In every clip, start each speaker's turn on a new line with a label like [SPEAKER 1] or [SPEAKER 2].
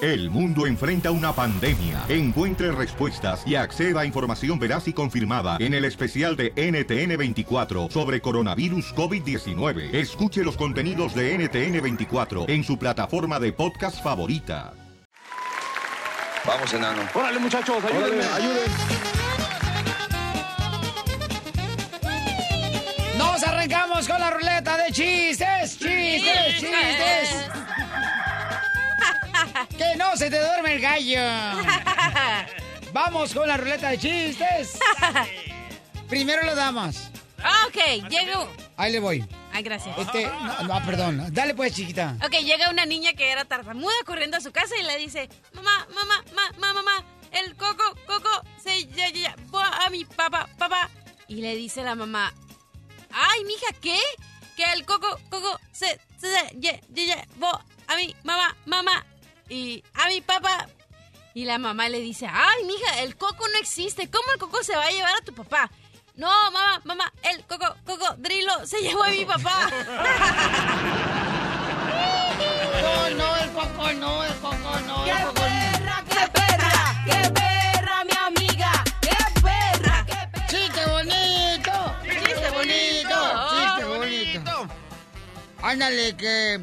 [SPEAKER 1] El mundo enfrenta una pandemia. Encuentre respuestas y acceda a información veraz y confirmada en el especial de NTN24 sobre coronavirus COVID-19. Escuche los contenidos de NTN24 en su plataforma de podcast favorita.
[SPEAKER 2] Vamos, enano.
[SPEAKER 3] Órale, muchachos, ayúdenme.
[SPEAKER 4] Nos arrancamos con la ruleta de chistes, chistes, chistes. Que no se te duerme el gallo. Vamos con la ruleta de chistes. Primero las damas.
[SPEAKER 5] Ah, ok, llegó.
[SPEAKER 4] Ahí le voy.
[SPEAKER 5] Ay, gracias.
[SPEAKER 4] Este, no, no, perdón. Dale pues, chiquita.
[SPEAKER 5] Ok, llega una niña que era tartamuda corriendo a su casa y le dice, mamá, mamá, mamá, mamá, mamá, el coco, coco, se ya, ya, ya, voy a mi papá, papá. Y le dice la mamá, ay, mija, ¿qué? Que el coco, coco, se, se, se, ya, ya, ya, voy a mi mamá, mamá, y a mi papá. Y la mamá le dice, ay, mija, el coco no existe, ¿cómo el coco se va a llevar a tu papá? No, mamá, mamá, el coco, cocodrilo se llevó a mi papá.
[SPEAKER 4] No, no, el coco no, el coco no.
[SPEAKER 6] ¡Qué perra, qué perra! ¡Qué perra, mi amiga! ¡Qué perra! ¡Qué perra!
[SPEAKER 4] ¡Chiste bonito! ¡Chiste bonito! ¡Chiste bonito! Ándale, que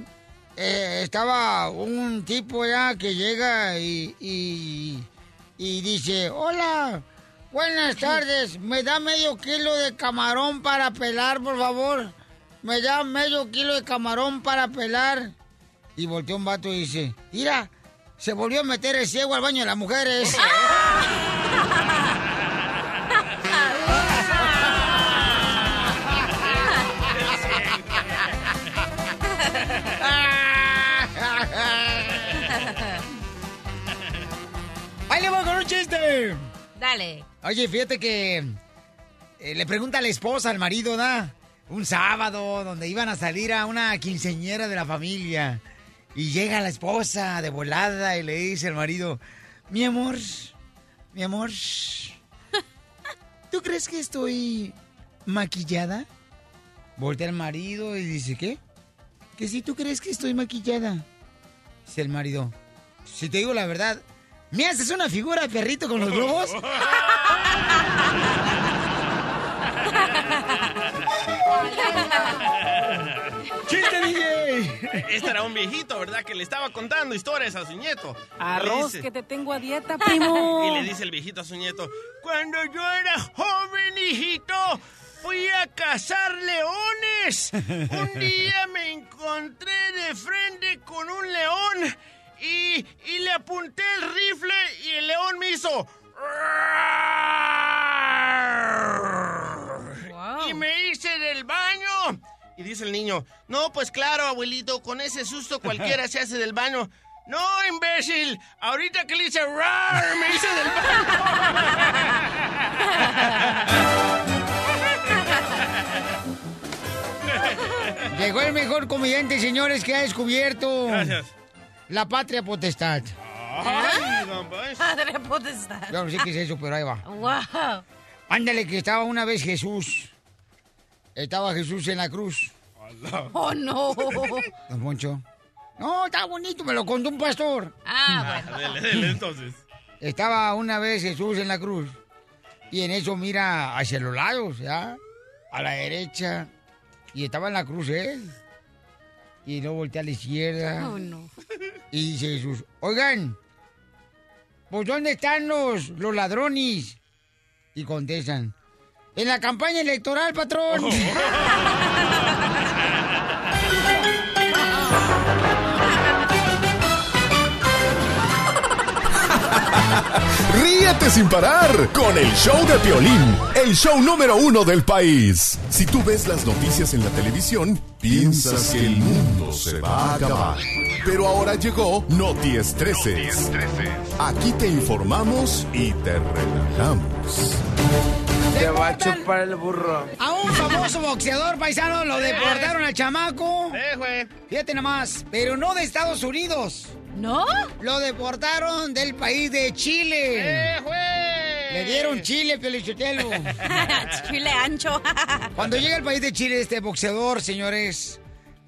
[SPEAKER 4] eh, estaba un tipo ya que llega y, y, y dice, hola, buenas tardes, me da medio kilo de camarón para pelar, por favor. Me da medio kilo de camarón para pelar. Y volteó un vato y dice, mira, se volvió a meter el ciego al baño de las mujeres. ¡Ahí le voy con un chiste!
[SPEAKER 5] Dale.
[SPEAKER 4] Oye, fíjate que eh, le pregunta a la esposa, al marido, ¿da? Un sábado donde iban a salir a una quinceñera de la familia. Y llega la esposa de volada y le dice al marido, mi amor, mi amor, ¿tú crees que estoy maquillada? Voltea el marido y dice, ¿qué? Que si tú crees que estoy maquillada. Dice el marido, si te digo la verdad, ¿me haces una figura de perrito con los globos?
[SPEAKER 7] ¡Chiste,
[SPEAKER 4] DJ!
[SPEAKER 7] Este era un viejito, ¿verdad? Que le estaba contando historias a su nieto. Le
[SPEAKER 5] Arroz
[SPEAKER 7] dice-
[SPEAKER 5] que te tengo a dieta,
[SPEAKER 7] Y
[SPEAKER 5] primo.
[SPEAKER 7] le dice el viejito a su nieto, cuando yo era joven, hijito, fui a cazar leones. Un día me encontré de frente con un león y, y le apunté el rifle y el león me hizo... Y me hice del baño. Y dice el niño, no, pues claro, abuelito, con ese susto cualquiera se hace del baño. No, imbécil, ahorita que le hice rar, me hice del baño.
[SPEAKER 4] Llegó el mejor comediante, señores, que ha descubierto.
[SPEAKER 7] Gracias.
[SPEAKER 4] La patria potestad.
[SPEAKER 7] Ay, don Poncho.
[SPEAKER 5] Padre potestad.
[SPEAKER 4] Yo no sé qué es eso, pero ahí va.
[SPEAKER 5] Wow.
[SPEAKER 4] Ándale, que estaba una vez Jesús. Estaba Jesús en la cruz.
[SPEAKER 5] Oh, no.
[SPEAKER 4] Don Poncho. No, está bonito, me lo contó un pastor.
[SPEAKER 5] Ah,
[SPEAKER 7] Dele, dele, entonces.
[SPEAKER 4] Estaba una vez Jesús en la cruz y en eso mira hacia los lados, ¿ya? A la derecha. Y estaba en la cruz él. Y luego voltea a la izquierda.
[SPEAKER 5] Oh, no.
[SPEAKER 4] Y dice Jesús, oigan, ¿pues dónde están los, los ladrones? Y contestan, en la campaña electoral, patrón.
[SPEAKER 8] Ríete sin parar con el show de Piolín, el show número uno del país. Si tú ves las noticias en la televisión, piensas que el mundo se va a acabar. Pero ahora llegó Noti Estreses. Aquí te informamos y te relajamos.
[SPEAKER 9] Te va a chupar el burro.
[SPEAKER 4] A un famoso boxeador paisano lo deportaron al chamaco. Fíjate nomás, pero no de Estados Unidos.
[SPEAKER 5] ¿No?
[SPEAKER 4] Lo deportaron del país de
[SPEAKER 6] Eh.
[SPEAKER 4] Chile. Le dieron Chile, Pelichotelo.
[SPEAKER 5] Eh. Chile ancho.
[SPEAKER 4] Cuando llega al país de Chile este boxeador, señores,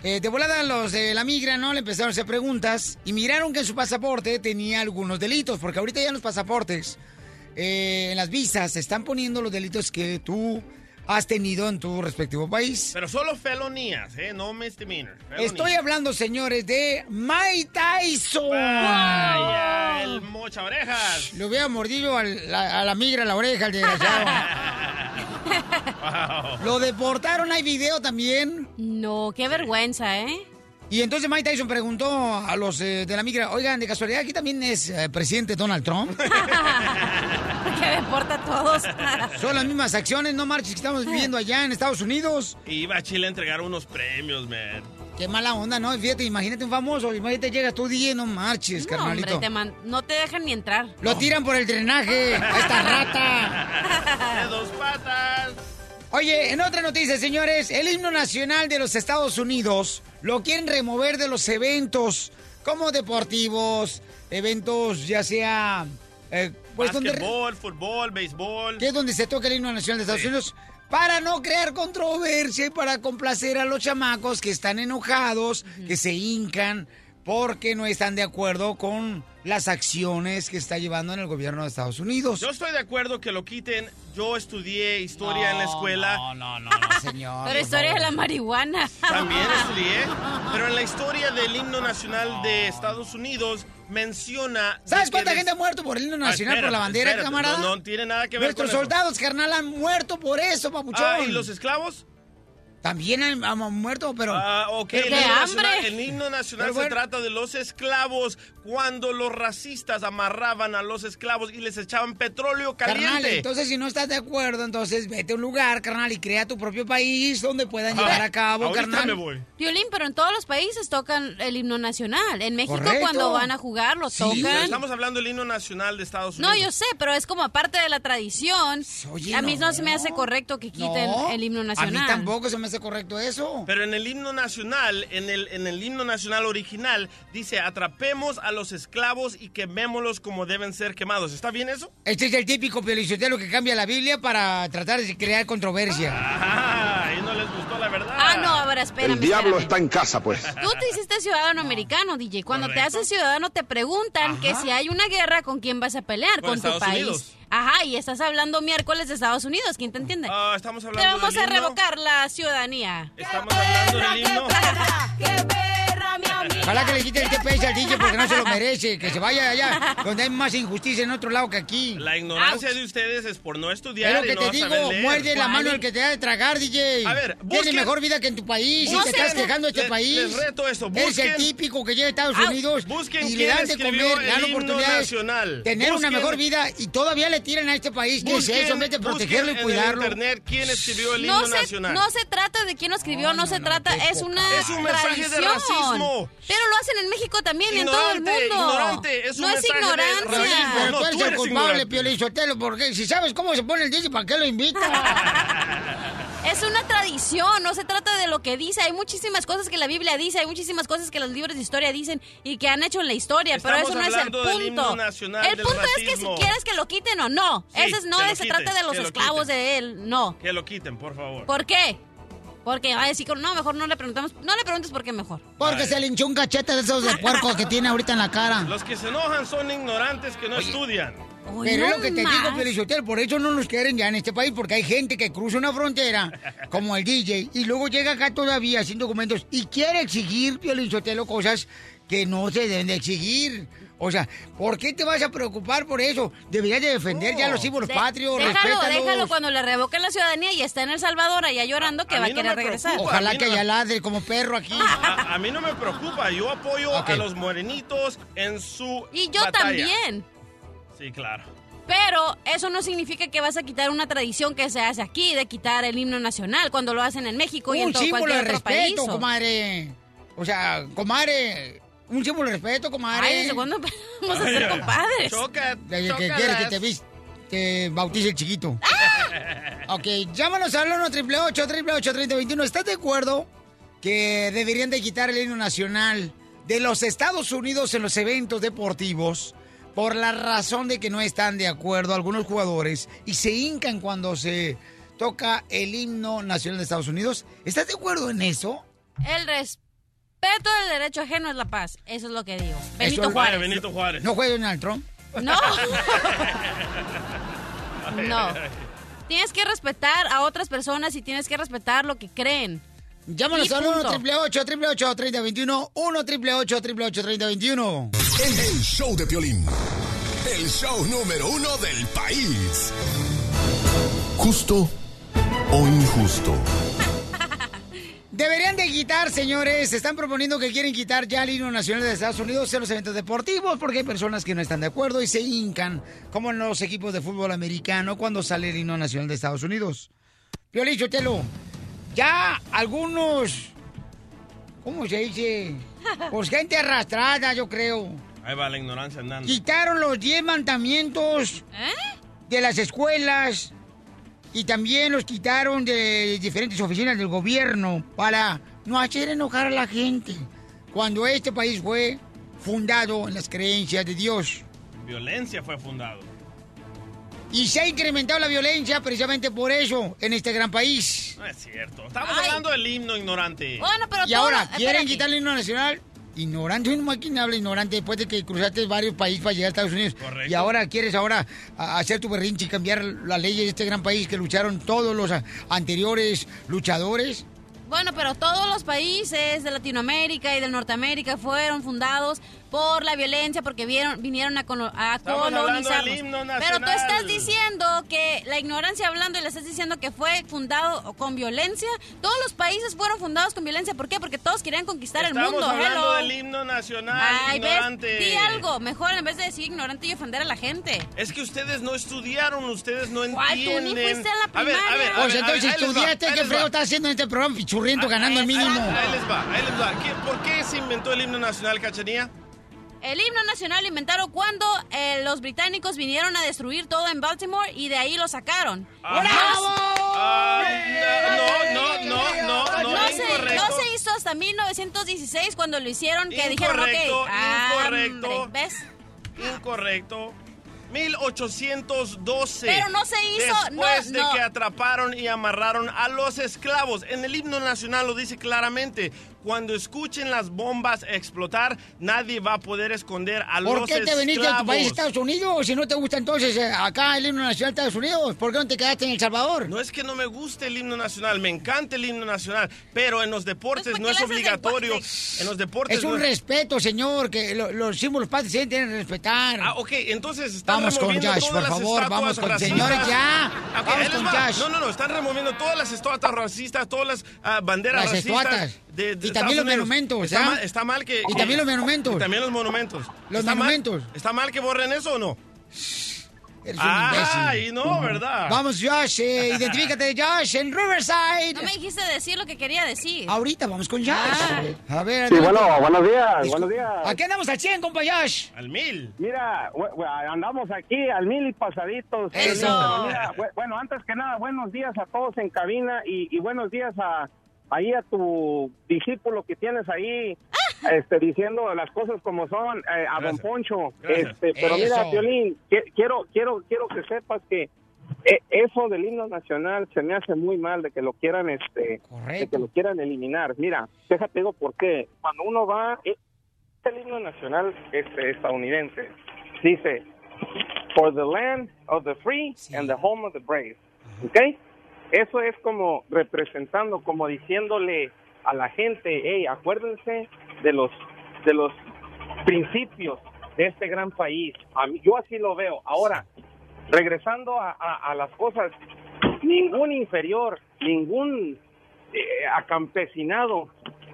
[SPEAKER 4] eh, de volada los de la migra, ¿no? Le empezaron a hacer preguntas y miraron que en su pasaporte tenía algunos delitos, porque ahorita ya en los pasaportes, eh, en las visas, se están poniendo los delitos que tú has tenido en tu respectivo país.
[SPEAKER 7] Pero solo felonías, ¿eh? No misdemeanors. felonías.
[SPEAKER 4] Estoy hablando, señores, de Mike Tyson.
[SPEAKER 7] Vaya, el mocha orejas.
[SPEAKER 4] Le hubiera mordido al- la- a la migra la oreja al desgraciado. Lo deportaron, hay video también.
[SPEAKER 5] No, qué vergüenza, ¿eh?
[SPEAKER 4] Y entonces Mike Tyson preguntó a los eh, de la migra, oigan, de casualidad aquí también es eh, presidente Donald Trump.
[SPEAKER 5] Que deporta a todos.
[SPEAKER 4] Son las mismas acciones, no marches, que estamos viviendo allá en Estados Unidos.
[SPEAKER 7] Iba a Chile a entregar unos premios, man.
[SPEAKER 4] Qué mala onda, ¿no? Fíjate, imagínate un famoso, imagínate llegas tú DJ, no marches,
[SPEAKER 5] No,
[SPEAKER 4] carnalito.
[SPEAKER 5] hombre, te man- no te dejan ni entrar.
[SPEAKER 4] Lo tiran por el drenaje, a esta rata.
[SPEAKER 7] De dos patas.
[SPEAKER 4] Oye, en otra noticia, señores, el himno nacional de los Estados Unidos lo quieren remover de los eventos como deportivos, eventos ya sea... eh, pues donde,
[SPEAKER 7] Básquetbol, fútbol, béisbol.
[SPEAKER 4] que es donde se toca el himno nacional de Estados Unidos, para no crear controversia y para complacer a los chamacos que están enojados, que se hincan porque no están de acuerdo con las acciones que está llevando en el gobierno de Estados Unidos.
[SPEAKER 7] Yo estoy de acuerdo que lo quiten. Yo estudié historia en la escuela.
[SPEAKER 4] No, no, no, no, señor.
[SPEAKER 5] Pero
[SPEAKER 4] por
[SPEAKER 5] historia de
[SPEAKER 4] favor.
[SPEAKER 5] la marihuana.
[SPEAKER 7] También estudié. Pero en la historia del himno nacional de Estados Unidos menciona. de
[SPEAKER 4] ¿Sabes
[SPEAKER 7] que
[SPEAKER 4] cuánta
[SPEAKER 7] des-
[SPEAKER 4] gente ha muerto por el himno nacional,
[SPEAKER 7] Ah,
[SPEAKER 4] por la
[SPEAKER 7] espérate,
[SPEAKER 4] bandera,
[SPEAKER 7] espérate.
[SPEAKER 4] camarada?
[SPEAKER 7] No, no tiene nada que ver
[SPEAKER 4] Nuestros
[SPEAKER 7] con eso.
[SPEAKER 4] soldados, carnal, han muerto por eso, papuchón.
[SPEAKER 7] Ah, ¿y los esclavos?
[SPEAKER 4] También han, han muerto, pero...
[SPEAKER 7] Ah, ok.
[SPEAKER 5] Pero
[SPEAKER 7] El
[SPEAKER 5] qué
[SPEAKER 7] himno, nacional,
[SPEAKER 5] hambre.
[SPEAKER 7] el himno nacional
[SPEAKER 4] Pero
[SPEAKER 7] se
[SPEAKER 4] bueno.
[SPEAKER 7] trata de los esclavos cuando los racistas amarraban a los esclavos y les echaban petróleo caliente.
[SPEAKER 4] Carnal, entonces si no estás de acuerdo, entonces vete a un lugar, carnal, y crea tu propio país donde puedan llevar a cabo,
[SPEAKER 7] Ahorita
[SPEAKER 4] carnal.
[SPEAKER 7] me voy.
[SPEAKER 5] Violín, pero en todos los países tocan el himno nacional. En México
[SPEAKER 4] Correcto.
[SPEAKER 5] cuando van a jugar lo
[SPEAKER 4] Sí.
[SPEAKER 7] Pero
[SPEAKER 5] tocan.
[SPEAKER 7] estamos hablando del himno nacional de Estados Unidos.
[SPEAKER 5] No, yo sé, pero es como aparte de la tradición.
[SPEAKER 4] Pues, Oye,
[SPEAKER 5] a mí no, se me hace correcto que quiten
[SPEAKER 4] No,
[SPEAKER 5] el himno nacional.
[SPEAKER 4] A mí tampoco se me hace correcto eso.
[SPEAKER 7] Pero en el himno nacional, en el, en el himno nacional original, dice, atrapemos a los esclavos y quemémoslos como deben ser quemados. ¿Está bien eso?
[SPEAKER 4] Este es el típico lo que cambia la Biblia para tratar de crear controversia.
[SPEAKER 7] Ah, y no les gustó la verdad.
[SPEAKER 5] Ah, no, ahora espérame.
[SPEAKER 10] El diablo está
[SPEAKER 5] espérame.
[SPEAKER 10] en casa, pues.
[SPEAKER 5] Tú te hiciste ciudadano americano, DJ. Cuando te
[SPEAKER 7] Correcto.
[SPEAKER 5] haces ciudadano te preguntan que si hay una guerra, ¿con quién vas a pelear?
[SPEAKER 7] Con
[SPEAKER 5] Con, tu
[SPEAKER 7] Estados
[SPEAKER 5] país.
[SPEAKER 7] Unidos.
[SPEAKER 5] Ajá, y estás hablando miércoles de Estados Unidos. ¿Quién te entiende?
[SPEAKER 7] Ah, estamos
[SPEAKER 5] te
[SPEAKER 7] hablando
[SPEAKER 5] vamos
[SPEAKER 7] del
[SPEAKER 5] a
[SPEAKER 7] himno.
[SPEAKER 5] revocar la ciudadanía.
[SPEAKER 7] Estamos hablando del himno.
[SPEAKER 6] qué perra, mi amiga.
[SPEAKER 4] Ojalá que le quiten el TPS al DJ porque no se lo merece. Que se vaya allá donde hay más injusticia en otro lado que aquí.
[SPEAKER 7] La ignorancia de ustedes es por no
[SPEAKER 4] Es
[SPEAKER 7] estudiar
[SPEAKER 4] lo
[SPEAKER 7] y
[SPEAKER 4] que
[SPEAKER 7] no
[SPEAKER 4] te
[SPEAKER 7] saber
[SPEAKER 4] digo,
[SPEAKER 7] leer.
[SPEAKER 4] muerde la
[SPEAKER 5] ¿Cuál?
[SPEAKER 4] mano el que te da de tragar, DJ.
[SPEAKER 7] A ver,
[SPEAKER 4] Tiene
[SPEAKER 7] busquen-
[SPEAKER 4] mejor vida que en tu país y te
[SPEAKER 5] Busquen-
[SPEAKER 4] estás quejando de este
[SPEAKER 7] le-
[SPEAKER 4] país.
[SPEAKER 7] les reto esto,
[SPEAKER 4] Es el
[SPEAKER 7] busquen-
[SPEAKER 4] típico que llega a Estados
[SPEAKER 5] Ah,
[SPEAKER 4] Unidos
[SPEAKER 7] busquen
[SPEAKER 4] y le
[SPEAKER 7] quién
[SPEAKER 4] dan de
[SPEAKER 7] escribió
[SPEAKER 4] comer,
[SPEAKER 7] el
[SPEAKER 4] le dan
[SPEAKER 7] himno
[SPEAKER 4] oportunidades,
[SPEAKER 7] nacional.
[SPEAKER 4] tener
[SPEAKER 7] Busquen-
[SPEAKER 4] una mejor vida y todavía le tiran a este país. ¿Qué es eso? En vez de protegerlo y
[SPEAKER 7] busquen
[SPEAKER 4] cuidarlo.
[SPEAKER 7] En el internet quién escribió el himno
[SPEAKER 5] No se,
[SPEAKER 7] nacional.
[SPEAKER 5] no se trata de quién lo escribió, no,
[SPEAKER 4] No, no,
[SPEAKER 5] se
[SPEAKER 4] no,
[SPEAKER 5] trata,
[SPEAKER 4] qué
[SPEAKER 5] es
[SPEAKER 4] poca
[SPEAKER 5] una
[SPEAKER 7] Es un mensaje de
[SPEAKER 5] tradición.
[SPEAKER 7] racismo.
[SPEAKER 5] Pero lo hacen en México también y en todo el mundo.
[SPEAKER 7] Ignorante, ignorante, es un
[SPEAKER 5] no es
[SPEAKER 7] mensaje de
[SPEAKER 5] ignorancia.
[SPEAKER 4] Sí,
[SPEAKER 7] racismo.
[SPEAKER 4] pero
[SPEAKER 7] No,
[SPEAKER 4] tú
[SPEAKER 7] tú
[SPEAKER 4] eres el
[SPEAKER 7] eres
[SPEAKER 4] culpable,
[SPEAKER 7] ignorante.
[SPEAKER 4] Piolichotelo, porque si sabes cómo se pone el DJ, ¿para qué lo invita?
[SPEAKER 5] Es una tradición, no se trata de lo que dice. Hay muchísimas cosas que la Biblia dice, hay muchísimas cosas que los libros de historia dicen y que han hecho en la historia,
[SPEAKER 7] Estamos
[SPEAKER 5] pero eso no es el
[SPEAKER 7] hablando del himno
[SPEAKER 5] punto.
[SPEAKER 7] nacional
[SPEAKER 5] el
[SPEAKER 7] del
[SPEAKER 5] punto es que si
[SPEAKER 7] racismo.
[SPEAKER 5] quieres que lo quiten o no,
[SPEAKER 7] Sí,
[SPEAKER 5] eso es- no
[SPEAKER 7] que lo
[SPEAKER 5] se
[SPEAKER 7] quiten,
[SPEAKER 5] trata de los
[SPEAKER 7] que lo
[SPEAKER 5] esclavos
[SPEAKER 7] quiten.
[SPEAKER 5] de él, no.
[SPEAKER 7] Que lo quiten, por favor.
[SPEAKER 5] ¿Por qué? Porque va a decir, que no, mejor no le preguntamos, no le preguntes por qué mejor.
[SPEAKER 4] Porque se le hinchó un cachete de esos de puerco que tiene ahorita en la cara.
[SPEAKER 7] Los que se enojan son ignorantes que no estudian.
[SPEAKER 5] Hoy
[SPEAKER 4] Pero es
[SPEAKER 5] Pues no
[SPEAKER 4] lo que te
[SPEAKER 5] más.
[SPEAKER 4] digo, Pelichotel, por eso no nos quieren ya en este país, porque hay gente que cruza una frontera, como el DJ, y luego llega acá todavía sin documentos y quiere exigir, Pelichotelo, cosas que no se deben de exigir. O sea, ¿por qué te vas a preocupar por eso? Deberías de defender ya a los símbolos
[SPEAKER 5] De-
[SPEAKER 4] patrios,
[SPEAKER 5] déjalo,
[SPEAKER 4] respétalos.
[SPEAKER 5] déjalo cuando le revoquen la ciudadanía y está en El Salvador allá llorando que
[SPEAKER 7] A
[SPEAKER 5] va a
[SPEAKER 7] mí no
[SPEAKER 5] querer
[SPEAKER 7] me
[SPEAKER 5] regresar.
[SPEAKER 7] preocupa.
[SPEAKER 4] Ojalá
[SPEAKER 7] Mira.
[SPEAKER 4] que ya ladre como perro aquí.
[SPEAKER 7] A, a mí no me preocupa, yo apoyo
[SPEAKER 4] Ok.
[SPEAKER 7] a los morenitos en su
[SPEAKER 5] Y yo
[SPEAKER 7] batalla.
[SPEAKER 5] también.
[SPEAKER 7] Sí, claro.
[SPEAKER 5] Pero eso no significa que vas a quitar una tradición que se hace aquí de quitar el himno nacional cuando lo hacen en México y en
[SPEAKER 4] Un
[SPEAKER 5] todo
[SPEAKER 4] símbolo de
[SPEAKER 5] cualquier otro país.
[SPEAKER 4] respeto,
[SPEAKER 5] o-
[SPEAKER 4] comadre. O sea, comadre, un símbolo de respeto, comadre.
[SPEAKER 5] Ay, ¿desde cuándo vamos a ser compadres?
[SPEAKER 7] Choca,
[SPEAKER 4] Desde que
[SPEAKER 7] chócalas.
[SPEAKER 4] quieres que te, vis- te bautice el chiquito.
[SPEAKER 5] ¡Ah!
[SPEAKER 4] Ok, llámanos al 1 888 3021 ¿Estás de acuerdo que deberían de quitar el himno nacional de los Estados Unidos en los eventos deportivos por la razón de que no están de acuerdo algunos jugadores y se hincan cuando se toca el himno nacional de Estados Unidos? ¿Estás de acuerdo en eso?
[SPEAKER 5] El respeto respeto del derecho ajeno es la paz. Eso es lo que digo. Benito
[SPEAKER 4] Eso-
[SPEAKER 5] Juárez.
[SPEAKER 7] Benito Juárez.
[SPEAKER 4] ¿No fue Donald Trump?
[SPEAKER 5] No. No. Tienes que respetar a otras personas y tienes que respetar lo que creen.
[SPEAKER 4] Llámanos
[SPEAKER 5] Y
[SPEAKER 4] al 1
[SPEAKER 5] punto.
[SPEAKER 4] 888 3021 1 888 3021
[SPEAKER 8] El, el show de Piolín. El show número uno del país. Justo o injusto.
[SPEAKER 4] Deberían de quitar, señores. Están proponiendo que quieren quitar ya el himno nacional de Estados Unidos en los eventos deportivos porque hay personas que no están de acuerdo y se hincan, como en los equipos de fútbol americano, cuando sale el himno nacional de Estados Unidos. Piolín Chotelo, ya algunos, ¿cómo se dice? Pues gente arrastrada, yo creo.
[SPEAKER 7] Ahí va la ignorancia andando.
[SPEAKER 4] Quitaron los 10 mandamientos de las escuelas y también los quitaron de diferentes oficinas del gobierno para no hacer enojar a la gente cuando este país fue fundado en las creencias de Dios.
[SPEAKER 7] Violencia fue fundado.
[SPEAKER 4] Y se ha incrementado la violencia precisamente por eso en este gran país.
[SPEAKER 7] No es cierto. Estamos
[SPEAKER 5] Ay.
[SPEAKER 7] hablando del himno ignorante.
[SPEAKER 5] Bueno, pero
[SPEAKER 4] Y
[SPEAKER 5] todo-
[SPEAKER 4] ahora,
[SPEAKER 5] espérate.
[SPEAKER 4] ¿quieren quitar el himno nacional? Ignorante, un maquinable ignorante después de que cruzaste varios países para llegar a Estados Unidos.
[SPEAKER 7] Correcto.
[SPEAKER 4] Y ahora quieres ahora a- hacer tu berrinche y cambiar las leyes de este gran país que lucharon todos los a- anteriores luchadores.
[SPEAKER 5] Bueno, pero todos los países de Latinoamérica y de Norteamérica fueron fundados por la violencia porque vieron, vinieron a, colo- a
[SPEAKER 7] Estamos hablando
[SPEAKER 5] colonizarnos.
[SPEAKER 7] del himno
[SPEAKER 5] Pero tú
[SPEAKER 7] nacional.
[SPEAKER 5] estás diciendo que la ignorancia hablando y le estás diciendo que fue fundado con violencia. Todos los países fueron fundados con violencia. ¿Por qué? Porque todos querían conquistar
[SPEAKER 7] Estamos
[SPEAKER 5] el mundo.
[SPEAKER 7] hablando
[SPEAKER 5] Hello.
[SPEAKER 7] del himno nacional
[SPEAKER 5] Ay,
[SPEAKER 7] ignorante.
[SPEAKER 5] ¿ves? Di algo. Mejor en vez de decir ignorante y ofender a la gente.
[SPEAKER 7] Es que ustedes no estudiaron, ustedes no
[SPEAKER 5] ¿Cuál? Tú ni
[SPEAKER 7] entienden.
[SPEAKER 5] fuiste a Pues la
[SPEAKER 7] A ver, a ver,
[SPEAKER 5] primaria.
[SPEAKER 7] a
[SPEAKER 4] Pues
[SPEAKER 7] ver, a ver,
[SPEAKER 4] entonces
[SPEAKER 7] ahí les va,
[SPEAKER 4] estudiaste
[SPEAKER 7] ahí
[SPEAKER 4] qué
[SPEAKER 7] les
[SPEAKER 4] frío
[SPEAKER 7] va.
[SPEAKER 4] estás haciendo en este programa, pichurriento,
[SPEAKER 7] Ah,
[SPEAKER 4] ganando el
[SPEAKER 7] ahí-
[SPEAKER 4] mínimo.
[SPEAKER 7] Ahí les va, ahí les va. ¿Qué- ¿Por qué se inventó el himno nacional, Cachanía?
[SPEAKER 5] El himno nacional lo inventaron cuando eh, los británicos vinieron a destruir todo en Baltimore y de ahí lo sacaron.
[SPEAKER 7] Ah, no, no, no, no, no,
[SPEAKER 5] No se,
[SPEAKER 7] incorrecto.
[SPEAKER 5] no se hizo hasta 1916 cuando lo hicieron que dijeron,
[SPEAKER 7] Incorrecto,
[SPEAKER 5] ok, ah,
[SPEAKER 7] incorrecto.
[SPEAKER 5] hombre, ¿ves?
[SPEAKER 7] Incorrecto. 1812.
[SPEAKER 5] Pero no se hizo,
[SPEAKER 7] Después
[SPEAKER 5] no, no.
[SPEAKER 7] de que atraparon y amarraron a los esclavos. En el himno nacional lo dice claramente. Cuando escuchen las bombas explotar, nadie va a poder esconder a los
[SPEAKER 4] ¿Por
[SPEAKER 7] esclavos.
[SPEAKER 4] qué te viniste a tu país, Estados Unidos? Si no te gusta entonces eh, acá el himno nacional de Estados Unidos, ¿por qué no te quedaste en El Salvador?
[SPEAKER 7] No es que no me guste el himno nacional, me encanta el himno nacional, pero en los deportes
[SPEAKER 5] Pues, ¿por
[SPEAKER 7] no
[SPEAKER 5] qué
[SPEAKER 7] es
[SPEAKER 5] le haces
[SPEAKER 7] obligatorio.
[SPEAKER 5] lenguaje?
[SPEAKER 7] En los deportes
[SPEAKER 4] Es
[SPEAKER 7] no
[SPEAKER 4] un
[SPEAKER 7] es-
[SPEAKER 4] respeto, señor, que lo- los símbolos patrios se tienen que respetar.
[SPEAKER 7] Ah, ok, entonces están
[SPEAKER 4] Vamos con
[SPEAKER 7] removiendo
[SPEAKER 4] Josh, por
[SPEAKER 7] todas las
[SPEAKER 4] favor,
[SPEAKER 7] estatuas
[SPEAKER 4] vamos con...
[SPEAKER 7] racistas.
[SPEAKER 4] Señores, ya.
[SPEAKER 7] Ah, ok, ahí
[SPEAKER 4] Vamos
[SPEAKER 7] les
[SPEAKER 4] con
[SPEAKER 7] va.
[SPEAKER 4] Josh.
[SPEAKER 7] No, no, no, están removiendo todas las estatuas racistas, todas las ah, banderas
[SPEAKER 4] Las
[SPEAKER 7] racistas.
[SPEAKER 4] estatuas.
[SPEAKER 7] de- de
[SPEAKER 4] Y
[SPEAKER 7] Estados
[SPEAKER 4] también los
[SPEAKER 7] Unidos.
[SPEAKER 4] monumentos,
[SPEAKER 7] Está,
[SPEAKER 4] ¿ah?
[SPEAKER 7] mal, está mal que...
[SPEAKER 4] Y también los monumentos.
[SPEAKER 7] Y también los monumentos.
[SPEAKER 4] Los
[SPEAKER 7] ¿Está mal-
[SPEAKER 4] monumentos.
[SPEAKER 7] ¿Está mal que borren eso o no?
[SPEAKER 4] Eres un
[SPEAKER 7] Ah,
[SPEAKER 4] imbécil.
[SPEAKER 7] y no, ¿verdad?
[SPEAKER 4] Vamos, Josh, eh, identifícate, Josh, en Riverside.
[SPEAKER 5] No me dijiste decir lo que quería decir.
[SPEAKER 4] Ahorita vamos con Josh.
[SPEAKER 7] Ah,
[SPEAKER 4] A ver,
[SPEAKER 11] Sí,
[SPEAKER 4] adelante.
[SPEAKER 11] bueno, buenos días,
[SPEAKER 4] Discul-
[SPEAKER 11] buenos días.
[SPEAKER 4] Aquí andamos al 100, compa Josh.
[SPEAKER 7] Al mil.
[SPEAKER 11] Mira, bu- bu- andamos aquí al mil y pasaditos.
[SPEAKER 4] Eso.
[SPEAKER 11] Pero mira, bu- bueno, antes que nada, buenos días a todos en cabina y, y buenos días a ahí a tu discípulo que tienes ahí,
[SPEAKER 4] Ah.
[SPEAKER 11] este, diciendo las cosas como son, eh, a Don
[SPEAKER 7] Gracias.
[SPEAKER 11] Poncho.
[SPEAKER 7] Gracias.
[SPEAKER 11] Este, pero
[SPEAKER 4] Eso.
[SPEAKER 11] mira, Violín, quiero, quiero, quiero que sepas que eh, eso del himno nacional se me hace muy mal de que lo quieran, este, de que
[SPEAKER 4] Correcto.
[SPEAKER 11] lo quieran eliminar. Mira, déjate digo por qué. Cuando uno va,
[SPEAKER 12] eh,
[SPEAKER 11] es el himno nacional este, estadounidense. Dice, for the land of the free and the home of the brave. ¿Ok? Eso es como representando, como diciéndole a la gente, hey, acuérdense de los, de los principios de este gran país. A mí- yo así lo veo. Ahora, regresando a, a- a las cosas, ningún inferior, ningún eh, acampesinado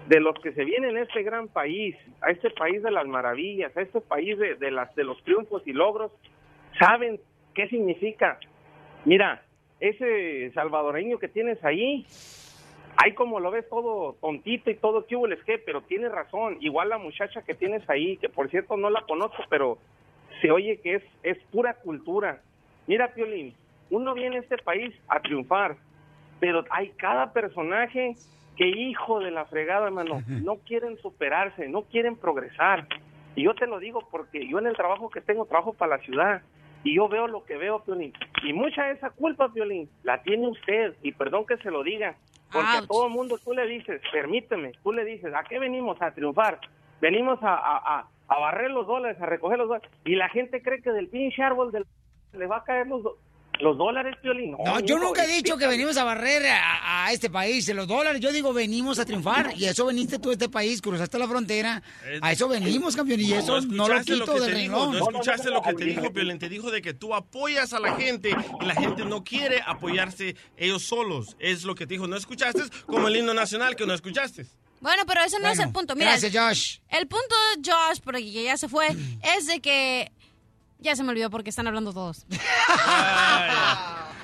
[SPEAKER 11] de los que se vienen a este gran país, a este país de las maravillas, a este país de, de las, de los triunfos y logros, saben qué significa. Mira, ese salvadoreño que tienes ahí, ahí como lo ves todo tontito y todo que hubo les que, pero tiene razón. Igual la muchacha que tienes ahí, que por cierto no la conozco, pero se oye que es, es pura cultura. Mira, Piolín, uno viene a este país a triunfar, pero hay cada personaje que hijo de la fregada, hermano, no quieren superarse, no quieren progresar. Y yo te lo digo porque yo en el trabajo que tengo, trabajo para la ciudad, y yo veo lo que veo, Piolín. Y mucha de esa culpa, Piolín, la tiene usted, y perdón que se lo diga, Porque a todo el mundo tú le dices, permíteme, tú le dices, ¿a qué venimos? A triunfar. Venimos a, a- a- a barrer los dólares, a recoger los dólares. Y la gente cree que del pinche árbol del, le va a caer los, do- los dólares, Piolín.
[SPEAKER 4] No, yo
[SPEAKER 11] hijo,
[SPEAKER 7] este
[SPEAKER 4] nunca he dicho que
[SPEAKER 11] explícame.
[SPEAKER 4] venimos a barrer a, a este país en los dólares. Yo digo, venimos a triunfar. Y eso viniste tú a este país, cruzaste la frontera. A eso venimos, campeón. Y eso no, lo
[SPEAKER 7] escuchaste
[SPEAKER 4] quito
[SPEAKER 7] que
[SPEAKER 4] del
[SPEAKER 7] te dijo,
[SPEAKER 4] renglón.
[SPEAKER 7] No escuchaste lo que te dijo, Piolín. Te dijo de que tú apoyas a la gente y la gente no quiere apoyarse ellos solos. Es lo que te dijo. No escuchaste como el himno nacional que no escuchaste.
[SPEAKER 5] Bueno, pero eso no es el punto. Mira,
[SPEAKER 7] gracias, Josh.
[SPEAKER 5] El punto, Josh, porque ya se fue,
[SPEAKER 4] Mm.
[SPEAKER 5] es de que. Ya se me olvidó porque están hablando todos.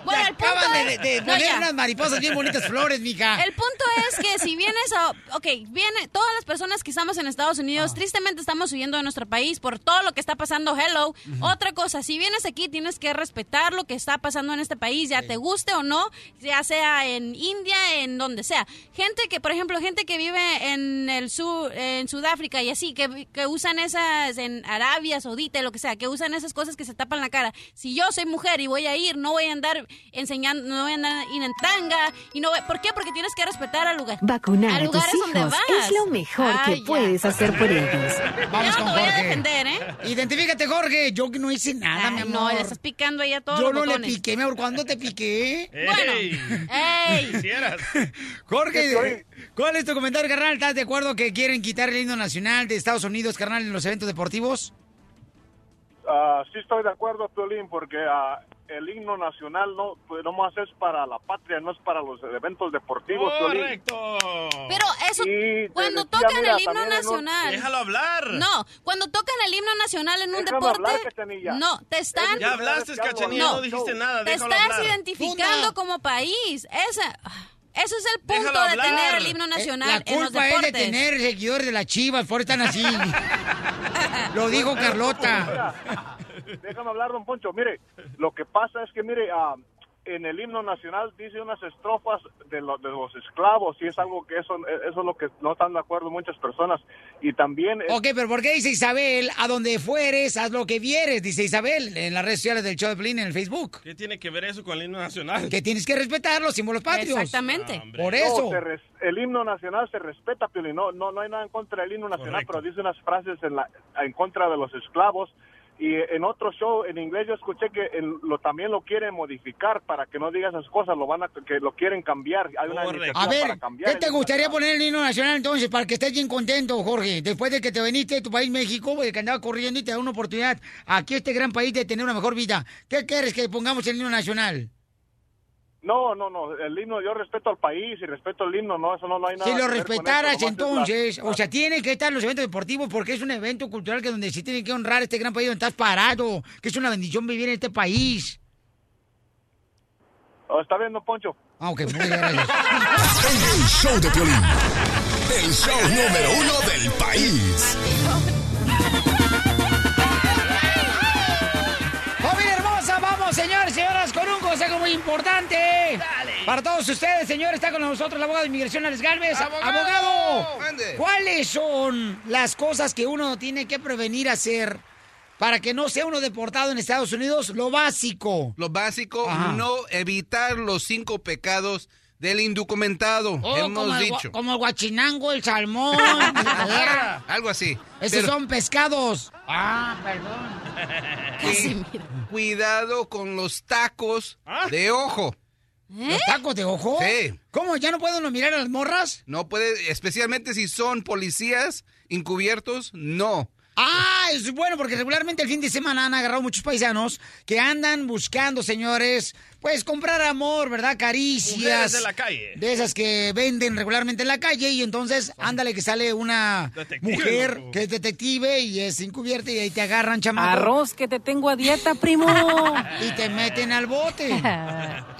[SPEAKER 5] bueno, el punto
[SPEAKER 4] acaban de-
[SPEAKER 5] es-
[SPEAKER 4] de poner
[SPEAKER 5] ya.
[SPEAKER 4] unas mariposas bien bonitas flores, mija.
[SPEAKER 5] El punto es que si vienes a... Ok, viene, todas las personas que estamos en Estados Unidos, tristemente estamos huyendo de nuestro país por todo lo que está pasando, hello.
[SPEAKER 13] Ujú.
[SPEAKER 5] Otra cosa, si vienes aquí tienes que respetar lo que está pasando en este país, ya te guste o no, ya sea en India, en donde sea. Gente que, por ejemplo, gente que vive en el sur, en Sudáfrica y así, que, que usan esas, en Arabia Saudita, y lo que sea, que usan esas cosas que se tapan la cara. Si yo soy mujer y voy a ir, no voy a andar enseñando, no voy a andar en tanga, y no voy- ¿por qué? Porque tienes que respetar al lugar.
[SPEAKER 14] Vacunar a,
[SPEAKER 5] a
[SPEAKER 14] tus
[SPEAKER 5] lugares donde
[SPEAKER 14] hijos
[SPEAKER 5] vas.
[SPEAKER 14] es lo mejor
[SPEAKER 5] Ay,
[SPEAKER 14] que puedes hacer por ellos.
[SPEAKER 4] Vamos
[SPEAKER 5] Yo no
[SPEAKER 4] con
[SPEAKER 5] te voy a
[SPEAKER 4] Jorge.
[SPEAKER 5] defender, ¿eh?
[SPEAKER 4] Identifícate, Jorge. Yo que no hice nada,
[SPEAKER 5] Ay,
[SPEAKER 4] mi amor.
[SPEAKER 5] no, le estás picando ahí a todos
[SPEAKER 4] Yo
[SPEAKER 5] los
[SPEAKER 4] no le
[SPEAKER 5] botones.
[SPEAKER 4] piqué, mi amor. ¿Cuándo te piqué?
[SPEAKER 5] Bueno. ¡Ey!
[SPEAKER 4] Jorge, ¿cuál es tu comentario, carnal? ¿Estás de acuerdo que quieren quitar el himno nacional de Estados Unidos, carnal, en los eventos deportivos?
[SPEAKER 15] Ah, sí estoy de acuerdo, Piolín, porque ah, el himno nacional no pues, nomás es para la patria, no es para los eventos deportivos, Piolín.
[SPEAKER 5] Pero eso, cuando
[SPEAKER 15] decía,
[SPEAKER 5] tocan
[SPEAKER 15] mira,
[SPEAKER 5] el himno
[SPEAKER 15] también en un-
[SPEAKER 5] nacional.
[SPEAKER 15] Déjalo hablar.
[SPEAKER 5] No, cuando tocan el himno nacional en un
[SPEAKER 15] Déjame
[SPEAKER 5] deporte.
[SPEAKER 15] hablar, Cachanilla.
[SPEAKER 5] no, te están.
[SPEAKER 7] Ya hablaste, Cachanilla, no dijiste nada,
[SPEAKER 5] Te
[SPEAKER 7] déjalo
[SPEAKER 5] estás
[SPEAKER 7] hablar.
[SPEAKER 5] identificando como país. Esa. Eso es el punto
[SPEAKER 4] Déjalo
[SPEAKER 5] de
[SPEAKER 4] hablar. Eh,
[SPEAKER 5] tener el himno nacional
[SPEAKER 4] La
[SPEAKER 5] en los
[SPEAKER 4] culpa es de
[SPEAKER 5] deportes.
[SPEAKER 4] tener seguidores de la Chivas, por estar así. Lo dijo Carlota.
[SPEAKER 15] pues, Déjame hablar, don Poncho. Mire, lo que pasa es que, mire, ah, en el himno nacional dice unas estrofas de, lo- de los esclavos y es algo que eso, eso es lo que no están de acuerdo muchas personas. Y también... eh,
[SPEAKER 4] Ok, pero ¿por qué dice Isabel? A donde fueres, haz lo que vieres, dice Isabel, en las redes sociales del show de Pelín, en el Facebook.
[SPEAKER 7] ¿Qué tiene que ver eso con el himno nacional?
[SPEAKER 4] Que tienes que respetar los símbolos patrios.
[SPEAKER 5] Exactamente.
[SPEAKER 4] Por
[SPEAKER 15] Ah, No,
[SPEAKER 4] eso.
[SPEAKER 15] se res- el himno nacional se respeta, Piolín. No, no, no hay nada en contra del himno nacional, pero dice unas frases en, la, en contra de los esclavos. Y en otro show en inglés yo escuché que el- lo, también lo quieren modificar para que no diga esas cosas, lo van a, que lo quieren cambiar. Hay una iniciativa
[SPEAKER 4] A ver,
[SPEAKER 15] para cambiar.
[SPEAKER 4] ¿qué te gustaría poner en el himno nacional entonces para que estés bien contento, Jorge? Después de que te viniste de tu país, México, güey, que andaba corriendo y te da una oportunidad aquí este gran país de tener una mejor vida. ¿Qué quieres que pongamos en el himno nacional?
[SPEAKER 15] No, no, no, el himno, yo respeto al país y respeto el himno, no, eso no, no hay nada.
[SPEAKER 4] Si
[SPEAKER 15] que
[SPEAKER 4] lo
[SPEAKER 15] ver con eso,
[SPEAKER 4] respetaras
[SPEAKER 15] nomás es la-
[SPEAKER 4] entonces, o sea, tiene que estar en los eventos deportivos porque es un evento cultural que donde se tiene que honrar este gran país donde estás parado, que es una bendición vivir en este país.
[SPEAKER 15] Oh, está bien, don Poncho.
[SPEAKER 4] Ah, ok, muy bien, gracias.
[SPEAKER 8] El show de Piolín. El show número uno del país.
[SPEAKER 4] ¡Familia hermosa! Vamos, señores, señoras, con un consejo muy importante. Para todos ustedes, señores, está con nosotros la abogada de inmigración, Alex Galvez.
[SPEAKER 16] ¡Abogado!
[SPEAKER 4] ¡Abogado!
[SPEAKER 16] Mande.
[SPEAKER 4] ¿Cuáles son las cosas que uno tiene que prevenir hacer para que no sea uno deportado en Estados Unidos? Lo básico.
[SPEAKER 16] Lo básico,
[SPEAKER 4] Ajá.
[SPEAKER 16] no evitar los cinco pecados del indocumentado,
[SPEAKER 4] Oh, como,
[SPEAKER 16] hemos
[SPEAKER 4] el, gua-
[SPEAKER 16] dicho.
[SPEAKER 4] como el guachinango, el salmón, la jalera.
[SPEAKER 16] Algo así.
[SPEAKER 4] Esos
[SPEAKER 16] Pero-
[SPEAKER 4] son pescados. Ah, perdón.
[SPEAKER 16] Cui- Cuidado con los tacos
[SPEAKER 7] Ah.
[SPEAKER 16] de ojo.
[SPEAKER 4] ¿Los tacos de ojo?
[SPEAKER 16] Sí.
[SPEAKER 4] ¿Cómo? ¿Ya no pueden mirar a las morras?
[SPEAKER 16] No puede, especialmente si son policías encubiertos, no.
[SPEAKER 4] Ah, es bueno porque regularmente el fin de semana han agarrado muchos paisanos que andan buscando, señores, pues comprar amor, ¿verdad? Caricias.
[SPEAKER 7] Mujeres de la calle.
[SPEAKER 4] De esas que venden regularmente en la calle y entonces ándale que sale una
[SPEAKER 7] Detective,
[SPEAKER 4] mujer
[SPEAKER 7] loco.
[SPEAKER 4] que es detective y es encubierta y ahí te agarran, chamaco.
[SPEAKER 13] Arroz que te tengo a dieta, primo.
[SPEAKER 4] Y te meten al bote.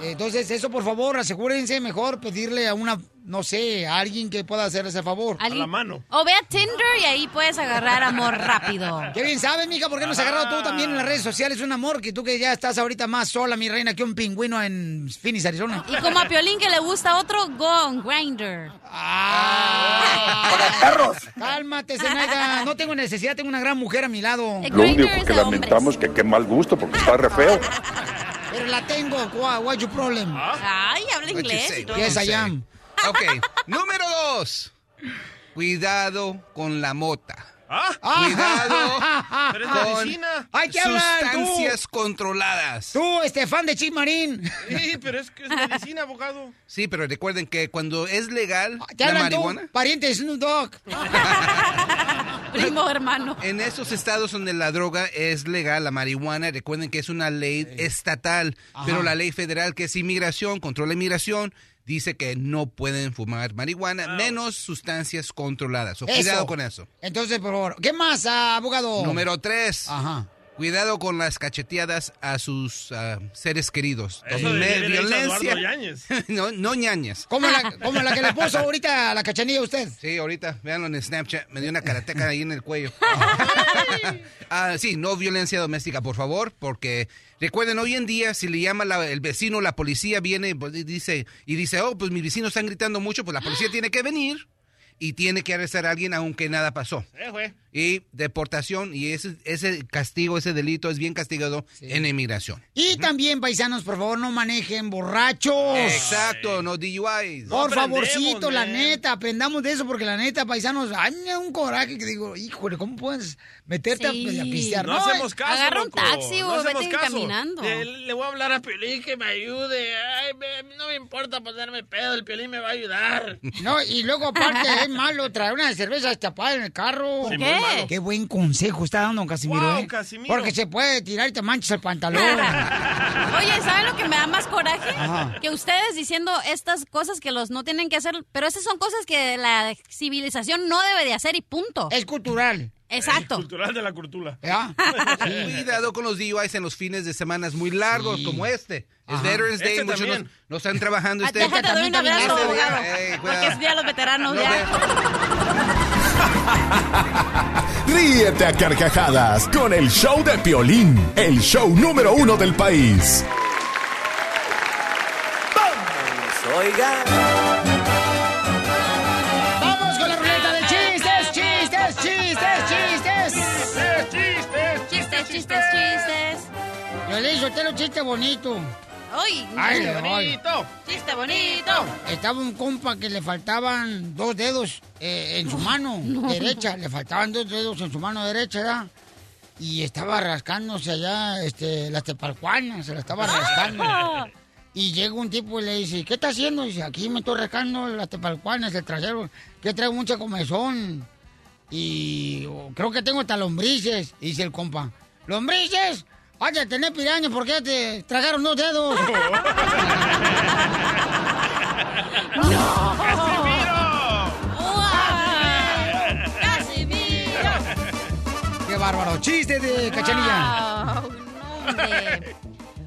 [SPEAKER 4] Entonces, eso por favor, asegúrense mejor pedirle a una, no sé, a alguien que pueda hacer ese favor. A
[SPEAKER 5] la
[SPEAKER 4] mano.
[SPEAKER 5] O ve a Tinder y ahí puedes agarrar amor rápido.
[SPEAKER 4] Qué bien sabes, mija, porque nos has agarrado tú también en las redes sociales un amor que tú que ya estás ahorita más sola, mi reina, que un pingüino en Phoenix, Arizona.
[SPEAKER 5] Y como a Piolín que le gusta otro, go on Grindr. Ah,
[SPEAKER 4] Cálmate, Zenaida. No tengo necesidad, tengo una gran mujer a mi lado.
[SPEAKER 1] Lo único que lamentamos que qué mal gusto, porque está re feo.
[SPEAKER 4] Pero la tengo. Why, why you problem?
[SPEAKER 7] Ah.
[SPEAKER 5] Ay, habla
[SPEAKER 4] What you
[SPEAKER 5] inglés
[SPEAKER 4] say,
[SPEAKER 5] y todo.
[SPEAKER 4] Yes, I am.
[SPEAKER 16] Ok, número dos. Cuidado con la mota.
[SPEAKER 4] Ah.
[SPEAKER 16] Cuidado con
[SPEAKER 4] Ay, ¿qué hablan, tú?
[SPEAKER 16] sustancias controladas.
[SPEAKER 4] Tú, Estefan de Chismarín.
[SPEAKER 7] Sí, pero es que es medicina, abogado.
[SPEAKER 16] Sí, pero recuerden que cuando es legal
[SPEAKER 4] ¿Qué
[SPEAKER 16] la
[SPEAKER 4] hablan tú?
[SPEAKER 16] marihuana,
[SPEAKER 4] Pariente de Snoop Dogg.
[SPEAKER 16] Primo hermano. En esos estados donde la droga es legal, la marihuana, recuerden que es una ley estatal,
[SPEAKER 14] Ajá.
[SPEAKER 16] pero la ley federal que es inmigración, controla inmigración, dice que no pueden fumar marihuana, menos sustancias controladas. So, cuidado con eso.
[SPEAKER 4] Entonces, por favor, ¿qué más, ah,
[SPEAKER 7] Oh.
[SPEAKER 4] abogado?
[SPEAKER 16] Número tres. Cuidado con las cacheteadas a sus ah, seres queridos.
[SPEAKER 7] Eso
[SPEAKER 16] Donde
[SPEAKER 7] debería
[SPEAKER 16] hay
[SPEAKER 7] haber hecho
[SPEAKER 16] violencia.
[SPEAKER 7] Eduardo Yáñez.
[SPEAKER 16] no, no ñañas.
[SPEAKER 4] Como la, como la que le puso ahorita la cachanilla a usted.
[SPEAKER 16] Sí, ahorita, véanlo en Snapchat. Me dio una karateca ahí en el cuello. Ah, sí, no violencia doméstica, por favor, porque recuerden, hoy en día, si le llama la- el vecino, la policía viene pues, y dice, y dice, oh, pues mis vecinos están gritando mucho, pues la policía tiene que venir y tiene que arrestar a alguien aunque nada pasó.
[SPEAKER 7] Eh, güey.
[SPEAKER 16] Y deportación, y ese, ese castigo, ese delito es bien castigado en inmigración.
[SPEAKER 4] Y también, paisanos, por favor, no manejen borrachos.
[SPEAKER 16] Exacto, no DUIs.
[SPEAKER 4] Por favorcito, la neta, aprendamos de eso, porque la neta, paisanos, hay un coraje que digo, híjole, ¿cómo puedes meterte a, a pistear?
[SPEAKER 7] No, hacemos
[SPEAKER 4] eh,
[SPEAKER 7] caso. loco. No hacemos caso. Le,
[SPEAKER 4] Ay,
[SPEAKER 7] le voy a hablar a Piolín que me ayude. Ay, me- no me importa ponerme pedo, el Piolín me va a ayudar.
[SPEAKER 4] No, y luego aparte es malo traer una cerveza tapada en el carro.
[SPEAKER 7] Sí, ¿Por muy qué? malo.
[SPEAKER 4] Qué buen consejo está dando don Casimiro,
[SPEAKER 7] Guau,
[SPEAKER 4] ¿eh?
[SPEAKER 7] Casimiro.
[SPEAKER 4] Porque se puede tirar y te manchas el pantalón.
[SPEAKER 5] Oye, ¿saben lo que me da más coraje?
[SPEAKER 4] Ajá.
[SPEAKER 5] Que ustedes diciendo estas cosas que los no tienen que hacer, pero esas son cosas que la civilización no debe de hacer y punto.
[SPEAKER 4] Es cultural.
[SPEAKER 5] Exacto.
[SPEAKER 7] Cultural de la cultura.
[SPEAKER 16] Ah. Cuidado con los DUIs en los fines de semanas muy largos como este. Es
[SPEAKER 7] Ajá.
[SPEAKER 16] Veterans Day,
[SPEAKER 7] Este
[SPEAKER 16] muchos no,
[SPEAKER 7] también.
[SPEAKER 16] no están trabajando.
[SPEAKER 5] Ah,
[SPEAKER 16] ustedes.
[SPEAKER 5] déjate, doy un abrazo,
[SPEAKER 16] Este día,
[SPEAKER 5] abogado,
[SPEAKER 16] eh, cuidado.
[SPEAKER 5] porque es día de los veteranos,
[SPEAKER 16] No,
[SPEAKER 5] ya.
[SPEAKER 8] Ríete a carcajadas con el show de Piolín, el show número uno del país.
[SPEAKER 2] pues.
[SPEAKER 4] Oiga. Vamos con la ruleta de chistes, chistes, chistes, chistes. Chistes, chistes,
[SPEAKER 5] chistes, chistes, chistes.
[SPEAKER 4] Yo le hice a usted un chiste bonito.
[SPEAKER 5] Ay,
[SPEAKER 4] Ay,
[SPEAKER 5] chiste
[SPEAKER 4] ay.
[SPEAKER 5] bonito. Chiste bonito.
[SPEAKER 4] Estaba un compa que le faltaban dos dedos eh, en su mano derecha, le faltaban dos dedos en su mano derecha, ¿verdad? Y estaba rascándose allá, este, las tepalcuanas, se la estaba rascando. Y llega un tipo y le dice, ¿qué está haciendo? dice, aquí me estoy rascando las tepalcuanas, el trasero, que trae mucha comezón. Y oh, creo que tengo hasta lombrices, dice el compa. ¿Lombrices? Hay que tener pirañas porque ya te tragaron dos dedos.
[SPEAKER 6] ¡No!
[SPEAKER 4] ¡Qué bárbaro! ¡Chiste de cachanilla!
[SPEAKER 5] Wow, Oh, no, hombre.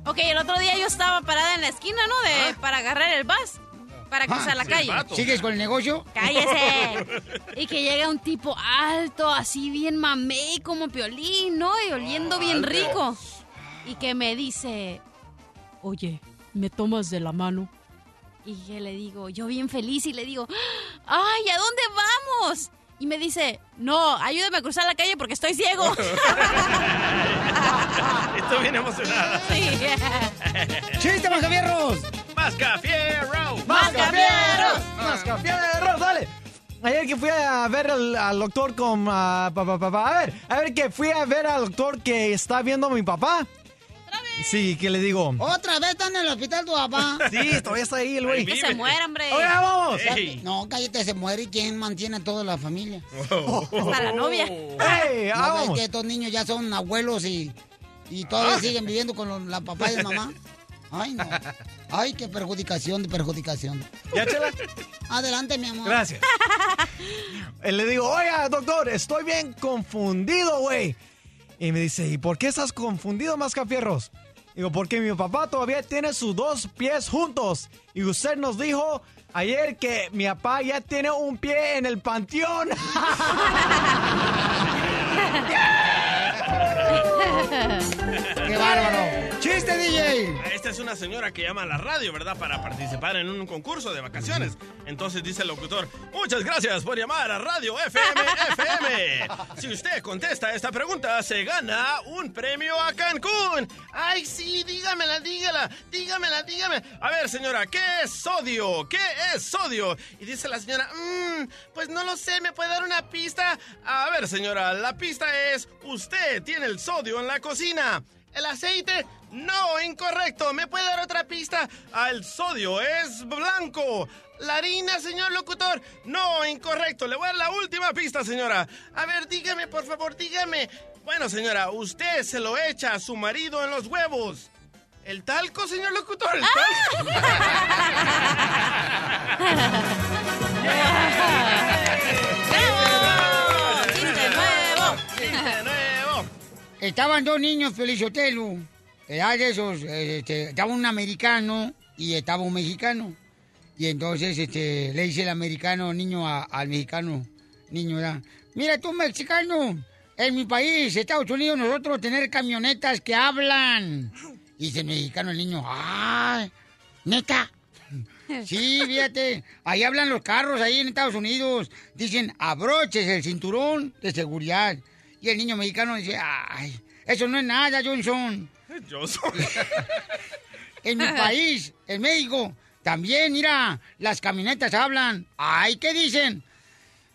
[SPEAKER 5] ok, el otro día yo estaba parada en la esquina, ¿no? De, Para agarrar el bus, para cruzar la calle.
[SPEAKER 4] ¿Sigues con Ah, el negocio?
[SPEAKER 5] ¡Cállese! Y que llega un tipo alto, así bien mamey, como piolín, ¿no? Y oliendo bien
[SPEAKER 17] alto.
[SPEAKER 5] rico. Y que me dice, oye, ¿me tomas de la mano? Y que le digo, yo bien feliz, y le digo, ¡ay, ¿a dónde vamos? Y me dice, no, ayúdame a cruzar la calle porque estoy ciego.
[SPEAKER 4] Ah.
[SPEAKER 7] Estoy bien emocionada.
[SPEAKER 5] Sí.
[SPEAKER 4] ¡Chiste, mascafierros!
[SPEAKER 7] ¡Mascafierros!
[SPEAKER 18] ¡Mascafierros! Ah, ¡Dale! Ayer que fui a ver al, al doctor con ah, pa- pa- pa- pa- A ver, a ver que fui a ver al doctor que está viendo a mi papá. Sí, que le digo.
[SPEAKER 4] ¿Otra vez están en el hospital tu papá?
[SPEAKER 18] Sí, todavía está ahí el güey.
[SPEAKER 4] Que se muera, hombre.
[SPEAKER 18] Oiga, vamos.
[SPEAKER 4] No, cállate, se muere y quién mantiene a toda la familia.
[SPEAKER 18] Hasta la novia.
[SPEAKER 4] ¡Ey!
[SPEAKER 18] Oh. ah, vamos. Ah.
[SPEAKER 4] que estos niños ya son abuelos y, y todavía siguen viviendo con los- la papá y la mamá? Ay, no. Ay, qué perjudicación de perjudicación.
[SPEAKER 18] ¿Ya, Chela?
[SPEAKER 4] Adelante, mi amor.
[SPEAKER 18] Gracias. Eh, Le digo, oiga, doctor, estoy bien confundido, güey. Y me dice, ¿y por qué estás confundido, Mascafierros? Digo, porque mi papá todavía tiene sus dos pies juntos. Y usted nos dijo ayer que mi papá ya tiene un pie en el panteón.
[SPEAKER 4] ¡Qué bárbaro! ¡Chiste, DJ!
[SPEAKER 7] Esta es una señora que llama a la radio, ¿verdad? Para participar en un concurso de vacaciones. Entonces dice el locutor, muchas gracias por llamar a Radio FM FM. Si usted contesta esta pregunta, se gana un premio a Cancún.
[SPEAKER 19] Ay, sí, dígamela, dígala, dígamela, dígamela.
[SPEAKER 7] A ver, señora, ¿qué es sodio? ¿Qué es sodio? Y dice la señora,
[SPEAKER 19] Mm, pues no lo sé, ¿me puede dar una pista?
[SPEAKER 7] a ver, señora, la pista es, usted tiene el sodio en la cocina.
[SPEAKER 19] ¿El aceite? No, incorrecto. ¿Me puede dar otra pista?
[SPEAKER 7] Ah, El sodio es blanco.
[SPEAKER 19] La harina, señor locutor.
[SPEAKER 7] No, incorrecto. Le voy a dar la última pista, señora.
[SPEAKER 19] A ver, dígame, por favor, dígame.
[SPEAKER 7] Bueno, señora, usted se lo echa a su marido en los huevos.
[SPEAKER 19] ¿El talco, señor locutor? ¿El
[SPEAKER 7] Ah.
[SPEAKER 5] ¡Nuevo! ¡Chiste nuevo!
[SPEAKER 7] ¡Chiste nuevo!
[SPEAKER 4] Estaban dos niños, Feliciotelo. Era de esos, eh, este, estaba un americano y estaba un mexicano. Y entonces este, le dice el americano niño a- al mexicano, niño, ¿verdad? Mira tú, mexicano, en mi país, Estados Unidos, nosotros tener camionetas que hablan. Y dice el mexicano, el niño, ¡ay! ¿Neta? Sí, fíjate, ahí hablan los carros, ahí en Estados Unidos. Dicen, abroches el cinturón de seguridad. Y el niño mexicano dice, ay, eso no es nada, Johnson.
[SPEAKER 7] Yo soy.
[SPEAKER 4] En mi país, en México, también, mira, las camionetas hablan. Ay, ¿qué dicen?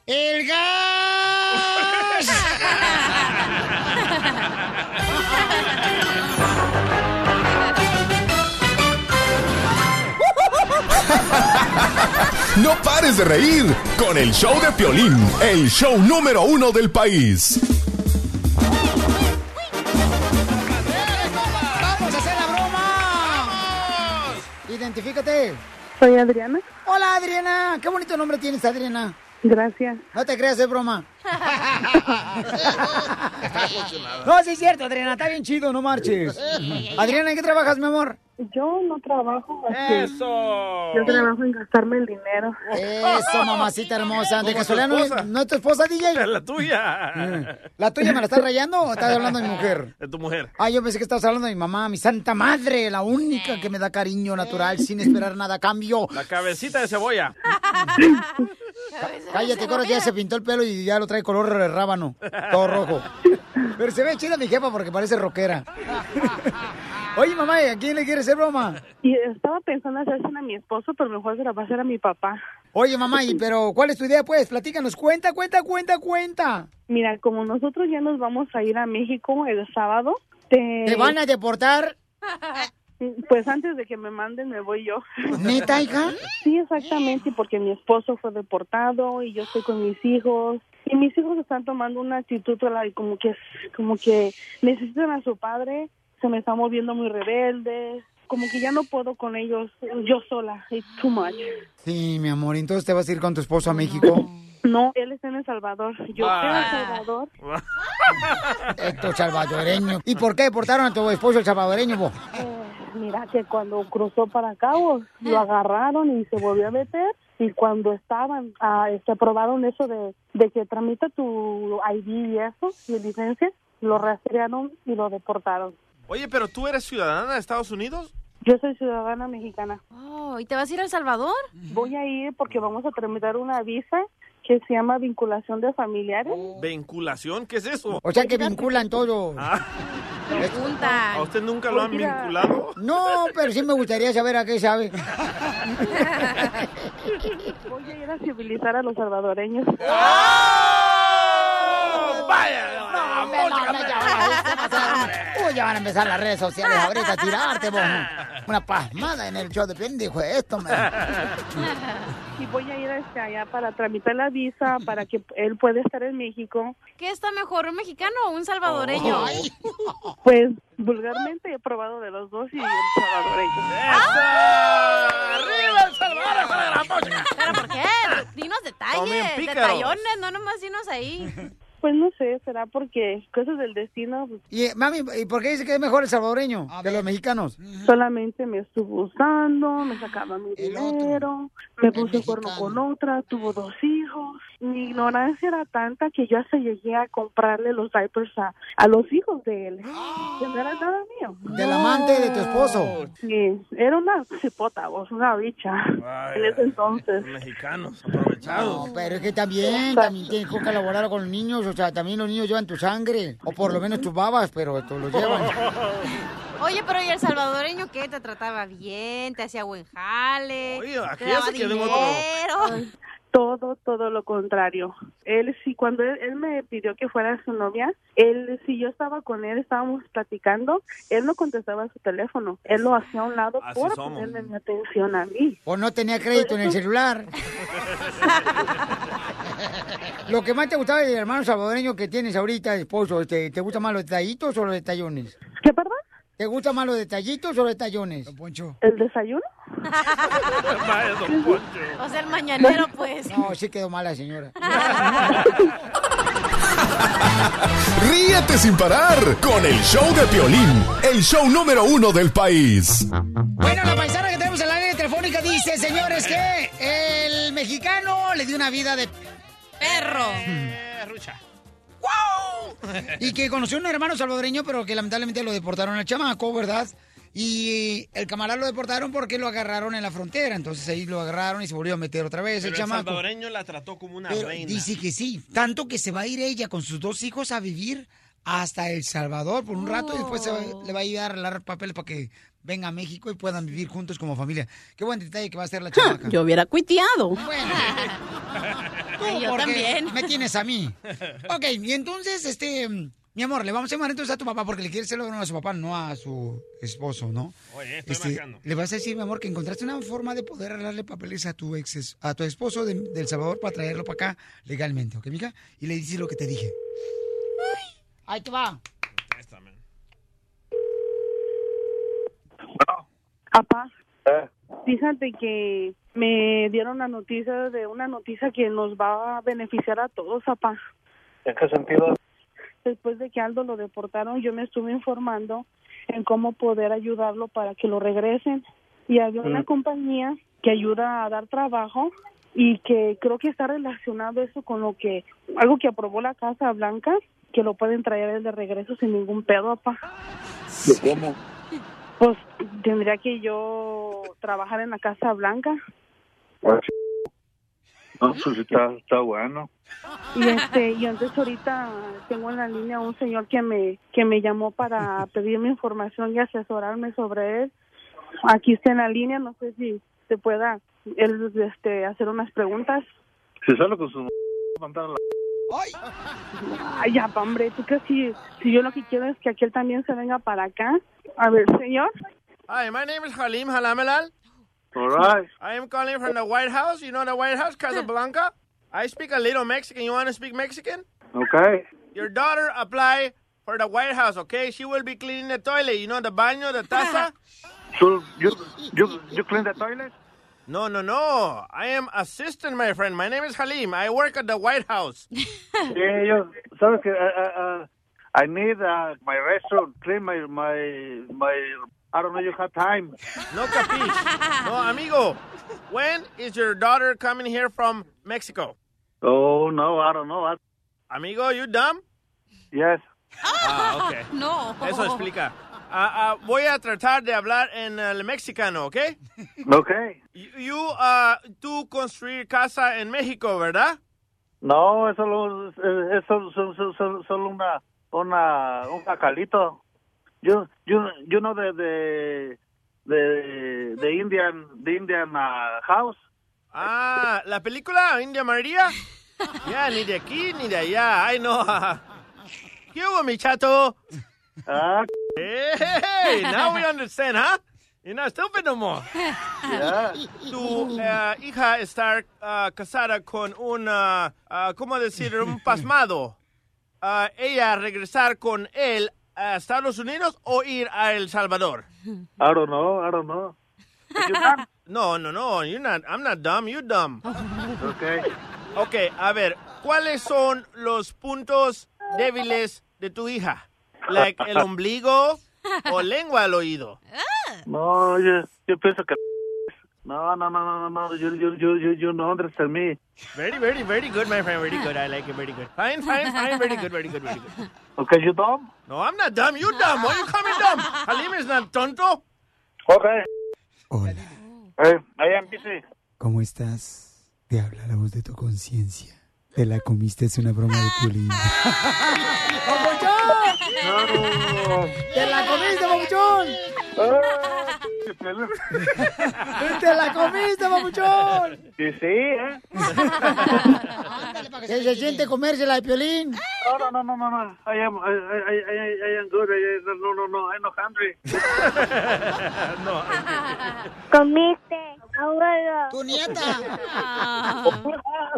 [SPEAKER 4] ¡El gas!
[SPEAKER 8] No pares de reír con el show de Piolín, el show número uno del país.
[SPEAKER 4] ¡Vamos a hacer la broma! Identifícate.
[SPEAKER 14] Soy Adriana.
[SPEAKER 4] Hola, Adriana. Qué bonito nombre tienes, Adriana.
[SPEAKER 14] Gracias.
[SPEAKER 4] No te creas, es broma. No, sí es cierto, Adriana. Está bien chido, no marches. Adriana, ¿en qué trabajas, mi amor?
[SPEAKER 14] Yo no trabajo. así.
[SPEAKER 4] ¡Eso!
[SPEAKER 14] Yo trabajo en gastarme el dinero.
[SPEAKER 4] Eso, mamacita hermosa. ¿De
[SPEAKER 14] Como tu
[SPEAKER 4] casualidad no,
[SPEAKER 14] esposa.
[SPEAKER 4] no es tu esposa, DJ?
[SPEAKER 7] La tuya.
[SPEAKER 4] ¿La tuya me la estás rayando o estás Mm. hablando de mi mujer?
[SPEAKER 7] De tu mujer.
[SPEAKER 4] Ah, yo pensé que estabas hablando de mi mamá, mi santa madre, la única que me da cariño natural sin esperar nada a cambio.
[SPEAKER 7] La cabecita de cebolla.
[SPEAKER 4] Cállate, Coro, ya se pintó el pelo y ya lo trae color rábano, todo rojo. Pero se ve chida mi jefa porque parece rockera. Oye, mamá, ¿y ¿a quién le quieres hacer broma?
[SPEAKER 14] Y estaba pensando hacérsela a mi esposo, pero mejor se la va a hacer a mi papá.
[SPEAKER 4] Oye, mamá, ¿y pero cuál es tu idea, pues? Platícanos, cuenta, cuenta, cuenta, cuenta.
[SPEAKER 14] Mira, como nosotros ya nos vamos a ir a México el sábado, te...
[SPEAKER 4] ¿Te van a deportar?
[SPEAKER 14] Pues antes de que me manden me voy yo.
[SPEAKER 4] ¿Neta, hija?
[SPEAKER 14] Sí, exactamente, porque mi esposo fue deportado y yo estoy con mis hijos. Y mis hijos están tomando una actitud like, como que como que necesitan a su padre, se me están moviendo muy rebeldes, como que ya no puedo con ellos yo sola, it's too much.
[SPEAKER 4] Sí, mi amor, entonces te vas a ir con tu esposo a México.
[SPEAKER 14] No, él está en El Salvador, yo estoy en El
[SPEAKER 4] Ah.
[SPEAKER 14] Salvador.
[SPEAKER 4] Esto salvadoreño. ¿Y por qué deportaron a tu esposo el salvadoreño, vos?
[SPEAKER 14] Eh, mira que cuando cruzó para Cabo lo agarraron y se volvió a meter y cuando estaban ah, este, aprobaron eso de, de que tramita tu ID y eso y licencia lo rastrearon y lo deportaron
[SPEAKER 7] Oye, pero tú eres ciudadana de Estados Unidos.
[SPEAKER 14] yo soy ciudadana mexicana
[SPEAKER 5] Oh, ¿y te vas a ir a El Salvador?
[SPEAKER 14] voy a ir porque vamos a tramitar una visa que se llama vinculación de familiares
[SPEAKER 7] ¿Vinculación? ¿Qué es eso?
[SPEAKER 4] O sea que vinculan todo.
[SPEAKER 7] Ah. ¿A usted nunca lo han vinculado?
[SPEAKER 4] No, pero sí me gustaría saber a qué sabe.
[SPEAKER 14] voy a ir a civilizar a los salvadoreños
[SPEAKER 4] Ah,
[SPEAKER 7] ¡Oh!
[SPEAKER 4] No, hombre, no, hombre, ya van a- ya van a empezar- Uy, ya van a empezar las redes sociales ahorita a tirarte, vos. Una pasmada en el show de Piolín, dijo esto, man.
[SPEAKER 14] y voy a ir hasta allá para tramitar la visa para que él pueda estar en México
[SPEAKER 5] ¿Qué está mejor, un mexicano o un salvadoreño?
[SPEAKER 14] Ay. Pues vulgarmente he probado de los dos y el salvadoreño.
[SPEAKER 7] ¡Arriba El Salvador, hijo de la pocha!
[SPEAKER 5] ¿Pero por qué? Dinos
[SPEAKER 14] Comen
[SPEAKER 5] detalles,
[SPEAKER 14] pícaros.
[SPEAKER 5] detallones, no nomás dinos ahí.
[SPEAKER 14] Pues no sé, será porque cosas del destino.
[SPEAKER 4] Y eh, mami, ¿y por qué dice que es mejor el salvadoreño que los mexicanos?
[SPEAKER 14] Mm, Solamente me estuvo usando, me sacaba mi dinero, me puso el cuerno con otra, tuvo dos hijos. mi ignorancia era tanta que yo hasta llegué a comprarle los diapers a, a los hijos de él. Que no era nada mío.
[SPEAKER 4] Del amante de tu esposo.
[SPEAKER 14] Sí, era una cipota, vos, una bicha. en ese entonces.
[SPEAKER 6] Mexicanos, aprovechados.
[SPEAKER 4] No, pero es que también, también tienes que colaborar con los niños, o sea, también los niños llevan tu sangre, o por lo menos tus babas, pero esto
[SPEAKER 14] Oh,
[SPEAKER 4] lo llevan.
[SPEAKER 5] Oye, pero ¿y el salvadoreño qué? ¿Te trataba bien? ¿Te hacía buen jale?
[SPEAKER 6] Oye, aquí
[SPEAKER 5] ¿Te daba
[SPEAKER 6] ya se quedó en
[SPEAKER 5] dinero?
[SPEAKER 14] Todo, todo lo contrario. Él sí, cuando él, él me pidió que fuera su novia, él, si yo estaba con él, estábamos platicando, él no contestaba su teléfono, él lo hacía a un lado
[SPEAKER 4] Así
[SPEAKER 14] por
[SPEAKER 4] somos.
[SPEAKER 14] ponerle mi atención a mí.
[SPEAKER 4] O no tenía crédito en el celular. Lo que más te gustaba del hermano salvadoreño que tienes ahorita, esposo, este, ¿te gustan más los detallitos o los detallones?
[SPEAKER 14] ¿Qué, perdón?
[SPEAKER 4] ¿Te gustan más los detallitos o los detallones? Poncho.
[SPEAKER 14] ¿El desayuno?
[SPEAKER 5] O sea, el mañanero, pues.
[SPEAKER 4] No, sí quedó mala, señora.
[SPEAKER 8] Ríete sin parar con el show de Piolín, el show número uno del país.
[SPEAKER 4] Bueno, la paisana que tenemos en la línea telefónica dice, señores, que el mexicano le dio una vida de perro.
[SPEAKER 7] Eh,
[SPEAKER 4] ¡Wow! Y que conoció a un hermano salvadoreño, pero que lamentablemente lo deportaron al chamaco, ¿verdad? Y el camarada lo deportaron porque lo agarraron en la frontera. Entonces ahí lo agarraron y se volvió a meter otra vez
[SPEAKER 6] Pero
[SPEAKER 4] el
[SPEAKER 6] el
[SPEAKER 4] chamaco.
[SPEAKER 6] salvadoreño la trató como una
[SPEAKER 4] Pero
[SPEAKER 6] reina.
[SPEAKER 4] dice que sí. Tanto que se va a ir ella con sus dos hijos a vivir hasta El Salvador por un rato y después se va- le va a ayudar a arreglar papeles para que venga a México y puedan vivir juntos como familia. Qué buen detalle que va a hacer la chamaca.
[SPEAKER 20] Yo hubiera cuiteado.
[SPEAKER 4] Tú,
[SPEAKER 5] yo
[SPEAKER 4] porque
[SPEAKER 5] también.
[SPEAKER 4] Me tienes a mí. Ok, y entonces, este, mi amor, le vamos a llamar entonces a tu papá porque le quieres hacer lo a su papá, no a su esposo, ¿no?
[SPEAKER 6] Oye, estoy
[SPEAKER 4] Este,
[SPEAKER 6] marcando.
[SPEAKER 4] le vas a decir, mi amor, que encontraste una forma de poder arreglarle papeles a tu ex, a tu esposo de, de El Salvador para traerlo para acá legalmente, ¿ok, mija? Y le dices lo que te dije. Ahí te va.
[SPEAKER 14] Papá, fíjate que me dieron la noticia de una noticia que nos va a beneficiar a todos, papá.
[SPEAKER 21] ¿En qué sentido?
[SPEAKER 14] Después de que Aldo lo deportaron, yo me estuve informando en cómo poder ayudarlo para que lo regresen. Y había una
[SPEAKER 21] Mm.
[SPEAKER 14] compañía que ayuda a dar trabajo y que creo que está relacionado eso con lo que, algo que aprobó la Casa Blanca, que lo pueden traer de regreso sin ningún pedo, papá.
[SPEAKER 21] ¿Cómo?
[SPEAKER 14] Pues tendría que yo trabajar en la Casa Blanca.
[SPEAKER 21] Ah, ch- No, pues está, está bueno.
[SPEAKER 14] Y este, y entonces ahorita tengo en la línea un señor que me que me llamó para pedirme información y asesorarme sobre él. Aquí está en la línea, no sé si se pueda él este hacer unas preguntas.
[SPEAKER 21] Si sale con su mandar la...
[SPEAKER 14] Ay, ya, pa, hombre, tú que si si yo lo que quiero es que aquel también se venga para acá. A ver, señor.
[SPEAKER 7] Hi, my name is Halim Halamalal.
[SPEAKER 21] All right.
[SPEAKER 7] I am calling from the White House. You know the White House, Casablanca? I speak a little Mexican. You want to speak Mexican?
[SPEAKER 21] Okay.
[SPEAKER 7] Your daughter apply for the White House, okay? She will be cleaning the toilet. You know the baño, the taza?
[SPEAKER 21] So, you, you, you clean the toilet?
[SPEAKER 7] No, no, no. I am assistant, my friend. My name is Halim. I work at the White House.
[SPEAKER 21] Yeah, yo, sabes que uh, uh, uh, I need uh, my restroom, clean my, my, my, I don't know, you have time.
[SPEAKER 7] No capiche. No, amigo. When is your daughter coming here from Mexico?
[SPEAKER 21] Oh, no, I don't know. I,
[SPEAKER 7] Amigo, you dumb?
[SPEAKER 21] yes.
[SPEAKER 7] Ah, ok.
[SPEAKER 5] No.
[SPEAKER 7] Eso explica. Ah, ah, voy a tratar de hablar en el mexicano, ¿ok?
[SPEAKER 21] Okay.
[SPEAKER 7] You, you, ah, tú construir casa en México, ¿verdad?
[SPEAKER 21] No, es solo,
[SPEAKER 2] eh,
[SPEAKER 21] es solo, solo, solo- solo una, una, un jacalito. Yo, yo, yo no de, de, de, de Indian, de Indian uh, House.
[SPEAKER 7] Ah, la película India María. Ya, ni de aquí ni de allá. Ay, no. ¿Qué hubo, mi chato?
[SPEAKER 21] Ah,
[SPEAKER 7] Hey, now we understand, huh? You're not stupid no more.
[SPEAKER 21] Yeah.
[SPEAKER 7] Tu eh, hija está ah, casada con un, ah, ah, ¿cómo decir? Un pasmado. Ah, ¿Ella regresar con él a Estados Unidos o ir a El Salvador?
[SPEAKER 21] I don't know, I don't know.
[SPEAKER 7] No, no, no. You're not, I'm not dumb. You're dumb.
[SPEAKER 21] Okay.
[SPEAKER 7] Ok, a ver, ¿cuáles son los puntos débiles de tu hija? Like el ombligo o lengua al oído.
[SPEAKER 21] No, yo, yo pienso que
[SPEAKER 2] No, no, no, no, no, no. You, you, you, you, you don't understand me.
[SPEAKER 19] Very, very, very good, my friend. Very good. I like it. Very good. Fine, fine, fine. Very good, very good, very good.
[SPEAKER 2] Okay, you dumb?
[SPEAKER 19] No, I'm not dumb. You dumb. Why you call me dumb? Halim is not tonto.
[SPEAKER 2] Okay. Hola. I am busy.
[SPEAKER 22] ¿Cómo estás? Te habla la voz de tu conciencia. Te la comiste, es una broma de Piolín.
[SPEAKER 4] ¡Papuchón! ¡Te la comiste, papuchón! ¡Te la comiste, papuchón!
[SPEAKER 2] Sí, sí, ¿eh?
[SPEAKER 4] ¿Qué se siente comérsela de Piolín?
[SPEAKER 2] No, no, no, no, no, no. I am, I, I, I, I- I am good. I, I- no, no, no. I'm not hungry.
[SPEAKER 23] Comiste, abuelo.
[SPEAKER 4] Tu nieta.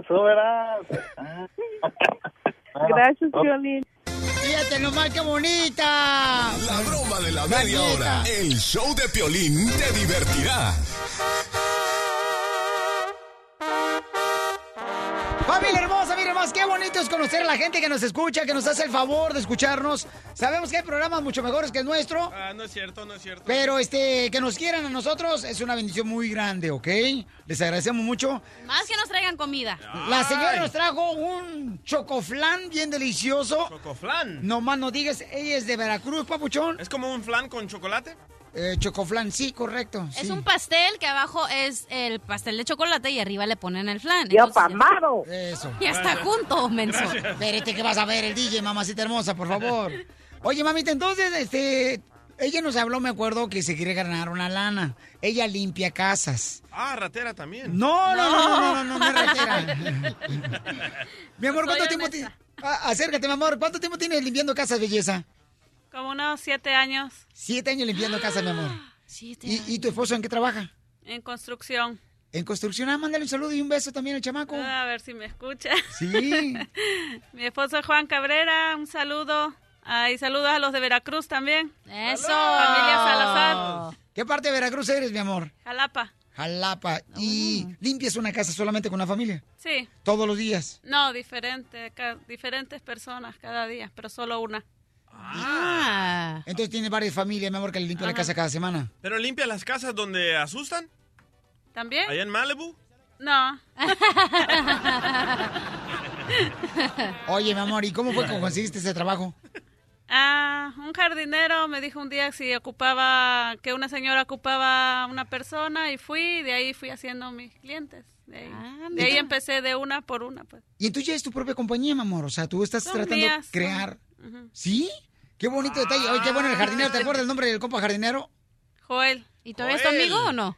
[SPEAKER 2] Eso verás.
[SPEAKER 14] Gracias,
[SPEAKER 8] Ah.
[SPEAKER 14] Violín.
[SPEAKER 4] Fíjate nomás qué bonita.
[SPEAKER 8] La broma de la media hora. El show de Piolín te divertirá.
[SPEAKER 4] Familia hermosa, miren más, qué bonito es conocer a la gente que nos escucha, que nos hace el favor de escucharnos. Sabemos que hay programas mucho mejores que el nuestro,
[SPEAKER 7] Ah, no es cierto, no es cierto.
[SPEAKER 4] pero este, que nos quieran a nosotros es una bendición muy grande, ¿ok? Les agradecemos mucho.
[SPEAKER 5] Más que nos traigan comida.
[SPEAKER 4] La señora nos trajo un chocoflán bien delicioso. ¿Chocoflán? No más no digas, ella es de Veracruz, papuchón. ¿Es como un flan con chocolate? Eh, chocoflán, sí, correcto.
[SPEAKER 5] Es
[SPEAKER 4] sí.
[SPEAKER 5] un pastel que abajo es el pastel de chocolate y arriba le ponen el flan.
[SPEAKER 4] ¡Ya
[SPEAKER 5] Entonces,
[SPEAKER 4] pamado! Eso.
[SPEAKER 5] Y hasta junto, menso.
[SPEAKER 4] Espérate que vas a ver el DJ, mamacita hermosa, por favor. Oye, mamita, entonces, este... Ella nos habló, me acuerdo, que se quiere ganar una lana. Ella limpia casas.
[SPEAKER 7] Ah, ratera también.
[SPEAKER 4] No, no, no, no, no, no, no, es ratera. Mi amor,
[SPEAKER 5] Pues
[SPEAKER 4] ¿cuánto
[SPEAKER 24] Soy
[SPEAKER 4] tiempo tienes? Acércate, mi amor. ¿Cuánto tiempo tienes limpiando casas, belleza?
[SPEAKER 24] Como unos siete años
[SPEAKER 4] Siete años
[SPEAKER 5] Ah,
[SPEAKER 4] limpiando casas, mi amor. ¿Y, y tu esposo en qué trabaja?
[SPEAKER 24] en construcción.
[SPEAKER 4] En construcción. Ah, mándale un saludo y un beso también al chamaco.
[SPEAKER 24] A ver si me escucha.
[SPEAKER 4] Ah, Sí.
[SPEAKER 24] Mi esposo es Juan Cabrera, un saludo. Ah, y saludos a los de Veracruz también.
[SPEAKER 5] Eso.
[SPEAKER 24] Familia Salazar,
[SPEAKER 4] Ah. ¿Qué parte de Veracruz eres, mi amor?
[SPEAKER 24] Jalapa. Ah.
[SPEAKER 4] Jalapa. ¿Y limpias una casa solamente con la familia?
[SPEAKER 24] Sí.
[SPEAKER 4] Todos los días.
[SPEAKER 24] No, diferente, ca- diferentes personas cada día, pero solo una.
[SPEAKER 4] Ah. Entonces tienes varias familias, mi amor, que le limpia la
[SPEAKER 24] Ajá.
[SPEAKER 4] casa cada semana.
[SPEAKER 7] ¿Pero limpia las casas donde asustan?
[SPEAKER 24] ¿También?
[SPEAKER 7] ¿Allá en Malibu?
[SPEAKER 24] No.
[SPEAKER 4] Oye, mi amor, ¿y cómo fue que conseguiste ese trabajo?
[SPEAKER 24] Ah, un jardinero me dijo un día si ocupaba, que una señora ocupaba una persona y fui, de ahí fui haciendo mis clientes. De ahí,
[SPEAKER 5] Ah,
[SPEAKER 24] de ahí
[SPEAKER 4] mira.
[SPEAKER 24] empecé de una por una. Pues.
[SPEAKER 4] Y entonces ya es tu propia compañía, mi amor. O sea, tú estás
[SPEAKER 24] Son
[SPEAKER 4] tratando
[SPEAKER 24] mías,
[SPEAKER 4] de
[SPEAKER 24] son-
[SPEAKER 4] crear.
[SPEAKER 24] Ujú.
[SPEAKER 4] ¿Sí? Qué bonito detalle. Oye, qué bueno el jardinero.
[SPEAKER 24] Ah.
[SPEAKER 4] ¿Te acuerdas el nombre del compa jardinero?
[SPEAKER 24] Joel.
[SPEAKER 5] ¿Y todavía está
[SPEAKER 4] Joel.
[SPEAKER 5] amigo o no?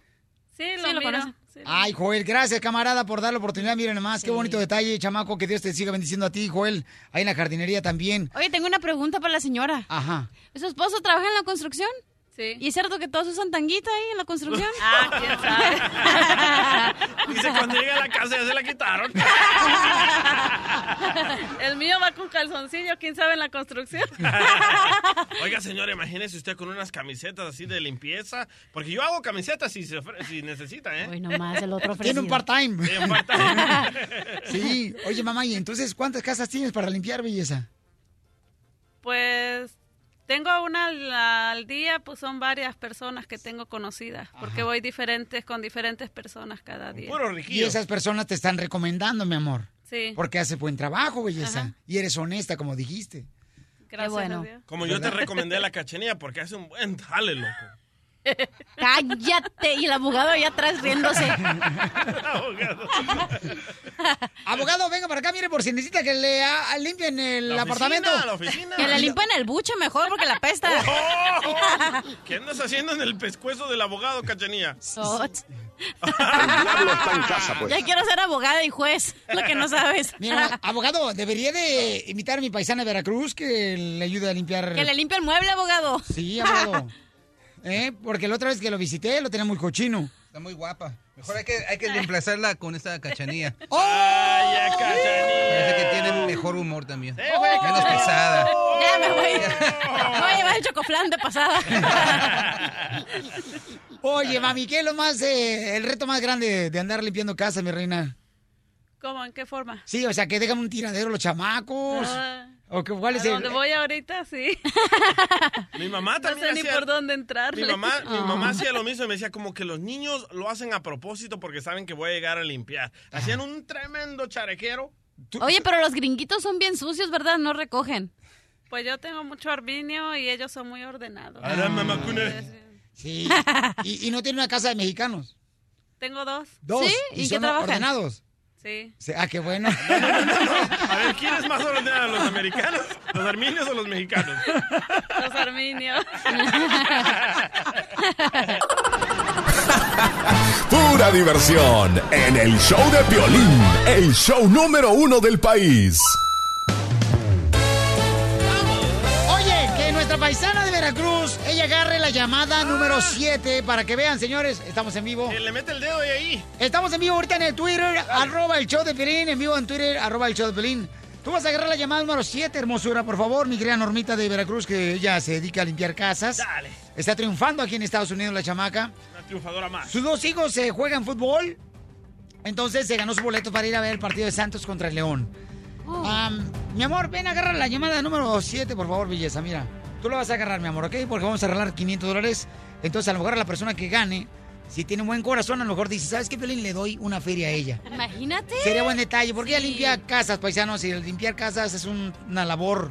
[SPEAKER 24] Sí,
[SPEAKER 5] lo,
[SPEAKER 24] lo miro.
[SPEAKER 5] conoce.
[SPEAKER 4] Ay, Joel, gracias, camarada, por dar la oportunidad. Miren nomás, qué bonito detalle, chamaco. Que Dios te siga bendiciendo a ti, Joel. Ahí en la jardinería también.
[SPEAKER 5] Oye, tengo una pregunta para la señora.
[SPEAKER 4] Ajá.
[SPEAKER 5] ¿Su esposo trabaja en la construcción?
[SPEAKER 24] Sí.
[SPEAKER 5] ¿Y es cierto que todos usan tanguita ahí en la construcción?
[SPEAKER 24] ah, quién
[SPEAKER 7] Dice, cuando llegue a la casa ya se la quitaron.
[SPEAKER 24] El mío va con calzoncillo, quién sabe en la construcción.
[SPEAKER 7] Oiga, señora, imagínese usted con unas camisetas así de limpieza. Porque yo hago camisetas si, se ofre- si necesita, ¿eh?
[SPEAKER 5] Bueno, más el otro
[SPEAKER 4] Tiene un part-time.
[SPEAKER 7] Sí, un part-time.
[SPEAKER 4] Sí. Oye, mamá, ¿y entonces cuántas casas tienes para limpiar, belleza?
[SPEAKER 24] Pues tengo una al, al día, pues son varias personas que tengo conocidas, porque voy diferentes con diferentes personas cada día.
[SPEAKER 4] Y esas personas te están recomendando, mi amor.
[SPEAKER 24] Sí.
[SPEAKER 4] Porque haces buen trabajo, belleza.
[SPEAKER 24] Ajá.
[SPEAKER 4] Y eres honesta, como dijiste.
[SPEAKER 24] Gracias a
[SPEAKER 5] bueno.
[SPEAKER 24] Dios.
[SPEAKER 7] Como yo te recomendé la cachenilla porque hace un buen jale, loco.
[SPEAKER 5] Cállate. Y el abogado allá atrás riéndose.
[SPEAKER 4] Abogado, venga para acá, mire, por si necesita que le ah, limpien el
[SPEAKER 5] La oficina,
[SPEAKER 4] apartamento.
[SPEAKER 5] la oficina. Que le limpien el buche mejor porque la pesta.
[SPEAKER 7] ¿Qué andas haciendo en el pescuezo del abogado, cachenilla?
[SPEAKER 5] Ya quiero ser abogada y juez, lo que no sabes.
[SPEAKER 4] pues. Mira, abogado, debería de invitar a mi paisana de Veracruz que le ayude a limpiar.
[SPEAKER 5] Que le limpie el mueble, abogado.
[SPEAKER 4] Sí, abogado. ¿Eh? Porque la otra vez que lo visité lo tenía muy cochino.
[SPEAKER 16] Está muy guapa. Mejor hay que, hay
[SPEAKER 5] Eh.
[SPEAKER 16] que reemplazarla con esta cachanía.
[SPEAKER 5] Oh.
[SPEAKER 7] ¡Ay,
[SPEAKER 16] Parece que tiene mejor humor también.
[SPEAKER 5] güey,
[SPEAKER 16] Menos pesada.
[SPEAKER 5] Ya me voy. Voy a llevar el chocoflán de pasada.
[SPEAKER 4] Oye, mami, ¿qué es lo más, eh, el reto más grande de andar limpiando casa, mi reina?
[SPEAKER 24] ¿Cómo? ¿En qué forma?
[SPEAKER 4] Sí, o sea, que dejan un tiradero los chamacos.
[SPEAKER 24] Ah.
[SPEAKER 4] ¿O qué- pues, ¿Cuál
[SPEAKER 24] ¿A
[SPEAKER 4] es el...? eh?
[SPEAKER 24] dónde voy ahorita? Sí.
[SPEAKER 7] Mi mamá
[SPEAKER 24] No
[SPEAKER 7] también
[SPEAKER 24] sé ni
[SPEAKER 7] hacía-
[SPEAKER 24] por dónde Ah. entrar.
[SPEAKER 7] Mi mamá, mi
[SPEAKER 4] Ah.
[SPEAKER 7] mamá hacía lo mismo y me decía como que los niños lo hacen a propósito porque saben que voy a llegar a limpiar.
[SPEAKER 4] Ah.
[SPEAKER 7] Hacían un tremendo charequero.
[SPEAKER 5] Oye, pero los gringuitos son bien sucios, ¿verdad? No recogen.
[SPEAKER 24] Pues yo tengo mucho arbinio y ellos son muy ordenados.
[SPEAKER 4] Ah.
[SPEAKER 7] Ahora, mamá, ¿cómo es?
[SPEAKER 4] Sí. Y, y no tiene una casa de mexicanos.
[SPEAKER 24] Tengo dos.
[SPEAKER 4] Dos. Y, son ordenados.
[SPEAKER 24] Sí.
[SPEAKER 4] Sí, Ah, qué bueno.
[SPEAKER 7] A ver, ¿quién es más ordenado, los americanos, los armenios o los mexicanos?
[SPEAKER 24] Los arminios.
[SPEAKER 8] Pura diversión en el show de Piolín, el show número uno del país.
[SPEAKER 4] Oye, que nuestra paisana de Veracruz, ella agarre la llamada número 7 para que vean, señores, estamos en vivo.
[SPEAKER 7] Ah. le mete el dedo ahí.
[SPEAKER 4] Estamos en vivo ahorita en el Twitter, arroba el show de Pelín, en vivo en Twitter, arroba el show de Pelín. Tú vas a agarrar la llamada número 7, hermosura, por favor, mi querida Normita de Veracruz, que ella se dedica a limpiar casas.
[SPEAKER 7] Dale.
[SPEAKER 4] Está triunfando aquí en Estados Unidos la chamaca.
[SPEAKER 7] Una triunfadora más.
[SPEAKER 4] Sus dos hijos eh, juegan fútbol. Entonces se ganó su boleto para ir a ver el partido de Santos contra el León. Am, mi amor, ven a agarrar la llamada número 7, por favor, belleza. Mira, tú la vas a agarrar, mi amor, ¿ok? Porque vamos a arreglar 500 dólares. Entonces, a lo mejor a la persona que gane, si tiene un buen corazón, a lo mejor dice, ¿sabes qué, Pelín? Le doy una feria a ella.
[SPEAKER 5] Imagínate.
[SPEAKER 4] Sería buen detalle, porque ella
[SPEAKER 5] Sí.
[SPEAKER 4] limpia casas, paisanos, y el limpiar casas es un- una labor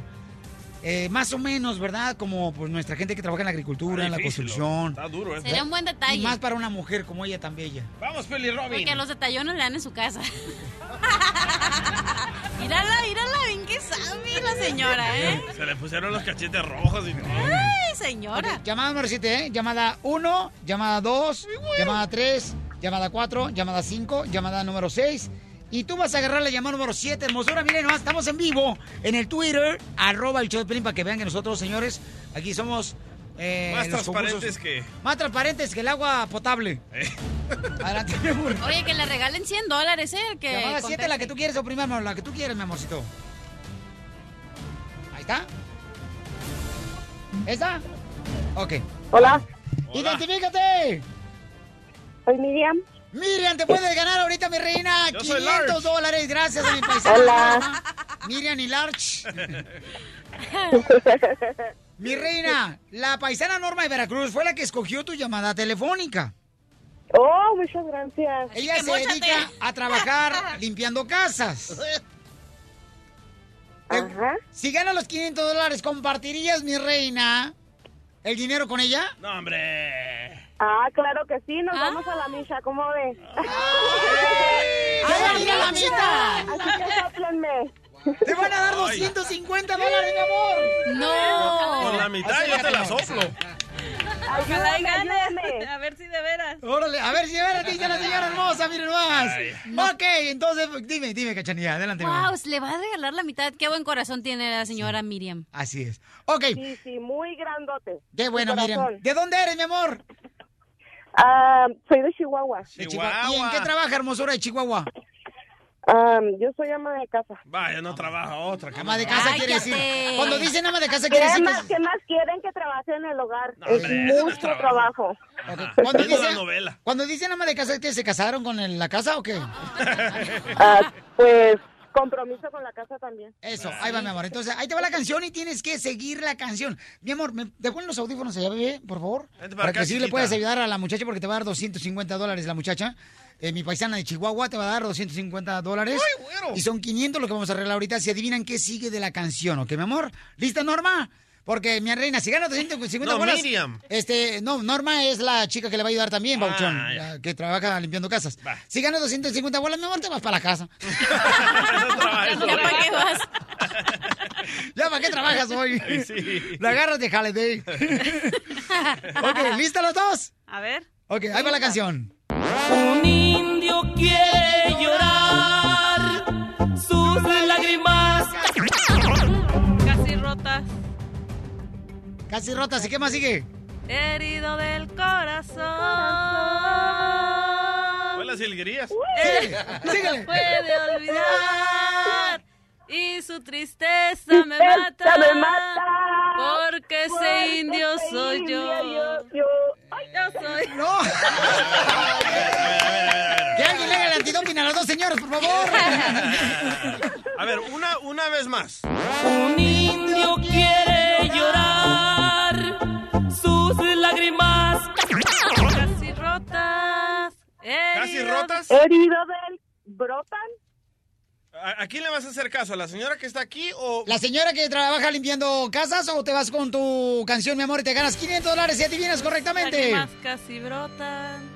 [SPEAKER 4] eh, más o menos, ¿verdad? Como pues, nuestra gente que trabaja en la agricultura, en la
[SPEAKER 7] Difícil,
[SPEAKER 4] construcción.
[SPEAKER 7] Está duro, ¿eh?
[SPEAKER 5] Sería un buen detalle.
[SPEAKER 4] Y más para una mujer como ella tan bella.
[SPEAKER 7] Vamos, Peli Robin.
[SPEAKER 5] Porque los detallones le dan en su casa. Mírala, mírala, bien que sabe la señora, ¿eh?
[SPEAKER 7] Se le pusieron los cachetes rojos y todo.
[SPEAKER 5] Ay, señora.
[SPEAKER 4] Ok, llamada número 7, ¿eh? Llamada 1, llamada 2, llamada 3, llamada 4, llamada 5, llamada número 6. Y tú vas a agarrar la llamada número 7, hermosura. Miren, nomás estamos en vivo en el Twitter, arroba el show de Pelín, para que vean que nosotros, señores, aquí somos... eh,
[SPEAKER 7] Más
[SPEAKER 4] en los
[SPEAKER 7] transparentes
[SPEAKER 4] concursos.
[SPEAKER 7] que... Eh.
[SPEAKER 4] Más transparentes que el agua potable. Adelante, mi amor.
[SPEAKER 5] Oye, que le regalen 100 dólares, ¿eh? Que
[SPEAKER 4] Llamada 7, la
[SPEAKER 5] conteste.
[SPEAKER 4] que tú quieres, o primero, la que tú quieres, mi amorcito. Ahí está. ¿Esa? Ok.
[SPEAKER 25] Hola.
[SPEAKER 4] ¡Identifícate!
[SPEAKER 25] Soy Miriam.
[SPEAKER 4] Miriam, te puedes ganar ahorita, mi reina.
[SPEAKER 25] Yo soy
[SPEAKER 4] 500
[SPEAKER 25] Larch.
[SPEAKER 4] dólares, gracias a mi paisana.
[SPEAKER 25] Hola.
[SPEAKER 4] Miriam y Larch. mi reina, la paisana Norma de Veracruz fue la que escogió tu llamada telefónica.
[SPEAKER 25] Oh, muchas gracias.
[SPEAKER 4] Ella se dedica a trabajar limpiando casas.
[SPEAKER 25] Ajá.
[SPEAKER 4] Si gana los 500 dólares, ¿compartirías, mi reina, el dinero con ella?
[SPEAKER 7] No, hombre.
[SPEAKER 25] Ah, claro que sí, nos vamos a la misa, ¿cómo ves?
[SPEAKER 4] ¡Ay, mira la misa!
[SPEAKER 25] Así que soplenme.
[SPEAKER 4] ¡Te van a dar
[SPEAKER 25] Ay.
[SPEAKER 4] 250 dólares, mi amor!
[SPEAKER 5] ¡No!
[SPEAKER 7] Con la mitad yo te la soplo.
[SPEAKER 24] Ojalá
[SPEAKER 25] Ayúdame,
[SPEAKER 24] y ganes.
[SPEAKER 25] ayúdame.
[SPEAKER 24] A ver si de veras.
[SPEAKER 4] Órale, a ver si a ver, dice la señora hermosa, miren más.
[SPEAKER 7] Ay.
[SPEAKER 4] Ok, entonces, pues, dime, dime, cachanilla, adelante. mi amor.
[SPEAKER 5] Wow, le va a regalar la mitad. Qué buen corazón tiene la señora Miriam.
[SPEAKER 4] Así es. Ok.
[SPEAKER 25] Sí, sí, muy grandote.
[SPEAKER 4] Qué bueno,
[SPEAKER 25] Mi
[SPEAKER 4] Miriam.
[SPEAKER 25] corazón.
[SPEAKER 4] ¿De dónde eres, mi amor?
[SPEAKER 25] Ah, soy de Chihuahua.
[SPEAKER 4] De Chihuahua. ¿Y en qué trabaja, hermosura de Chihuahua?
[SPEAKER 25] Ah, yo soy ama de casa.
[SPEAKER 7] Vaya, no trabaja otra. que
[SPEAKER 4] Ama
[SPEAKER 7] no
[SPEAKER 4] de casa
[SPEAKER 7] trabaja.
[SPEAKER 4] quiere decir.
[SPEAKER 25] Cállate.
[SPEAKER 4] Cuando dicen ama de casa
[SPEAKER 25] ¿Qué
[SPEAKER 4] quiere decir que
[SPEAKER 25] más, qué más quieren que trabaje en el hogar? es
[SPEAKER 7] hombre, eso no es
[SPEAKER 25] mucho
[SPEAKER 7] trabajo.
[SPEAKER 25] trabajo.
[SPEAKER 4] Cuando
[SPEAKER 7] Viendo la
[SPEAKER 4] dicen,
[SPEAKER 7] novela.
[SPEAKER 4] cuando dicen ama de casa, ¿que ¿se casaron con el- la casa o qué?
[SPEAKER 25] Ah, pues compromiso con la casa también.
[SPEAKER 4] Eso,
[SPEAKER 7] Pues
[SPEAKER 4] ahí va, mi amor. Entonces, ahí te va la canción y tienes que seguir la canción. Mi amor, ¿me devuelven los audífonos allá, bebé, por favor?
[SPEAKER 7] Vente para
[SPEAKER 4] Para
[SPEAKER 7] acá,
[SPEAKER 4] que sí le
[SPEAKER 7] chiquita.
[SPEAKER 4] puedas ayudar a la muchacha porque te va a dar 250 dólares la muchacha. Eh, mi paisana de Chihuahua te va a dar 250 dólares. Y son 500 lo que vamos a arreglar ahorita si adivinan qué sigue de la canción, ¿ok, mi amor? ¿Lista, Norma? Porque, mi reina, si gana 250
[SPEAKER 7] No,
[SPEAKER 4] bolas,
[SPEAKER 7] Miriam.
[SPEAKER 4] Este, no, Norma es la chica que le va a ayudar también, Bauchón,
[SPEAKER 7] Ah,
[SPEAKER 4] la que trabaja limpiando casas. Si gana 250 bolas, mi amor, te vas para la casa.
[SPEAKER 5] ¿Ya para qué vas?
[SPEAKER 4] ¿Ya para qué trabajas hoy?
[SPEAKER 7] Ay, sí.
[SPEAKER 4] La agarras de holiday. ok, ¿listas los dos?
[SPEAKER 24] A ver.
[SPEAKER 4] Ok, ahí va la canción.
[SPEAKER 6] Un indio quiere llorar sus lágrimas.
[SPEAKER 4] Ah.
[SPEAKER 24] Casi rotas.
[SPEAKER 4] Casi rotas, ¿y qué más sigue?
[SPEAKER 24] Herido del corazón.
[SPEAKER 7] Fue las jilguerías.
[SPEAKER 4] Síguele.
[SPEAKER 24] Eh, Puede olvidar. Y su tristeza me
[SPEAKER 25] Tristeza
[SPEAKER 24] mata.
[SPEAKER 25] me mata.
[SPEAKER 24] Porque ese indio
[SPEAKER 25] ese
[SPEAKER 24] soy
[SPEAKER 25] indio
[SPEAKER 24] yo.
[SPEAKER 25] yo-
[SPEAKER 24] Yo soy.
[SPEAKER 4] ¡No! Que alguien le haga el antidoping a los dos señores, por favor.
[SPEAKER 7] A ver, una, una vez más.
[SPEAKER 6] Un indio quiere llorar sus lágrimas.
[SPEAKER 24] Casi rotas.
[SPEAKER 7] ¿Casi rotas?
[SPEAKER 25] Herido del brotan.
[SPEAKER 7] ¿A, a quién le vas a hacer caso? ¿A la señora que está aquí o...?
[SPEAKER 4] ¿La señora que trabaja limpiando casas o te vas con tu canción, mi amor, y te ganas 500 dólares y adivinas correctamente?
[SPEAKER 24] Lágrimas casi brotan.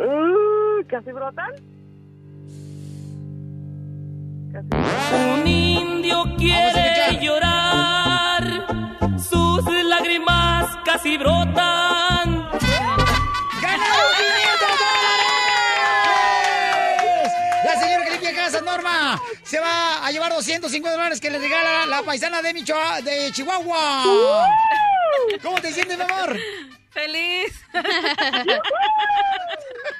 [SPEAKER 25] Uh, ¿Casi brotan?
[SPEAKER 6] Un indio quiere llorar sus lágrimas casi brotan.
[SPEAKER 4] ¡Ganamos 500 dólares! La señora que limpia casas, Norma, se va a llevar 250 dólares que le regala la paisana de, Michoa- de Chihuahua.
[SPEAKER 25] ¡Uh!
[SPEAKER 4] ¿Cómo te sientes, mi amor?
[SPEAKER 24] Feliz.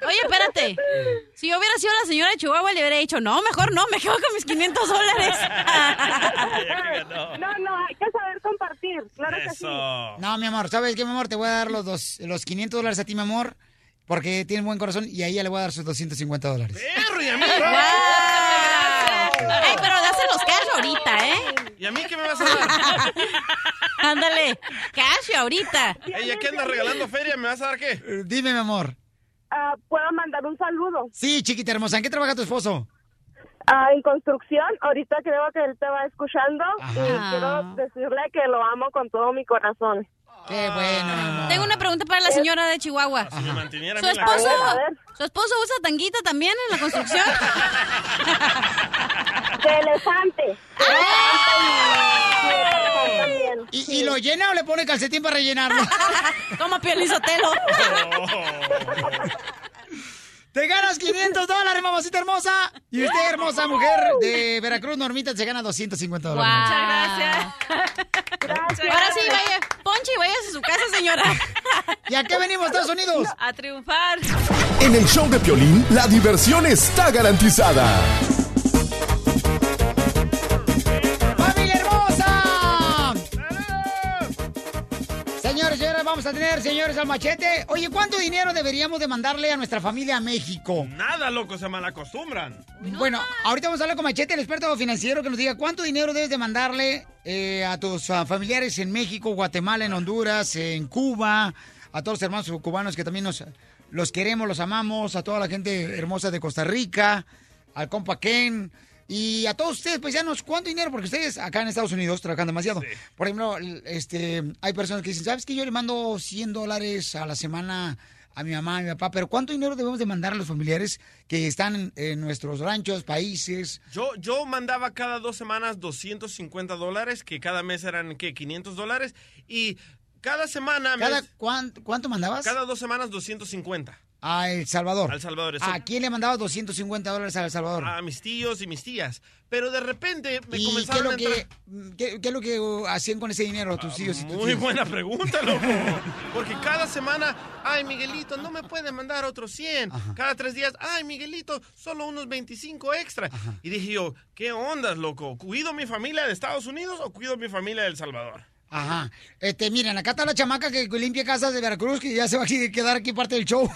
[SPEAKER 5] Oye, espérate. Si yo hubiera sido la señora de Chihuahua, le hubiera dicho, no, mejor no, me quedo con mis 500 dólares.
[SPEAKER 25] No, no, hay que saber compartir. Claro que sí.
[SPEAKER 4] No, mi amor, ¿sabes qué, mi amor? Te voy a dar los, dos, los 500 dólares a ti, mi amor, porque tienes buen corazón y a ella le voy a dar sus 250 dólares.
[SPEAKER 7] ¡Perro y a mí!
[SPEAKER 5] Ay, pero dáselos cash ahorita, ¿eh?
[SPEAKER 7] ¿Y a mí qué me vas a dar?
[SPEAKER 5] Ándale, cash ahorita.
[SPEAKER 7] Ella que anda regalando feria, ¿me vas a dar qué?
[SPEAKER 4] Eh, Dime, mi amor.
[SPEAKER 25] Ah, ¿Puedo mandar un saludo?
[SPEAKER 4] Sí, chiquita hermosa, ¿en qué trabaja tu esposo?
[SPEAKER 25] Ah, en construcción, ahorita creo que él te va escuchando
[SPEAKER 4] Ajá.
[SPEAKER 25] y quiero decirle que lo amo con todo mi corazón.
[SPEAKER 4] Qué bueno.
[SPEAKER 5] Tengo una pregunta para la señora de Chihuahua.
[SPEAKER 7] Si me mantuviera
[SPEAKER 5] ¿Su
[SPEAKER 7] a mí en la
[SPEAKER 5] esposo,
[SPEAKER 7] casa.
[SPEAKER 5] ¿Su esposo usa tanguita también en la construcción?
[SPEAKER 25] De elefante.
[SPEAKER 4] ¿Y, y lo llena o le pone calcetín para rellenarlo?
[SPEAKER 5] Toma pielizotelo.
[SPEAKER 4] Te ganas 500 dólares, mamacita hermosa. Y usted, hermosa mujer de Veracruz, Normita, se gana 250 dólares.
[SPEAKER 5] gracias. Ahora sí, vaya. Ponche y váyase a su casa, señora.
[SPEAKER 4] ¿Y a qué venimos, Estados Unidos?
[SPEAKER 24] A triunfar.
[SPEAKER 8] En el show de Piolín, la diversión está garantizada.
[SPEAKER 4] ¡Familia hermosa! Señores, señores, vamos a tener, señores, al machete. Oye, ¿cuánto dinero deberíamos de mandarle a nuestra familia a México?
[SPEAKER 7] Nada, loco, se malacostumbran.
[SPEAKER 4] Bueno, ahorita vamos a hablar con Machete, el experto financiero, que nos diga cuánto dinero debes de mandarle eh, a tus ah, familiares en México, Guatemala, en Honduras, en Cuba, a todos los hermanos cubanos que también nos, los queremos, los amamos, a toda la gente hermosa de Costa Rica, al compa Ken. Y a todos ustedes, pues ya nos, ¿cuánto dinero? Porque ustedes acá en Estados Unidos trabajan demasiado. Por ejemplo, l- este, hay personas que dicen, ¿sabes qué? Yo le mando 100 dólares a la semana a mi mamá, a mi papá, pero ¿cuánto dinero debemos de mandar a los familiares que están en, en nuestros ranchos, países?
[SPEAKER 7] Yo, yo mandaba cada dos semanas 250 dólares, que cada mes eran, ¿qué? 500 dólares. Y cada semana... me-
[SPEAKER 4] Cada, ¿cuán- ¿Cuánto mandabas?
[SPEAKER 7] cada dos semanas 250.
[SPEAKER 4] A El Salvador.
[SPEAKER 7] Al Salvador,
[SPEAKER 4] ¿A
[SPEAKER 7] exacto.
[SPEAKER 4] quién le mandabas 250 dólares a El Salvador?
[SPEAKER 7] A mis tíos y mis tías. Pero de repente me
[SPEAKER 4] ¿Y qué es,
[SPEAKER 7] comenzaron
[SPEAKER 4] lo
[SPEAKER 7] a
[SPEAKER 4] que,
[SPEAKER 7] entrar... Ah,
[SPEAKER 4] qué, qué es lo que uh, hacían con ese dinero tus tíos y tus
[SPEAKER 7] Muy
[SPEAKER 4] tías?
[SPEAKER 7] buena pregunta, loco. Porque cada semana, ay, Miguelito, no me puede mandar otros 100. Cada tres días, ay, Miguelito, solo unos 25 extra. Y dije yo, ¿qué ondas, loco? ¿Cuido mi familia de Estados Unidos o cuido mi familia de El Salvador?
[SPEAKER 4] Ajá. Este, miren, acá está la chamaca que limpia casas de Veracruz, que ya se va a quedar aquí parte del show.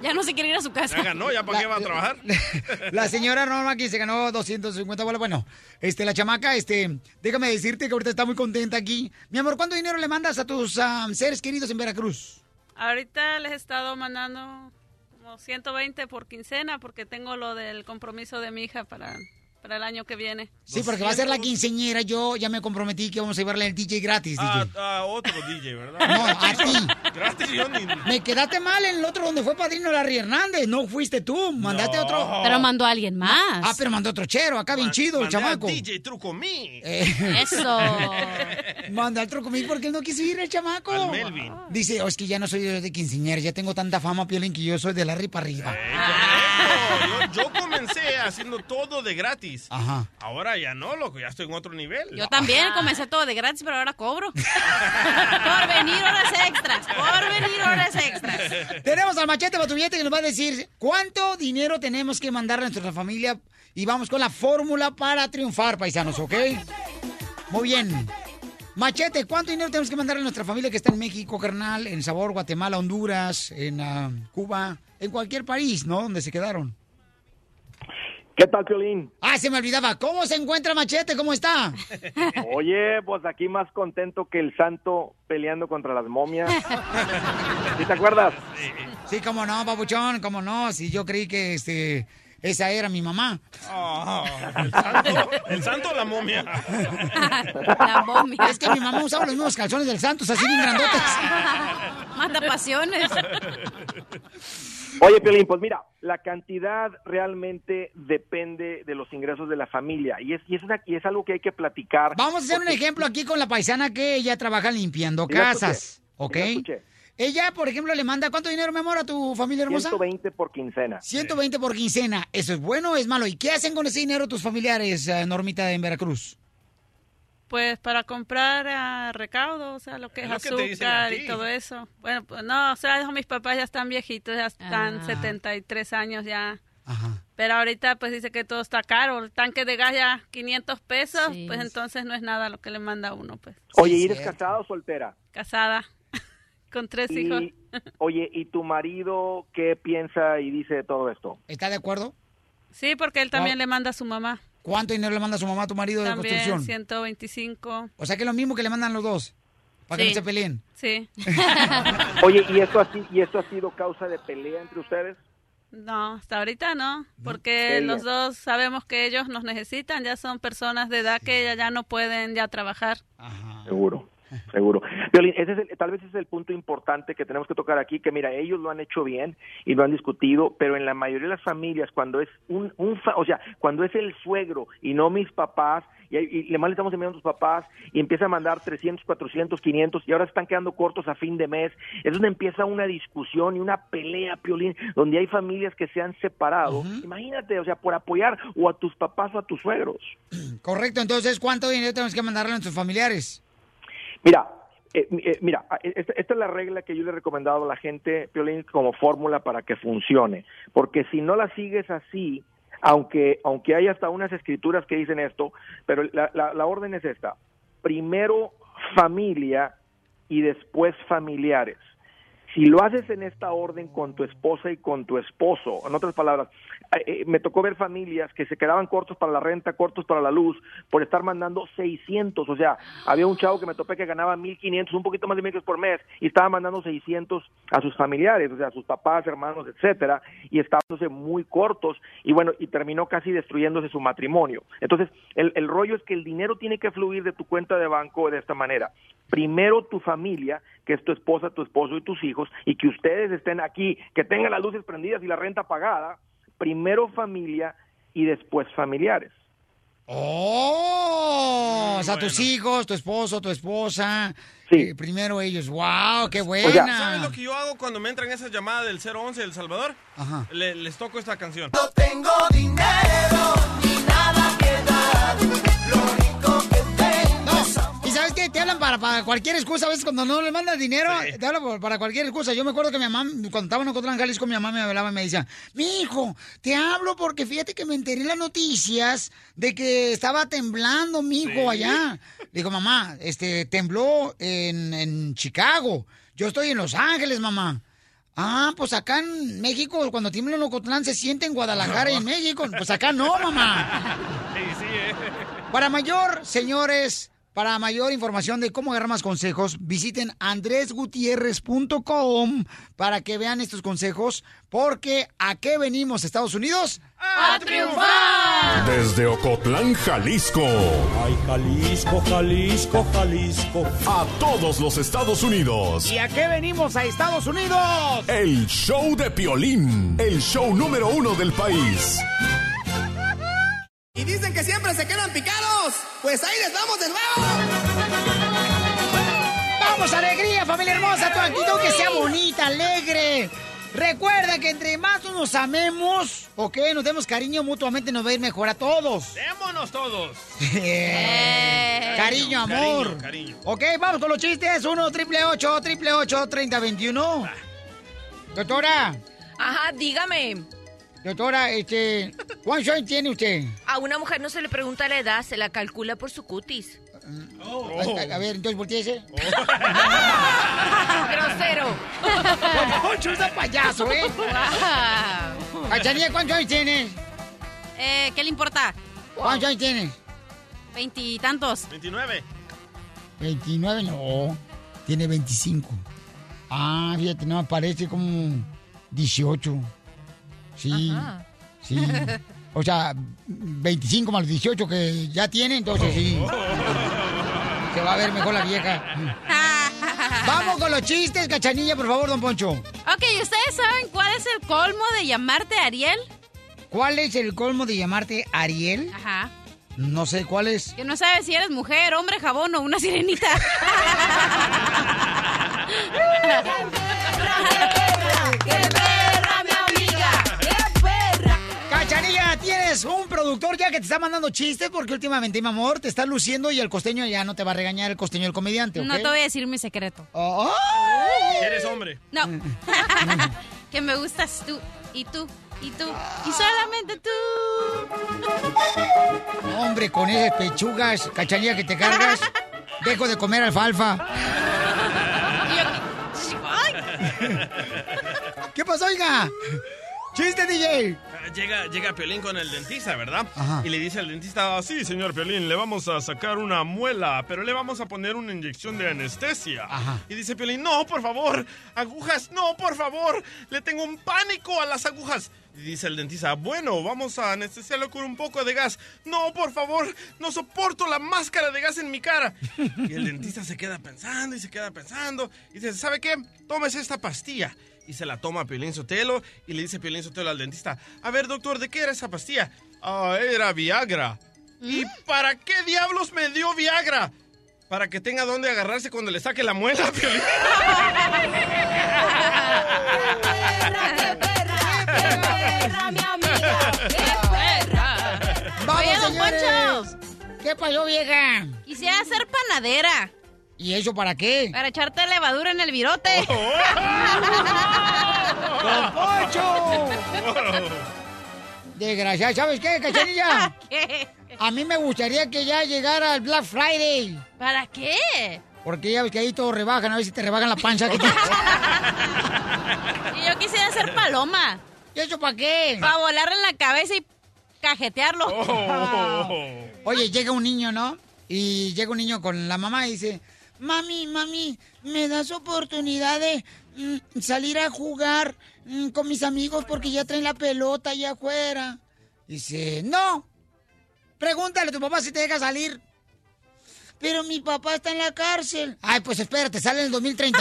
[SPEAKER 5] ya no se quiere ir a su casa.
[SPEAKER 7] Ya ganó, ¿ya para qué
[SPEAKER 4] La-
[SPEAKER 7] va a trabajar?
[SPEAKER 4] La señora Norma que se ganó 250 bolas. Bueno, este, la chamaca, este, déjame decirte que ahorita está muy contenta aquí. Mi amor, ¿cuánto dinero le mandas a tus ah, seres queridos en Veracruz?
[SPEAKER 24] Ahorita les he estado mandando como 120 por quincena porque tengo lo del compromiso de mi hija para, para el año que viene.
[SPEAKER 4] Sí, porque va a ser la quinceñera. Yo ya me comprometí que vamos a llevarle el DJ gratis,
[SPEAKER 7] A,
[SPEAKER 4] DJ.
[SPEAKER 7] a Ah, otro DJ, ¿verdad?
[SPEAKER 4] No, a ti.
[SPEAKER 7] Gracias, yo ni-
[SPEAKER 4] Me quedaste mal en el otro donde fue padrino Larry Hernández. No fuiste tú, mandaste
[SPEAKER 7] No.
[SPEAKER 4] otro.
[SPEAKER 7] Pero
[SPEAKER 5] mandó a alguien más.
[SPEAKER 4] Ah, pero mandó otro chero, acá bien chido el
[SPEAKER 7] Mandé a
[SPEAKER 4] chamaco.
[SPEAKER 7] DJ Truco Me.
[SPEAKER 4] Eh. Manda al truco mí porque él no quiso ir el chamaco.
[SPEAKER 7] Al Melvin.
[SPEAKER 4] Dice, "Oh, es que ya no soy yo de quinceañera, ya tengo tanta fama, Piolín, que yo soy de Larry para arriba.
[SPEAKER 7] No, yo, yo comencé haciendo todo de gratis.
[SPEAKER 4] Ajá.
[SPEAKER 7] Ahora ya no, loco, ya estoy en otro nivel.
[SPEAKER 5] Yo también comencé todo de gratis, pero ahora cobro. por venir horas extras, por venir horas extras.
[SPEAKER 4] Tenemos al machete batullete que nos va a decir cuánto dinero tenemos que mandar a nuestra familia y vamos con la fórmula para triunfar, paisanos, ¿ok? Muy bien. Machete, ¿cuánto dinero tenemos que mandar a nuestra familia que está en México, carnal, en Sabor, Guatemala, Honduras, en ah, Cuba, en cualquier país, ¿no? Donde se quedaron.
[SPEAKER 26] ¿Qué tal, Piolín?
[SPEAKER 4] Ah, se me olvidaba. ¿Cómo se encuentra Machete? ¿Cómo está?
[SPEAKER 26] Oye, pues aquí más contento que el santo peleando contra las momias. ¿Sí te acuerdas?
[SPEAKER 4] Sí, cómo no, babuchón, cómo no. Si yo creí que este esa era mi mamá.
[SPEAKER 7] Oh, ¿el, santo, ¿El santo o la momia?
[SPEAKER 5] La momia.
[SPEAKER 4] Es que mi mamá usaba los mismos calzones del Santos, así bien grandotes.
[SPEAKER 5] Mata pasiones.
[SPEAKER 26] Oye, Piolín, pues mira, la cantidad realmente depende de los ingresos de la familia y es, y es, una, y es algo que hay que platicar.
[SPEAKER 4] Vamos a hacer un
[SPEAKER 26] porque-
[SPEAKER 4] ejemplo aquí con la paisana que ella trabaja limpiando
[SPEAKER 26] Sí, la escuché,
[SPEAKER 4] casas,
[SPEAKER 26] sí, la
[SPEAKER 4] ¿ok?
[SPEAKER 26] escuché.
[SPEAKER 4] Ella, por ejemplo, le manda cuánto dinero, mi amor, a tu familia hermosa?
[SPEAKER 26] 120 por quincena.
[SPEAKER 4] 120 por quincena. ¿Eso es bueno o es malo? ¿Y qué hacen con ese dinero tus familiares, eh, Normita, en Veracruz?
[SPEAKER 24] Pues para comprar ah, recaudo, o sea, lo que es,
[SPEAKER 5] Es lo que te dicen a
[SPEAKER 24] azúcar
[SPEAKER 5] ti.
[SPEAKER 24] y todo eso. Bueno, pues, no, o sea, mis papás ya están viejitos, ya están
[SPEAKER 5] Ah.
[SPEAKER 24] 73 años ya. Pero ahorita pues dice que todo está caro, el tanque de gas ya 500 pesos, pues entonces no es nada lo que le manda uno, pues.
[SPEAKER 26] Oye, ¿y ¿eres casada o soltera?
[SPEAKER 24] Casada, con tres
[SPEAKER 26] Y-
[SPEAKER 24] hijos.
[SPEAKER 26] Oye, ¿y tu marido qué piensa y dice de todo esto?
[SPEAKER 4] ¿Está de acuerdo?
[SPEAKER 24] Sí, porque él también
[SPEAKER 4] Wow.
[SPEAKER 24] le manda a su mamá.
[SPEAKER 4] ¿Cuánto dinero le manda su mamá a tu marido de
[SPEAKER 24] También
[SPEAKER 4] construcción?
[SPEAKER 24] 125.
[SPEAKER 4] O sea que es lo mismo que le mandan los dos, para que
[SPEAKER 24] Sí.
[SPEAKER 4] no se peleen.
[SPEAKER 24] Sí.
[SPEAKER 26] Oye, ¿y esto, así, ¿y esto ha sido causa de pelea entre ustedes?
[SPEAKER 24] No, hasta ahorita no, porque
[SPEAKER 26] Qué
[SPEAKER 24] los
[SPEAKER 26] bien.
[SPEAKER 24] dos sabemos que ellos nos necesitan, ya son personas de edad que ya, ya no pueden ya trabajar.
[SPEAKER 26] Seguro, seguro. Violín, ese es el- tal vez ese es el punto importante que tenemos que tocar aquí, que mira, ellos lo han hecho bien y lo han discutido, pero en la mayoría de las familias, cuando es un, un fa- o sea, cuando es el suegro y no mis papás, y, hay- y le mal estamos enviando a tus papás, y empieza a mandar 300, 400, 500, y ahora se están quedando cortos a fin de mes, es donde empieza una discusión y una pelea, Piolín, donde hay familias que se han separado. Imagínate, o sea, por apoyar o a tus papás o a tus suegros.
[SPEAKER 4] Correcto, entonces, ¿cuánto dinero tenemos que mandarle a nuestros familiares?
[SPEAKER 26] Mira, eh, eh, mira, eh, esta, esta es la regla que yo le he recomendado a la gente, Piolín, como fórmula para que funcione. Porque si no la sigues así, aunque, aunque hay hasta unas escrituras que dicen esto, pero la, la- la orden es esta. Primero familia y después familiares. Si lo haces en esta orden con tu esposa y con tu esposo, en otras palabras, eh, eh, me tocó ver familias que se quedaban cortos para la renta, cortos para la luz, por estar mandando 600. O sea, había un chavo que me topé que ganaba 1.500, un poquito más de 1.500 por mes, y estaba mandando 600 a sus familiares, o sea, a sus papás, hermanos, etcétera, y estándose muy cortos, y bueno, y terminó casi destruyéndose su matrimonio. Entonces, el, el rollo es que el dinero tiene que fluir de tu cuenta de banco de esta manera. Primero tu familia, que es tu esposa, tu esposo y tus hijos, y que ustedes estén aquí, que tengan las luces prendidas y la renta pagada. Primero familia y después familiares.
[SPEAKER 4] ¡Oh! o sea, tus hijos, tu esposo, tu esposa. eh, primero ellos. ¡Wow! ¡Qué buena!
[SPEAKER 7] ¿Sabes lo que yo hago cuando me entran esas llamadas del 011 de El Salvador?
[SPEAKER 4] Ajá.
[SPEAKER 7] Le- les toco esta canción.
[SPEAKER 6] No tengo dinero ni nada que dar.
[SPEAKER 4] No, y sabes qué? te hablan para, para cualquier excusa. A veces cuando no le mandas dinero, te hablan por- para cualquier excusa. Yo me acuerdo que mi mamá, cuando estaba en Ocotlán, Jalisco, mi mamá me hablaba y me decía, mi hijo, te hablo porque fíjate que me enteré en las noticias de que estaba temblando mi hijo
[SPEAKER 6] Sí.
[SPEAKER 4] allá. Le digo, mamá, este, tembló en, en Chicago. Yo estoy en Los Ángeles, mamá. Ah, pues acá en México, cuando tiembla en Ocotlán, se siente en Guadalajara y en México. Pues acá no, mamá.
[SPEAKER 7] Sí, sí, eh.
[SPEAKER 4] Para mayor, señores, para mayor información de cómo agarrar más consejos, visiten andresgutierrez.com para que vean estos consejos, porque ¿a qué venimos, Estados Unidos?
[SPEAKER 6] ¡A triunfar!
[SPEAKER 8] Desde Ocotlán, Jalisco. Ay, Jalisco, Jalisco, Jalisco. A todos los Estados Unidos.
[SPEAKER 4] ¿Y a qué venimos a Estados Unidos?
[SPEAKER 8] El show de Piolín. El show número uno del país.
[SPEAKER 27] Y dicen que siempre se quedan picados. Pues ahí les vamos de nuevo.
[SPEAKER 4] ¡Vamos, alegría, familia hermosa! Tu actitud que sea bonita, alegre. Recuerda que entre más nos amemos, ok, nos demos cariño mutuamente, nos va a ir mejor a todos.
[SPEAKER 7] ¡Démonos todos!
[SPEAKER 4] Eh, Cariño, amor.
[SPEAKER 7] Cariño, cariño.
[SPEAKER 4] Ok, vamos con los chistes. 1 triple 8 triple 8 30 21. Doctora,
[SPEAKER 13] Ajá, dígame.
[SPEAKER 4] doctora, este. ¿Cuántos años tiene usted?
[SPEAKER 13] A una mujer no se le pregunta la edad, se la calcula por su cutis.
[SPEAKER 5] Oh.
[SPEAKER 4] A, a ver, entonces volteese.
[SPEAKER 13] Grosero.
[SPEAKER 4] Don Poncho es un payaso, ¿eh?
[SPEAKER 13] Guau.
[SPEAKER 4] Ah, Cachanilla, ¿cuántos años tiene?
[SPEAKER 5] Eh, ¿Qué le importa?
[SPEAKER 4] ¿Cuántos años tiene?
[SPEAKER 5] Veintitantos.
[SPEAKER 7] Veintinueve.
[SPEAKER 4] 29, no. Tiene 25. Ah, fíjate, no, parece como 18. Sí.
[SPEAKER 6] Ajá.
[SPEAKER 4] Sí. O sea, 25 más los 18 que ya tiene, entonces sí.
[SPEAKER 5] Oh.
[SPEAKER 4] Se va a ver mejor la vieja. Vamos con los chistes, cachanilla, por favor, don Poncho.
[SPEAKER 5] Ok, ¿ustedes saben cuál es el colmo de llamarte Ariel?
[SPEAKER 4] ¿Cuál es el colmo de llamarte Ariel?
[SPEAKER 5] Ajá.
[SPEAKER 4] No sé cuál es.
[SPEAKER 5] Que no sabes si eres mujer, hombre, jabón o una sirenita.
[SPEAKER 6] perra, mi amiga! ¡Qué perra!
[SPEAKER 4] Cachanilla, tienes un productor ya que te está mandando chistes porque últimamente, mi amor, te está luciendo y el costeño ya no te va a regañar, el costeño el comediante, ¿ok? Oh,
[SPEAKER 5] No te voy a decir mi secreto.
[SPEAKER 7] Eres hombre.
[SPEAKER 5] No. que me gustas tú y tú y tú y solamente tú.
[SPEAKER 4] Hombre, con esas pechugas, cachanilla que te cargas, dejo de comer alfalfa.
[SPEAKER 5] Y yo, ¡ay!
[SPEAKER 4] ¿Qué pasó, oiga? ¡Chiste, DJ!
[SPEAKER 7] Llega, llega Piolín con el dentista, ¿verdad? Y le dice al dentista, "Ah, sí, señor Piolín, le vamos a sacar una muela, pero le vamos a poner una inyección de anestesia. Y dice Piolín, no, por favor, agujas, no, por favor, le tengo un pánico a las agujas. Y dice el dentista, bueno, vamos a anestesiarlo con un poco de gas. No, por favor, no soporto la máscara de gas en mi cara. Y el dentista se queda pensando y se queda pensando. Y dice, ¿sabe qué? Tomes esta pastilla. Y se la toma Piolín Sotelo y le dice Piolín Sotelo al dentista, a ver, doctor, ¿de qué era esa pastilla? Ah, era Viagra.
[SPEAKER 4] ¿Mm?
[SPEAKER 7] ¿Y para qué diablos me dio Viagra? Para que tenga dónde agarrarse cuando le saque la muela, Piolín.
[SPEAKER 6] ¡Perra, mi amiga! ¡Qué perra!
[SPEAKER 4] ¡Vamos,
[SPEAKER 5] Oye, don
[SPEAKER 4] señores! ¿Qué pasó, vieja?
[SPEAKER 5] Quisiera ser panadera
[SPEAKER 4] ¿Y eso para qué?
[SPEAKER 5] para echarte levadura en el virote.
[SPEAKER 7] Oh.
[SPEAKER 4] ¡Don
[SPEAKER 7] Oh.
[SPEAKER 4] Poncho! Desgraciada, ¿sabes qué, cachanilla? A mí me gustaría que ya llegara el Black Friday.
[SPEAKER 5] ¿Para qué?
[SPEAKER 4] Porque ya ves que ahí todos rebajan, a ver si te rebajan la pancha que tienes.
[SPEAKER 5] Y yo quisiera ser paloma.
[SPEAKER 4] ¿Y eso para qué?
[SPEAKER 5] Para volarle en la cabeza y cajetearlo.
[SPEAKER 4] Oh. Oye, llega un niño, ¿no? Y llega un niño con la mamá y dice, mami, mami, ¿me das oportunidad de mm, salir a jugar mm, con mis amigos porque ya traen la pelota allá afuera? Dice, no. Pregúntale a tu papá si te deja salir. Pero mi papá está en la cárcel. Ay, pues espérate, sale en el 2030.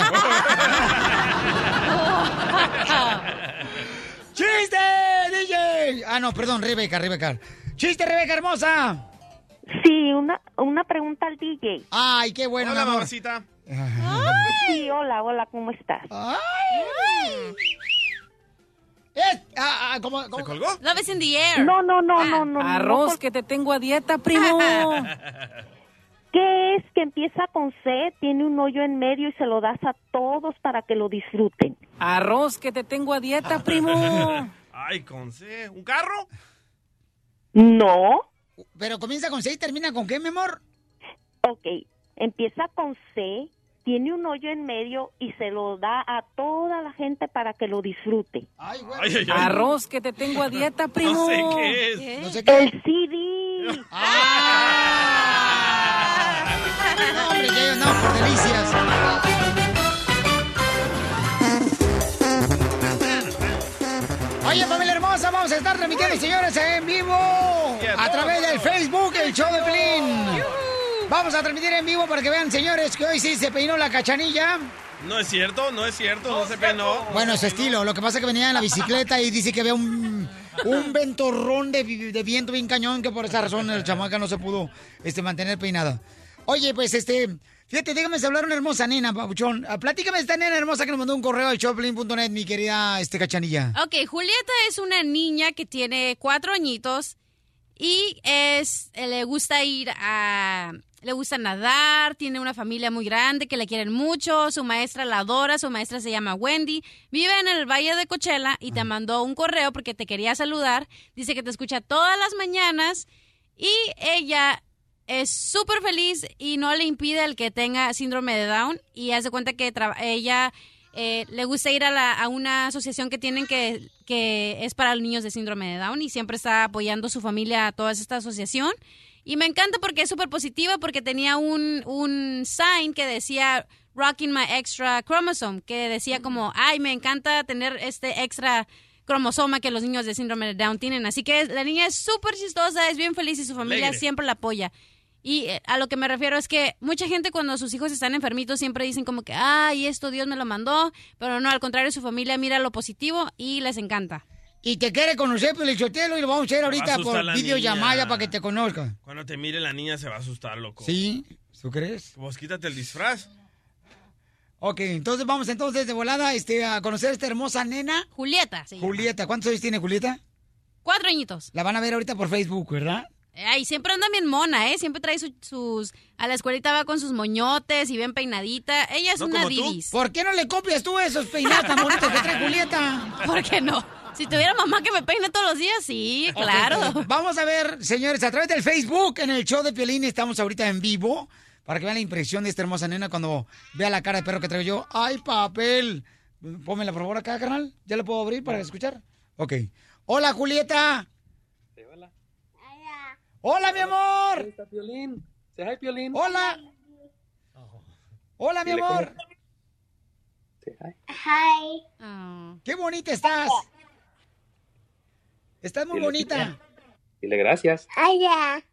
[SPEAKER 4] ¡Chiste, DJ! Ah, no, perdón, Rebeca, Rebeca. ¡Chiste, Rebeca hermosa!
[SPEAKER 12] Sí, una, una pregunta al DJ.
[SPEAKER 4] Ay, qué bueno,
[SPEAKER 12] Hola,
[SPEAKER 4] mi amor.
[SPEAKER 12] mamacita. Sí, hola, hola, ¿cómo estás?
[SPEAKER 4] Eh, ah, ah, ¿cómo, cómo?
[SPEAKER 7] colgó?
[SPEAKER 5] Love is in the air.
[SPEAKER 12] No, no, no, no, no. no,
[SPEAKER 17] Arroz
[SPEAKER 12] por-
[SPEAKER 17] que te tengo a dieta, primo.
[SPEAKER 12] ¿Qué es que empieza con C, tiene un hoyo en medio y se lo das a todos para que lo disfruten?
[SPEAKER 17] Arroz que te tengo a dieta, primo.
[SPEAKER 7] Ay, con C. ¿Un carro?
[SPEAKER 12] No.
[SPEAKER 4] Pero comienza con C y termina con qué, mi amor.
[SPEAKER 12] Ok, empieza con C, tiene un hoyo en medio y se lo da a toda la gente para que lo disfrute.
[SPEAKER 7] Ay, ay, ay.
[SPEAKER 17] Arroz que te tengo a dieta, primo.
[SPEAKER 7] sé qué es. ¿Qué?
[SPEAKER 4] No sé
[SPEAKER 12] El CD.
[SPEAKER 4] No, hombre, ya yo no, por delicias. Oye, familia hermosa, vamos a estar transmitiendo, señores, en vivo a través del Facebook, el show de Pelín. Vamos a transmitir en vivo para que vean, señores, que hoy sí se peinó la cachanilla.
[SPEAKER 7] No es cierto, no es cierto, no se penó.
[SPEAKER 4] Bueno, su estilo. Lo que pasa es que venía en la bicicleta y dice que había un, un ventorrón de, vi- de viento bien cañón que por esa razón el chamaca no se pudo este, mantener peinada. Oye, pues este, fíjate, déjame hablar una hermosa nena, Pabuchón. Ah, Platícame de esta nena hermosa que nos mandó un correo a choplin.net, mi querida este, cachanilla.
[SPEAKER 5] Ok, Julieta es una niña que tiene cuatro añitos y es eh, le gusta ir a le gusta nadar, tiene una familia muy grande que la quieren mucho, su maestra la adora, su maestra se llama Wendy, vive en el Valle de Coachella y te mandó un correo porque te quería saludar, dice que te escucha todas las mañanas y ella es súper feliz y no le impide el que tenga síndrome de Down y hace cuenta que traba- ella eh, le gusta ir a, la- a una asociación que tienen que, que es para los niños de síndrome de Down y siempre está apoyando su familia a toda esta asociación. Y me encanta porque es súper positiva porque tenía un, un sign que decía Rocking My Extra Chromosome, que decía como, ay, me encanta tener este extra cromosoma que los niños de síndrome de Down tienen. Así que la niña es súper chistosa, es bien feliz y su familia
[SPEAKER 13] Alegre.
[SPEAKER 5] siempre la apoya. Y eh, a lo que me refiero es que mucha gente cuando sus hijos están enfermitos siempre dicen como que, ay, esto Dios me lo mandó, pero no, al contrario, su familia mira lo positivo y les encanta.
[SPEAKER 4] Y te quiere conocer, Pelichotelo, y lo vamos a hacer ahorita
[SPEAKER 7] asustar
[SPEAKER 4] por
[SPEAKER 7] la
[SPEAKER 4] videollamada
[SPEAKER 7] niña.
[SPEAKER 4] para que te conozca.
[SPEAKER 7] Cuando te mire la niña se va a asustar, loco.
[SPEAKER 4] ¿Sí? ¿Tú crees?
[SPEAKER 7] Vos quítate el disfraz.
[SPEAKER 4] Ok, entonces vamos entonces de volada este, a conocer a esta hermosa nena.
[SPEAKER 5] Julieta, sí.
[SPEAKER 4] Julieta, ¿cuántos años tiene Julieta?
[SPEAKER 5] Cuatro añitos.
[SPEAKER 4] La van a ver ahorita por Facebook, ¿verdad?
[SPEAKER 5] Ay, siempre anda bien mona, ¿eh? Siempre trae su- sus... A la escuelita va con sus moñotes y bien peinadita. Ella es una divis.
[SPEAKER 4] ¿Por qué no le copias tú esos peinados tan bonitos que trae Julieta?
[SPEAKER 5] ¿Por qué no? Si tuviera mamá que me peine todos los días, sí, claro.
[SPEAKER 4] Ok, Vamos a ver, señores, a través del Facebook, en el show de Piolín, estamos ahorita en vivo, para que vean la impresión de esta hermosa nena cuando vea la cara de perro que traigo yo. ¡Ay, papel! Pónmela, por favor, acá, carnal. ¿Ya la puedo abrir para escuchar? Ok. ¡Hola, Julieta! hola. ¡Hola, mi amor!
[SPEAKER 11] Ahí está Piolín. Se hi, Piolín.
[SPEAKER 4] ¡Hola! ¡Hola, Ah, mi
[SPEAKER 11] Dile
[SPEAKER 4] amor!
[SPEAKER 23] Hi.
[SPEAKER 4] ¡Qué bonita estás! Estás muy
[SPEAKER 11] Dile,
[SPEAKER 4] bonita.
[SPEAKER 11] dile. Dile gracias.
[SPEAKER 23] Ay, ya.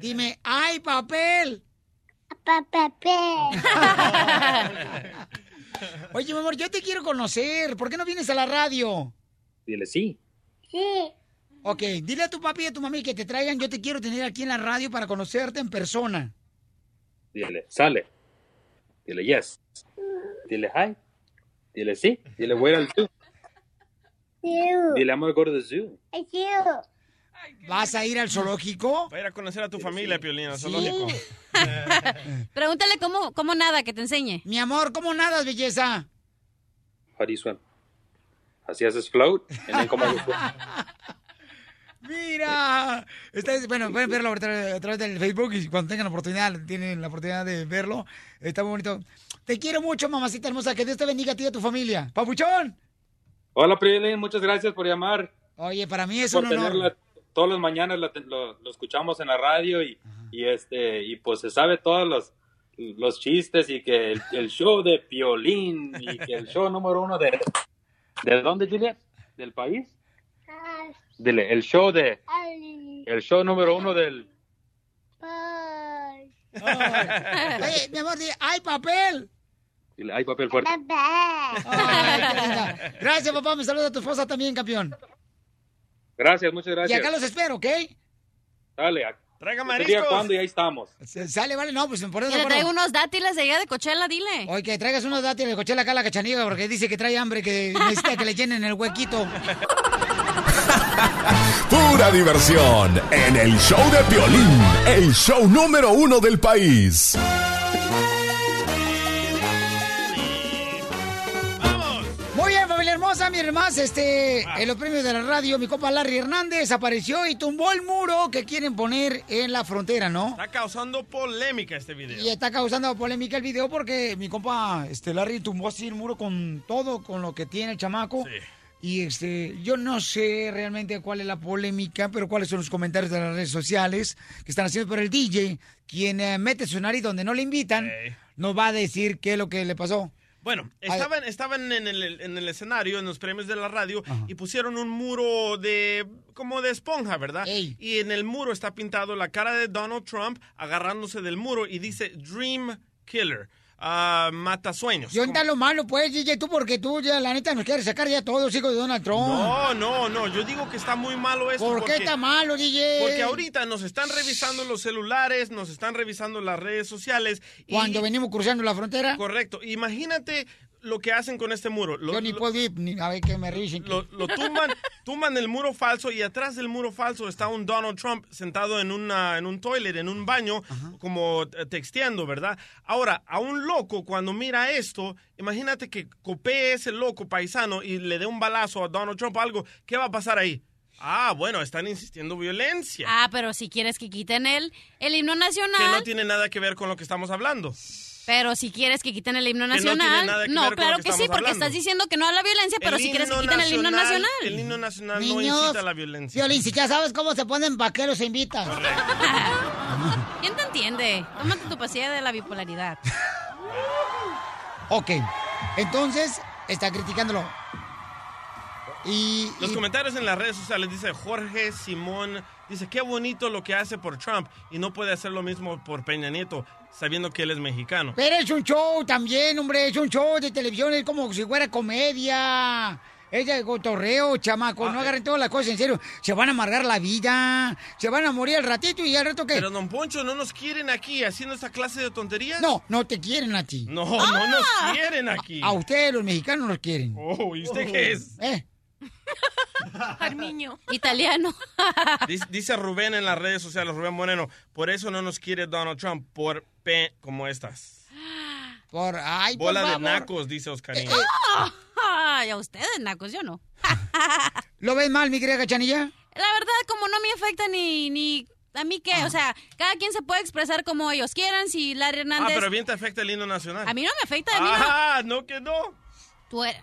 [SPEAKER 4] Dime, ¡ay, papel!
[SPEAKER 23] Papel.
[SPEAKER 4] Oye, mi amor, yo te quiero conocer. ¿Por qué no vienes a la radio?
[SPEAKER 11] Dile sí.
[SPEAKER 23] Sí.
[SPEAKER 4] Ok, dile a tu papi y a tu mami que te traigan. Yo te quiero tener aquí en la radio para conocerte en persona.
[SPEAKER 11] Dile sale. Dile yes. Dile hi. Dile sí. Dile where al zoo.
[SPEAKER 23] You.
[SPEAKER 11] Dile I'm gonna go to the zoo.
[SPEAKER 23] You.
[SPEAKER 4] ¿Vas a ir al zoológico?
[SPEAKER 7] Va a ir a conocer a tu familia, Piolín, al zoológico.
[SPEAKER 5] Pregúntale cómo, cómo nada, que te enseñe.
[SPEAKER 4] Mi amor, ¿cómo nadas, belleza?
[SPEAKER 11] How do you swim? Así haces float. And then como
[SPEAKER 4] ¡Mira! Está- bueno, pueden verlo ahorita a través del Facebook y cuando tengan la oportunidad, tienen la oportunidad de verlo. Está muy bonito. Te quiero mucho, mamacita hermosa. Que Dios te bendiga a ti y a tu familia. ¡Papuchón!
[SPEAKER 11] Hola Piolín, muchas gracias por llamar.
[SPEAKER 4] Oye, para mí es
[SPEAKER 11] por
[SPEAKER 4] un honor.
[SPEAKER 11] tenerla todas las mañanas la te- lo, lo escuchamos en la radio y, y este y pues se sabe todos los los chistes y que el, el show de Piolín y que el show número uno de ¿De dónde, Juliet? ¿Del país? Dile, el show de
[SPEAKER 23] Ay.
[SPEAKER 11] el show número uno del
[SPEAKER 23] Ay.
[SPEAKER 4] Oye, mi amor, dile, ¡ay, papel!
[SPEAKER 11] Dile, ay, papel fuerte.
[SPEAKER 4] Ay, qué linda. Gracias, papá. Me saluda a tu esposa también, campeón.
[SPEAKER 11] Gracias, muchas
[SPEAKER 4] Y
[SPEAKER 11] gracias.
[SPEAKER 4] acá los espero, ¿ok?
[SPEAKER 11] Dale, a-
[SPEAKER 7] Traiga
[SPEAKER 11] que te diga cuándo y ahí estamos.
[SPEAKER 4] Se- Sale, vale, no, pues por eso.
[SPEAKER 5] Que le traiga unos dátiles de allá de Coachella, dile.
[SPEAKER 4] Oye, que traigas unos dátiles de Coachella acá a la cachanilla porque dice que trae hambre, que necesita que le llenen el huequito.
[SPEAKER 8] Pura diversión en el show de Piolín, el show número uno del país.
[SPEAKER 4] Muy bien, familia hermosa, mi hermana, este, en los premios de la radio, mi copa Larry Hernández apareció y tumbó el muro que quieren poner en la frontera, ¿no?
[SPEAKER 7] Está causando polémica este video.
[SPEAKER 4] Y está causando polémica el video porque mi compa este, Larry tumbó así el muro con todo, con lo que tiene el chamaco. Y este, yo no sé realmente cuál es la polémica, pero cuáles son los comentarios de las redes sociales que están haciendo. Pero el DJ, quien eh, mete su nariz donde no le invitan, nos va a decir qué es lo que le pasó.
[SPEAKER 7] Bueno, estaban, estaban en, el, en el escenario, en los premios de la radio, y pusieron un muro de como de esponja, ¿verdad? Y en el muro está pintado la cara de Donald Trump agarrándose del muro y dice Dream Killer, ah, mata sueños.
[SPEAKER 4] Yo entiendo lo malo, pues, DJ, tú, porque tú ya, la neta, nos quieres sacar ya todos, hijos de Donald Trump.
[SPEAKER 7] No, no, no, yo digo que está muy malo esto.
[SPEAKER 4] ¿Por qué
[SPEAKER 7] porque-
[SPEAKER 4] está malo, DJ?
[SPEAKER 7] Porque ahorita nos están revisando los celulares, nos están revisando las redes sociales. y-
[SPEAKER 4] Cuando venimos cruzando la frontera.
[SPEAKER 7] Correcto. Imagínate lo que hacen con este muro. Lo,
[SPEAKER 4] Yo ni
[SPEAKER 7] lo-
[SPEAKER 4] puedo ir, ni- a ver qué me risen.
[SPEAKER 7] lo, lo tumban, tumban el muro falso y atrás del muro falso está un Donald Trump sentado en, una, en un toilet, en un baño, como eh, texteando, ¿verdad? Ahora, a un loco cuando mira esto, imagínate que copee ese loco paisano y le dé un balazo a Donald Trump o algo, ¿qué va a pasar ahí? Ah, bueno, están insistiendo violencia.
[SPEAKER 5] Ah, pero si quieres que quiten el, el himno
[SPEAKER 7] Que no
[SPEAKER 5] nacional.
[SPEAKER 7] tiene nada que ver con lo que estamos hablando.
[SPEAKER 5] Pero si quieres que quiten el himno
[SPEAKER 7] Que no tiene
[SPEAKER 5] nacional.
[SPEAKER 7] nada que
[SPEAKER 5] No,
[SPEAKER 7] ver con
[SPEAKER 5] claro
[SPEAKER 7] lo que
[SPEAKER 5] que, sí,
[SPEAKER 7] estamos
[SPEAKER 5] porque
[SPEAKER 7] hablando.
[SPEAKER 5] estás diciendo que no a la violencia, pero si quieres que quiten el himno nacional.
[SPEAKER 7] El himno nacional
[SPEAKER 4] Niños,
[SPEAKER 7] no incita a la violencia.
[SPEAKER 4] Violín, si ya sabes cómo se ponen vaqueros, se invitan.
[SPEAKER 5] ¿Quién te entiende? Tómate tu pasilla de la bipolaridad.
[SPEAKER 4] Ok, entonces está criticándolo. Y,
[SPEAKER 7] Los
[SPEAKER 4] y-
[SPEAKER 7] comentarios en las redes sociales dice Jorge Simón dice qué bonito lo que hace por Trump y no puede hacer lo mismo por Peña Nieto sabiendo que él es mexicano.
[SPEAKER 4] pero es un show también, hombre, es un show de televisión, es como si fuera comedia. Es de cotorreo, chamaco,
[SPEAKER 7] Ah, eh.
[SPEAKER 4] no agarren todas las cosas en serio. Se van a amargar la vida, se van a morir al ratito y al rato qué.
[SPEAKER 7] Pero don Poncho no nos quieren aquí haciendo esta clase de tonterías.
[SPEAKER 4] No, no te quieren a ti. ¡Ah!
[SPEAKER 7] No, no nos quieren aquí.
[SPEAKER 4] A ustedes los mexicanos los quieren.
[SPEAKER 7] Oh, ¿y usted qué es?
[SPEAKER 4] ¿Eh?
[SPEAKER 5] Armiño. Italiano.
[SPEAKER 7] Dice, dice Rubén en las redes sociales Rubén Moreno por eso no nos quiere Donald Trump por pe como estas.
[SPEAKER 4] Por, ay, por
[SPEAKER 7] Bola de
[SPEAKER 4] favor.
[SPEAKER 7] nacos dice Oscarín.
[SPEAKER 5] Eh, ¡ah! Ay, a ustedes, nacos, yo no.
[SPEAKER 4] ¿Lo ves mal, mi querida cachanilla?
[SPEAKER 5] La verdad, como no me afecta ni, ni a mí qué, o sea, cada quien se puede expresar como ellos quieran. Si Larry
[SPEAKER 7] Ah,
[SPEAKER 5] Hernández.
[SPEAKER 7] pero bien te afecta el himno nacional.
[SPEAKER 5] A mí no me afecta, a mí
[SPEAKER 7] Ah, no que no.
[SPEAKER 5] no. Tú eres-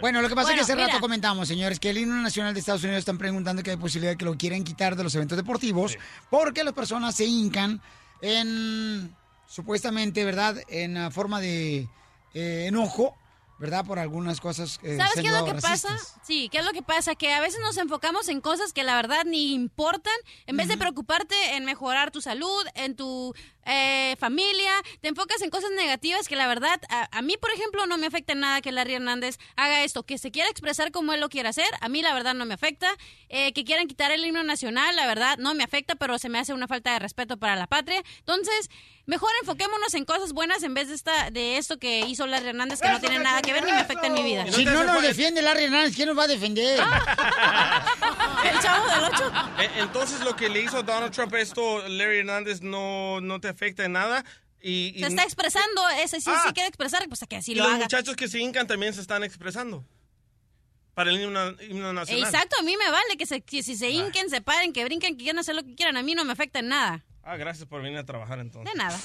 [SPEAKER 4] Bueno, lo que pasa
[SPEAKER 5] Bueno,
[SPEAKER 4] es que hace
[SPEAKER 5] mira.
[SPEAKER 4] rato comentamos, señores, que el himno nacional de Estados Unidos están preguntando que hay posibilidad de que lo quieran quitar de los eventos deportivos porque las personas se hincan en, supuestamente, ¿verdad?, en la forma de eh, enojo, ¿verdad?, por algunas cosas eh,
[SPEAKER 5] ¿Sabes
[SPEAKER 4] se han
[SPEAKER 5] qué es lo
[SPEAKER 4] llevado
[SPEAKER 5] que
[SPEAKER 4] racistas.
[SPEAKER 5] pasa? Sí, ¿qué es lo que pasa? Que a veces nos enfocamos en cosas que la verdad ni importan, en vez de preocuparte en mejorar tu salud, en tu eh, familia, te enfocas en cosas negativas que la verdad, a, a mí por ejemplo no me afecta en nada que Larry Hernández haga esto, que se quiera expresar como él lo quiera hacer, a mí la verdad no me afecta, Eh, que quieran quitar el himno nacional, la verdad no me afecta, pero se me hace una falta de respeto para la patria, entonces... Mejor enfoquémonos en cosas buenas en vez de esta de esto que hizo Larry Hernández que no tiene nada que ver ni me afecta en mi vida. Ah,
[SPEAKER 4] Si no nos defiende Larry Hernández, ¿quién nos va a defender?
[SPEAKER 5] El chavo del ocho.
[SPEAKER 7] Eh, Entonces lo que le hizo Donald Trump a esto, Larry Hernández, no, no te afecta en nada. Y, y- Ah.
[SPEAKER 5] Se está expresando, ese sí, sí quiere expresar, pues que así
[SPEAKER 7] y
[SPEAKER 5] lo
[SPEAKER 7] los
[SPEAKER 5] haga.
[SPEAKER 7] muchachos que se hincan también se están expresando. Para el himno, himno
[SPEAKER 5] Eh,
[SPEAKER 7] nacional.
[SPEAKER 5] Exacto, a mí me vale que se, que si
[SPEAKER 7] Ah.
[SPEAKER 5] se hinquen, se paren, que brinquen, que quieran hacer lo que quieran. A mí no me afecta en nada.
[SPEAKER 7] Ah, gracias por venir a trabajar entonces.
[SPEAKER 5] De nada.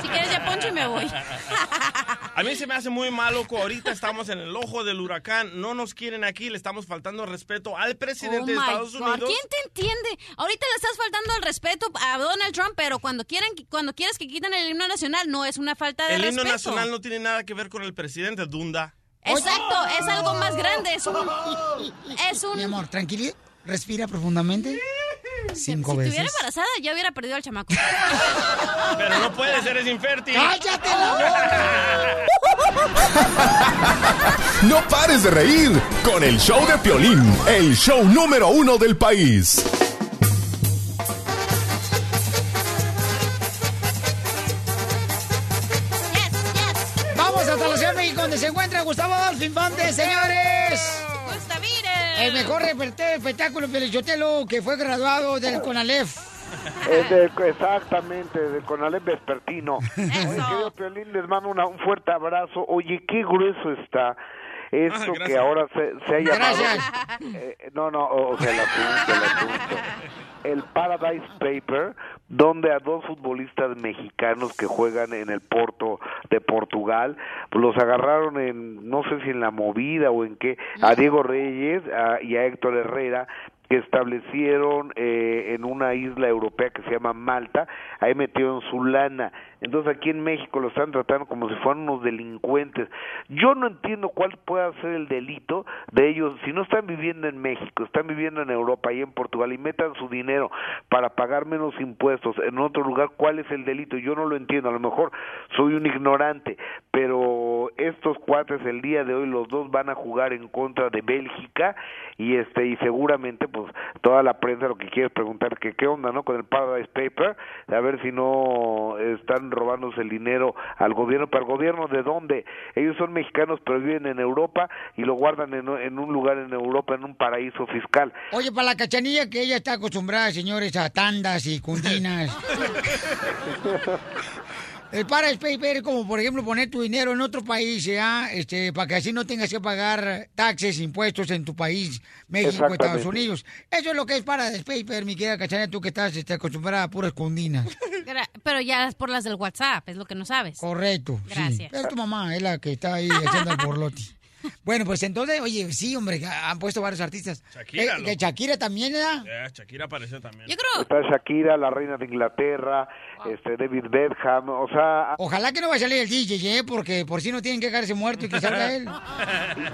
[SPEAKER 5] si quieres ya poncho y me voy.
[SPEAKER 7] A mí se me hace muy malo que ahorita estamos en el ojo del huracán. No nos quieren aquí, le estamos faltando respeto al presidente de
[SPEAKER 5] Oh my
[SPEAKER 7] Estados
[SPEAKER 5] God,
[SPEAKER 7] Unidos.
[SPEAKER 5] ¿Quién te entiende? Ahorita le estás faltando el respeto a Donald Trump, pero cuando quieren, cuando quieres que quiten el himno nacional, no es una falta de
[SPEAKER 7] El
[SPEAKER 5] respeto.
[SPEAKER 7] himno nacional no ¡Oh! tiene nada que ver con el presidente, Dunda.
[SPEAKER 5] Exacto, es algo más grande, es un... Es un
[SPEAKER 4] Mi amor, tranquila, respira profundamente. Cinco
[SPEAKER 5] si estuviera
[SPEAKER 4] veces.
[SPEAKER 5] embarazada, ya hubiera perdido al chamaco.
[SPEAKER 7] Pero no puede ser, es infértil.
[SPEAKER 4] ¡Cállate la boca!
[SPEAKER 8] No pares de reír con el show de Piolín, el show número uno del país.
[SPEAKER 4] Vamos hasta la Ciudad de México, donde se encuentra Gustavo Adolfo Infante, señores. El mejor reportero de espectáculo Pelichotelo que fue graduado del CONALEF.
[SPEAKER 10] Es de- exactamente, de Conalep Vespertino. Oye, querido Piolín, les mando una- un fuerte abrazo. Oye, qué grueso está esto
[SPEAKER 28] Ah,
[SPEAKER 10] que
[SPEAKER 28] gracias.
[SPEAKER 10] ahora se, se ha llamado...
[SPEAKER 28] Gracias.
[SPEAKER 10] Eh, no, no, o, o sea, el asunto, el asunto. El Paradise Paper, donde a dos futbolistas mexicanos que juegan en el Porto de Portugal, pues los agarraron en, no sé si en la movida o en qué, a Diego Reyes a- y a Héctor Herrera, que establecieron eh, en una isla europea que se llama Malta, ahí metieron su lana. Entonces aquí en México lo están tratando como si fueran unos delincuentes. Yo no entiendo cuál pueda ser el delito de ellos. Si no están viviendo en México, están viviendo en Europa y en Portugal y metan su dinero para pagar menos impuestos en otro lugar, ¿cuál es el delito? Yo no lo entiendo. A lo mejor soy un ignorante, pero estos cuates el día de hoy los dos van a jugar en contra de Bélgica y este y seguramente pues toda la prensa lo que quiere es preguntar que qué onda no con el Paradise Paper a ver si no están robándose el dinero al gobierno pero al gobierno de dónde ellos son mexicanos pero viven en Europa y lo guardan en, en un lugar en Europa en un paraíso fiscal
[SPEAKER 4] Oye, para la cachanilla que ella está acostumbrada, señores, a tandas y cundinas. El para paper es como, por ejemplo, poner tu dinero en otro país, ¿ya? Este, para que así no tengas que pagar taxes, impuestos en tu país, México,
[SPEAKER 10] Exactamente.
[SPEAKER 4] Estados Unidos. Eso es lo que es para paper, mi querida Cachanilla, tú que estás este, acostumbrada a puras cundinas.
[SPEAKER 5] Gra- Pero ya es por las del WhatsApp, es lo que no sabes.
[SPEAKER 4] Correcto. sí.
[SPEAKER 5] Gracias.
[SPEAKER 4] Pero tu mamá es la que está ahí haciendo el borlote. Bueno, pues entonces, oye, sí, hombre, que han puesto varios artistas.
[SPEAKER 7] Shakira,
[SPEAKER 4] que
[SPEAKER 7] loco.
[SPEAKER 4] Shakira también, ¿verdad?
[SPEAKER 7] Eh, Shakira apareció también.
[SPEAKER 10] Está Shakira, la reina de Inglaterra, este David Bedham, o sea,
[SPEAKER 4] Ojalá que no vaya a salir el DJ, ¿eh? Porque por si no tienen que quedarse muerto y que salga él.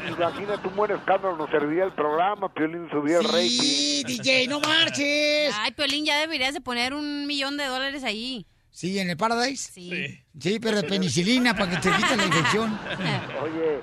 [SPEAKER 10] imagínate un buen escándalo, nos serviría el programa, Piolín subía el rating.
[SPEAKER 4] DJ, no marches.
[SPEAKER 5] Ay, Piolín, ya deberías de poner un millón de dólares ahí.
[SPEAKER 4] Sí, en el Paradise.
[SPEAKER 5] Sí.
[SPEAKER 4] Sí, pero de penicilina para que te quiten la infección.
[SPEAKER 10] Oye,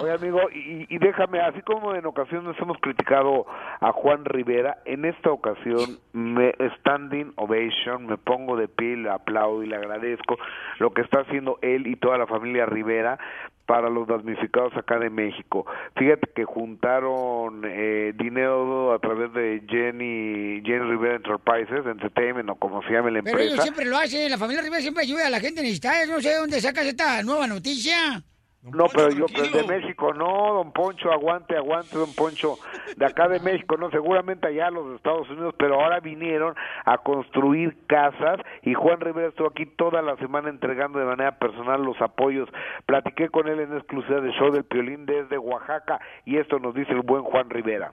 [SPEAKER 10] oye amigo, y, y déjame, así como en ocasiones hemos criticado a Juan Rivera, en esta ocasión me standing ovation, me pongo de pie, le aplaudo y le agradezco lo que está haciendo él y toda la familia Rivera para los damnificados acá de México. Fíjate que juntaron eh, dinero a través de Jenny, Jenny Rivera Enterprises, Entertainment o como se llame la
[SPEAKER 4] Pero ellos
[SPEAKER 10] empresa.
[SPEAKER 4] siempre lo hacen, la familia Rivera siempre ayuda a la gente necesitada. Yo No sé de dónde sacas esta nueva noticia.
[SPEAKER 10] No, pero yo, pero de México no, don Poncho, aguante, aguante, don Poncho. De acá de México, no, seguramente allá los Estados Unidos, pero ahora vinieron a construir casas y Juan Rivera estuvo aquí toda la semana entregando de manera personal los apoyos. Platiqué con él en exclusiva de show del Piolín desde Oaxaca y esto nos dice el buen Juan Rivera.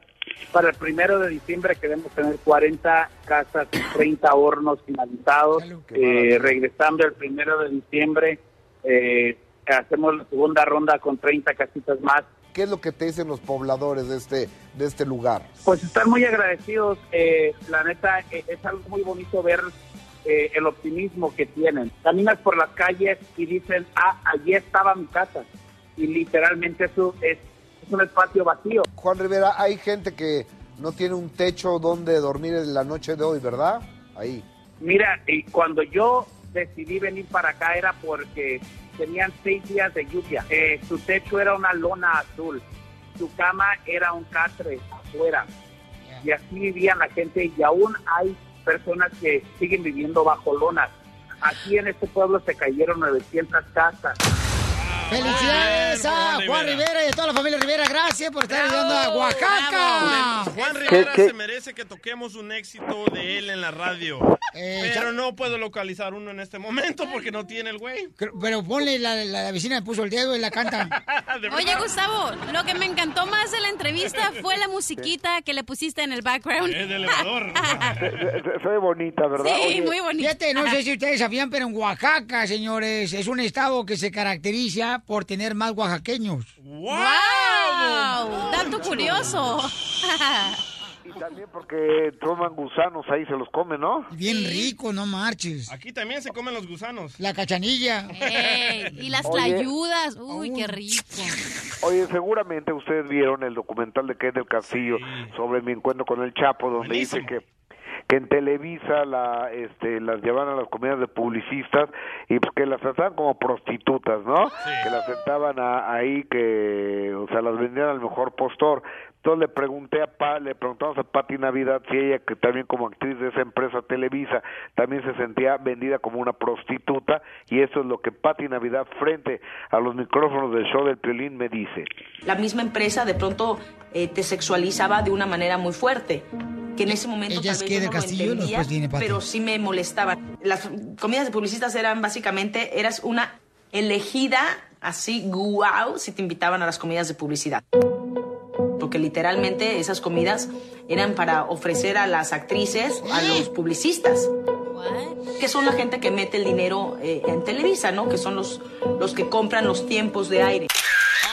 [SPEAKER 29] Para el primero de diciembre queremos tener 40 casas, 30 hornos finalizados. Eh, regresando el primero de diciembre, eh, hacemos la segunda ronda con 30 casitas más.
[SPEAKER 28] ¿Qué es lo que te dicen los pobladores de este, de este lugar?
[SPEAKER 29] Pues están muy agradecidos. eh, la neta, eh, es algo muy bonito ver eh, el optimismo que tienen. Caminas por las calles y dicen, ah, allí estaba mi casa. Y literalmente eso es, es un espacio vacío.
[SPEAKER 28] Juan Rivera, hay gente que no tiene un techo donde dormir en la noche de hoy, ¿verdad? Ahí.
[SPEAKER 29] Mira, y cuando yo decidí venir para acá era porque tenían seis días de lluvia. Eh, su techo era una lona azul, su cama era un catre afuera. Y así vivía la gente y aún hay personas que siguen viviendo bajo lonas. Aquí en este pueblo se cayeron 900 casas.
[SPEAKER 4] ¡Felicidades a Juan Rivera y a toda la familia Rivera! Gracias por estar ayudando a Oaxaca.
[SPEAKER 7] Juan
[SPEAKER 4] ¿Qué-
[SPEAKER 7] Rivera
[SPEAKER 4] qué?
[SPEAKER 7] se merece que toquemos un éxito de él en la radio.
[SPEAKER 4] Eh,
[SPEAKER 7] pero no puedo localizar uno en este momento porque no tiene el güey.
[SPEAKER 4] Pero- Pero ponle, la, la, la vecina le puso el dedo y la canta.
[SPEAKER 7] Ah,
[SPEAKER 5] Oye, Gustavo, lo que me encantó más de la entrevista fue la musiquita que le pusiste en el background.
[SPEAKER 10] Se, se- se- se ve bonita, ¿verdad? Oye,
[SPEAKER 5] bonito.
[SPEAKER 4] Fíjate, no sé si ustedes sabían, pero en Oaxaca, señores, es un estado que se caracteriza por tener más oaxaqueños.
[SPEAKER 5] ¡Wow! Dato curioso.
[SPEAKER 10] Y también porque toman gusanos ahí, se los comen, ¿no?
[SPEAKER 4] Bien rico, no marches.
[SPEAKER 7] Aquí también se comen los gusanos.
[SPEAKER 4] La cachanilla.
[SPEAKER 5] Ey, y las
[SPEAKER 10] Oye.
[SPEAKER 5] tlayudas. Uy, qué rico.
[SPEAKER 10] Oye, seguramente ustedes vieron el documental de Kate del Castillo sobre mi encuentro con el Chapo, donde dice que que en Televisa la, este, las llevaban a las comidas de publicistas y pues que las trataban como prostitutas, ¿no? Que las sentaban a- ahí, que, o sea, las vendían al mejor postor. Entonces le pregunté a Pa- le preguntamos a Pati Navidad si ella, que también como actriz de esa empresa Televisa, también se sentía vendida como una prostituta y eso es lo que Pati Navidad frente a los micrófonos del show del Piolín me dice.
[SPEAKER 18] la misma empresa de pronto eh, te sexualizaba de una manera muy fuerte que en ese momento
[SPEAKER 4] Ella es
[SPEAKER 18] tal
[SPEAKER 4] que
[SPEAKER 18] vez
[SPEAKER 4] de
[SPEAKER 18] yo no
[SPEAKER 4] Castillo,
[SPEAKER 18] lo entendía,
[SPEAKER 4] después viene Pati.
[SPEAKER 18] pero sí me molestaba. Las comidas de publicistas eran básicamente eras una elegida así guau si te invitaban a las comidas de publicidad. Porque literalmente esas comidas eran para ofrecer a las actrices, a los publicistas que son la gente que mete el dinero eh, en Televisa, ¿no? Que son los, los que compran los tiempos de aire.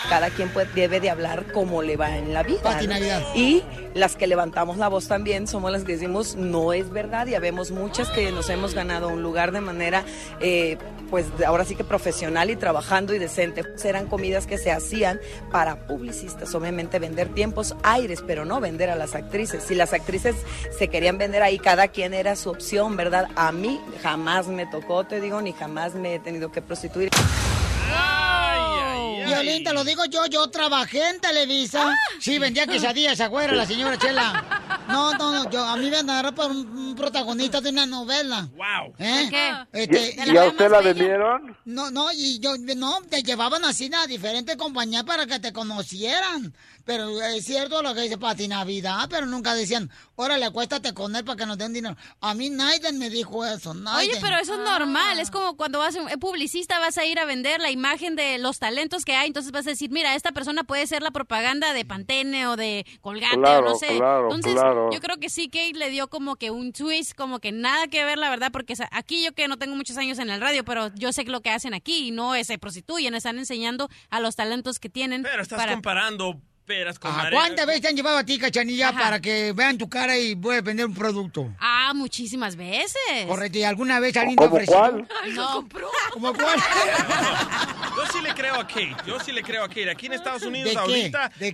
[SPEAKER 18] Cada quien pues, debe de hablar como le va en la vida. ¿no? Y las que levantamos la voz también somos las que decimos no es verdad y habemos muchas que nos hemos ganado un lugar de manera, eh, pues de- ahora sí que profesional y trabajando y decente. Eran comidas que se hacían para publicistas, obviamente vender tiempos aires, pero no vender a las actrices. Si las actrices se querían vender ahí, cada quien era su opción, ¿verdad? A mí jamás me tocó, te digo, ni jamás me he tenido que prostituir.
[SPEAKER 4] Violín, te lo digo yo, yo trabajé en Televisa. Sí, vendía quesadillas afuera la señora Chela. No, no, no, yo, a mí me van a agarrar por un, un protagonista de una novela.
[SPEAKER 7] ¡Wow!
[SPEAKER 4] ¿Eh?
[SPEAKER 10] ¿Y,
[SPEAKER 4] Este,
[SPEAKER 10] y a usted la vendieron?
[SPEAKER 4] No, no, y yo, no, te llevaban así a diferentes compañías para que te conocieran. Pero es cierto lo que dice Pati, Navidad, pero nunca decían, órale, acuéstate con él para que nos den dinero. A mí Naiden me dijo eso,
[SPEAKER 5] Oye,
[SPEAKER 4] Naiden.
[SPEAKER 5] pero eso es normal. Es como cuando vas a un eh, publicista, vas a ir a vender la imagen de los talentos que hay. Entonces vas a decir, mira, esta persona puede ser la propaganda de Pantene o de Colgate o
[SPEAKER 10] Claro,
[SPEAKER 5] no sé.
[SPEAKER 10] claro,
[SPEAKER 5] Entonces,
[SPEAKER 10] claro.
[SPEAKER 5] yo creo que sí, Kate le dio como que un twist, como que nada que ver, la verdad, porque sa- aquí yo que no tengo muchos años en el radio, pero yo sé lo que hacen aquí y no eh, se prostituyen, están enseñando a los talentos que tienen. Pero
[SPEAKER 7] Estás comparando peras con
[SPEAKER 4] ¿A
[SPEAKER 7] mares.
[SPEAKER 4] cuántas veces te han llevado a ti, cachanilla,
[SPEAKER 5] Ajá.
[SPEAKER 4] para que vean tu cara y puedas vender un producto?
[SPEAKER 5] Ah, muchísimas veces.
[SPEAKER 4] Correcto, ¿y alguna vez alguien te
[SPEAKER 5] ¿Cómo
[SPEAKER 4] ofreció?
[SPEAKER 5] cuál? Ay, no compró.
[SPEAKER 4] ¿Cómo cuál?
[SPEAKER 7] Yo sí le creo a Kate, yo sí le creo a Kate. Aquí en Estados Unidos
[SPEAKER 4] ¿De qué?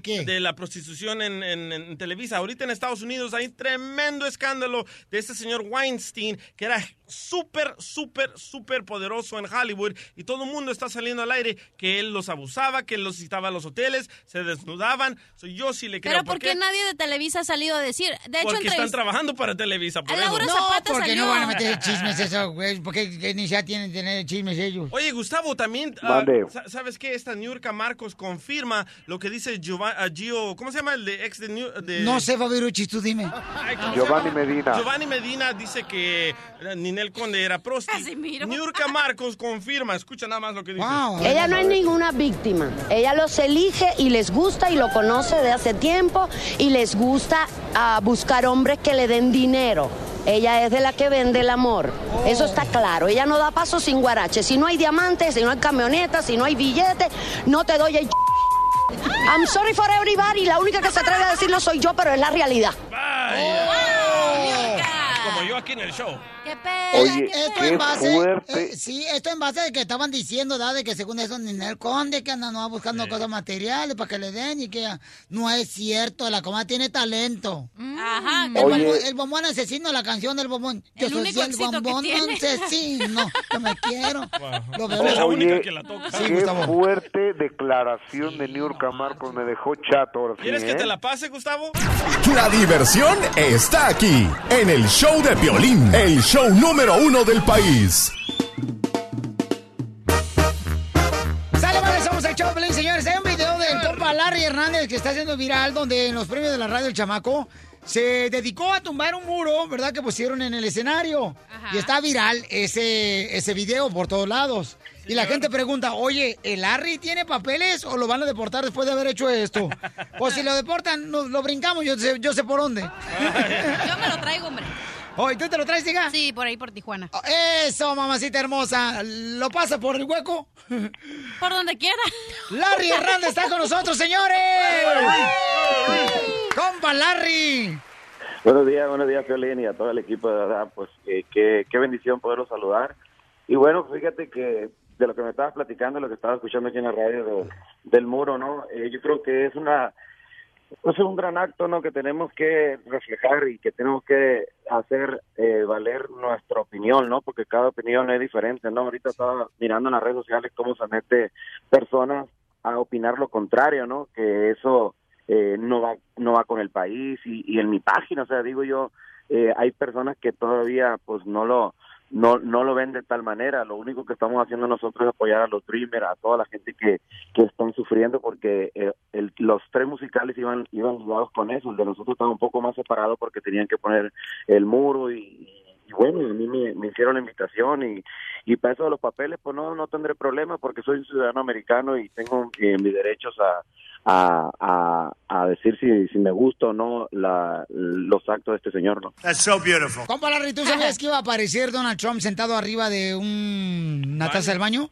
[SPEAKER 7] ahorita... ¿De la prostitución en, en- en Televisa. Ahorita en Estados Unidos hay tremendo escándalo de este señor Weinstein, que era súper, súper, súper poderoso en Hollywood. Y todo el mundo está saliendo al aire que él los abusaba, que los citaba a los hoteles, se desnudaban. So, yo sí le creo.
[SPEAKER 5] Pero ¿por qué nadie de Televisa ha salido a decir? De hecho,
[SPEAKER 7] Porque están
[SPEAKER 5] entrevist-
[SPEAKER 7] trabajando para Televisa. Por eso.
[SPEAKER 4] no, porque no van a meter chismes eso, güey, porque que ni ya tienen tener chismes ellos.
[SPEAKER 7] Oye, Gustavo, también... ah,
[SPEAKER 4] Mande.
[SPEAKER 7] sa- ¿Sabes qué? Esta Niurka Marcos confirma lo que dice Giova- ah, Gio... ¿Cómo se llama el de ex de... Niu- de-
[SPEAKER 4] No sé, Fabiruchi, tú dime.
[SPEAKER 7] Ay, ¿cómo se
[SPEAKER 10] Giovanni
[SPEAKER 7] llama?
[SPEAKER 10] Medina.
[SPEAKER 7] Giovanni Medina dice que eh, Ninel Conde era prosti. Niurka Marcos confirma. Escucha nada más lo que dice.
[SPEAKER 19] Ella no es ninguna víctima. Ella los elige y les gusta y lo conoce de hace tiempo y les gusta ah, buscar hombres que le den dinero. Ella es de la que vende el amor. Eso está claro. Ella no da paso sin guarache. Si no hay diamantes, si no hay camionetas, si no hay billetes, no te doy el. I'm sorry for everybody. La única que se atreve a decirlo soy yo, pero es la realidad. ¡Oh!
[SPEAKER 7] Como yo aquí en el show.
[SPEAKER 5] ¿Qué
[SPEAKER 10] Oye,
[SPEAKER 4] esto
[SPEAKER 10] qué
[SPEAKER 4] en base,
[SPEAKER 10] fuerte.
[SPEAKER 4] eh, sí, esto en base de que estaban diciendo, ¿da? De que según eso Ninel Conde que anda no, buscando cosas materiales para que le den y que ah, no es cierto, la coma tiene talento.
[SPEAKER 5] Ajá.
[SPEAKER 4] El,
[SPEAKER 5] Oye.
[SPEAKER 4] bombón, el bombón asesino, la canción del bombón. Yo
[SPEAKER 5] El
[SPEAKER 4] soy
[SPEAKER 5] único
[SPEAKER 4] el
[SPEAKER 5] éxito que
[SPEAKER 4] bombón
[SPEAKER 5] tiene.
[SPEAKER 4] asesino, que me quiero. Lo veo.
[SPEAKER 7] Es la única que la toca. Sí,
[SPEAKER 10] Qué
[SPEAKER 7] Gustavo.
[SPEAKER 10] fuerte declaración de Niurka Marcos. Me dejó chato ahora sí,
[SPEAKER 7] ¿Quieres que
[SPEAKER 10] ¿eh?
[SPEAKER 7] te la pase, Gustavo?
[SPEAKER 8] La diversión está aquí, en el show de Piolín, el show número uno del país.
[SPEAKER 4] Sale, vale, somos el show, de Pelín, señores. Hay un video del compa Larry Hernández que está haciendo viral, donde en los premios de la radio El Chamaco se dedicó a tumbar un muro, ¿verdad? Que pusieron en el escenario. Y está viral ese, ese video por todos lados. Y la gente pregunta, oye, ¿el Larry tiene papeles o lo van a deportar después de haber hecho esto? O si lo deportan, nos- lo brincamos, yo sé, yo sé por dónde.
[SPEAKER 5] Yo me lo traigo, hombre.
[SPEAKER 4] Oye, ¿tú te lo traes, diga?
[SPEAKER 5] Sí, por ahí, por Tijuana.
[SPEAKER 4] Eso, mamacita hermosa. ¿Lo pasa por el hueco?
[SPEAKER 5] Por donde quiera.
[SPEAKER 4] Larry Hernández está con nosotros, señores. Compa Larry.
[SPEAKER 2] Buenos días, buenos días, Piolín, y a todo el equipo de verdad, pues eh, qué, qué bendición poderlos saludar. Y bueno, fíjate que de lo que me estabas platicando, lo que estaba escuchando aquí en la radio de- del muro, ¿no? Eh, yo creo que es una es un gran acto, ¿no? Que tenemos que reflejar y que tenemos que hacer eh, valer nuestra opinión, ¿no? Porque cada opinión es diferente, ¿no? Ahorita estaba mirando en las redes sociales cómo se mete personas a opinar lo contrario, ¿no? Que eso eh, no va no va con el país y, y en mi página, o sea, digo yo, eh, hay personas que todavía pues no lo no no lo ven de tal manera. Lo único que estamos haciendo nosotros es apoyar a los Dreamers, a toda la gente que, que están sufriendo porque eh, el- los tres musicales iban iban ligados con eso. El de nosotros estaba un poco más separado porque tenían que poner el muro y, y bueno, a mí me, me hicieron la invitación y, y para eso de los papeles, pues no, no tendré problema porque soy un ciudadano americano y tengo eh, mis derechos a, a, a, a decir si, si me gusta o no la, los actos de este señor, ¿no?
[SPEAKER 4] That's so beautiful. Compa Larry, ¿tú sabías que iba a aparecer Donald Trump sentado arriba de un- una taza del baño?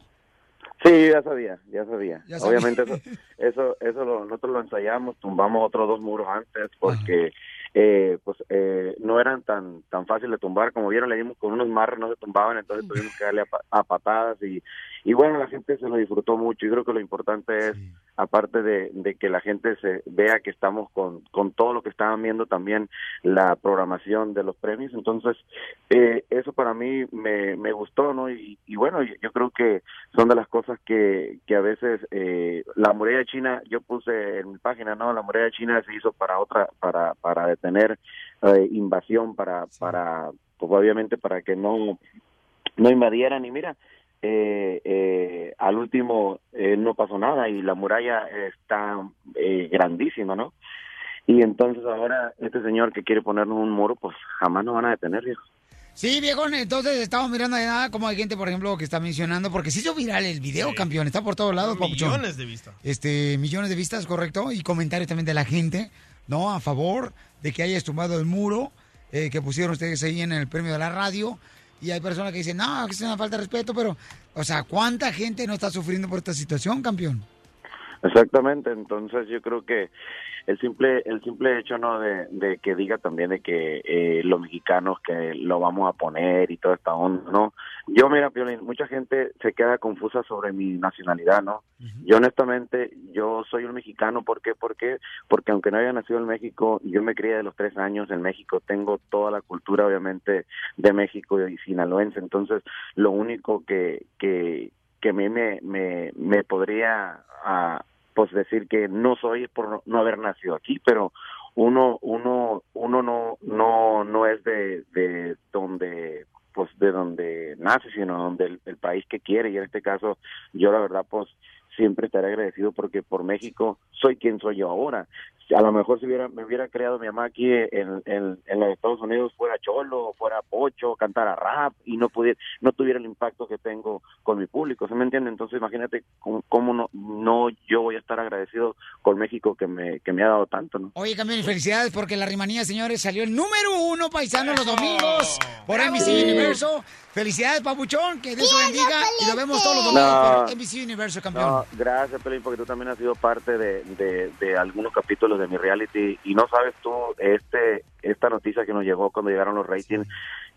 [SPEAKER 2] Sí, ya sabía, ya sabía.
[SPEAKER 4] Ya sabía.
[SPEAKER 2] Obviamente eso, eso, eso lo- nosotros lo ensayamos, tumbamos otros dos muros antes porque eh, pues eh, no eran tan tan fácil de tumbar. Como vieron, le dimos con unos marros, no se tumbaban, entonces tuvimos que darle a, pa- a patadas y, y bueno, la gente se lo disfrutó mucho. Yo creo que lo importante es, aparte de, de que la gente se vea que estamos con, con todo lo que estaban viendo también la programación de los premios, entonces eh, eso para mí me, me gustó, ¿no? Y, y bueno, yo, yo creo que son de las cosas que, que a veces eh, la muralla china, yo puse en mi página, ¿no? La muralla china se hizo para otra, para, para detener eh, eh, invasión para, para pues, obviamente para que no, no invadieran. Y mira, eh, eh, al último eh, no pasó nada y la muralla está eh, grandísima, ¿no? Y entonces ahora este señor que quiere ponernos un muro, pues jamás nos van a detener, viejo.
[SPEAKER 4] Sí, viejón, entonces estamos mirando de nada como hay gente, por ejemplo, que está mencionando, porque se hizo viral el video, campeón, está por todos lados, papuchón.
[SPEAKER 7] Millones de vistas.
[SPEAKER 4] Este, millones de vistas, correcto, y comentarios también de la gente, ¿no? A favor de que hayas tumbado el muro eh, que pusieron ustedes ahí en el premio de la radio. Y hay personas que dicen, no, que es una falta de respeto, pero, o sea, ¿cuánta gente no está sufriendo por esta situación, campeón?
[SPEAKER 2] Exactamente, entonces yo creo que el simple el simple hecho no de, de que diga también de que eh, los mexicanos que lo vamos a poner y toda esta onda, ¿no? Yo mira, Piolín, mucha gente se queda confusa sobre mi nacionalidad, ¿no? Yo honestamente yo soy un mexicano, ¿por qué? Porque porque aunque no haya nacido en México, yo me crié de los tres años en México, tengo toda la cultura obviamente de México y sinaloense, entonces lo único que que que a mí me, me, me podría ah, pues decir que no soy es por no, no haber nacido aquí, pero uno uno uno no no no es de, de donde pues de donde nace, sino donde el, el país que quiere y en este caso yo la verdad pues siempre estaré agradecido porque por México soy quien soy yo ahora. A lo mejor si hubiera, me hubiera creado mi mamá aquí en, en, en los Estados Unidos, fuera cholo, fuera pocho, cantara rap y no pudiera, no tuviera el impacto que tengo con mi público, ¿se me entiende? Entonces imagínate cómo, cómo no, no yo voy a estar agradecido con México que me, que me ha dado tanto, ¿no?
[SPEAKER 4] Oye, campeón, y felicidades porque la rimanía, señores, salió el número uno paisano los domingos por NBC Universo. Felicidades, papuchón, que Dios lo bendiga y lo vemos todos los domingos
[SPEAKER 2] No.
[SPEAKER 4] por NBC Universo, campeón.
[SPEAKER 2] No, gracias, Pelín, porque tú también has sido parte de, de, de algunos capítulos de mi reality y no sabes tú este esta noticia que nos llegó cuando llegaron los ratings,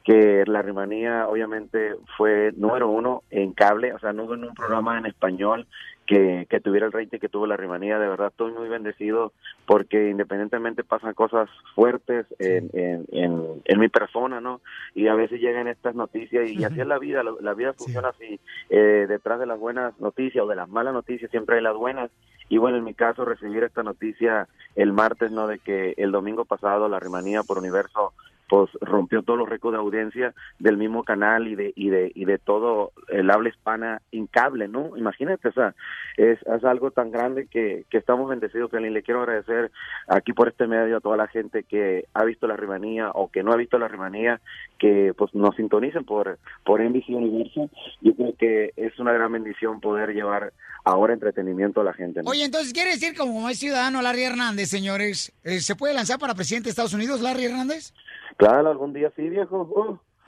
[SPEAKER 2] que la rimanía obviamente fue número uno en cable, o sea, no hubo un programa en español que, que tuviera el rating que tuvo la rimanía. De verdad, estoy muy bendecido porque independientemente pasan cosas fuertes en, en, en, en mi persona, ¿no? Y a veces llegan estas noticias y así es la vida, la, la vida funciona así. Eh, detrás de las buenas noticias o de las malas noticias siempre hay las buenas. Y bueno, en mi caso, recibir esta noticia el martes, ¿no? De que el domingo pasado la rimanía por universo pues rompió todos los récords de audiencia del mismo canal y de y de y de todo el habla hispana en cable, ¿no? Imagínate, o sea, es, es algo tan grande que, que estamos bendecidos, Piolín. Le quiero agradecer aquí por este medio a toda la gente que ha visto la rimanía o que no ha visto la rimanía, que pues nos sintonicen por, por NBC Universo. Yo creo que es una gran bendición poder llevar ahora entretenimiento a la gente, ¿no?
[SPEAKER 4] Oye, entonces quiere decir que como es ciudadano Larry Hernández, señores, eh, ¿se puede lanzar para presidente de Estados Unidos, Larry Hernández?
[SPEAKER 2] Claro, algún día sí, viejo.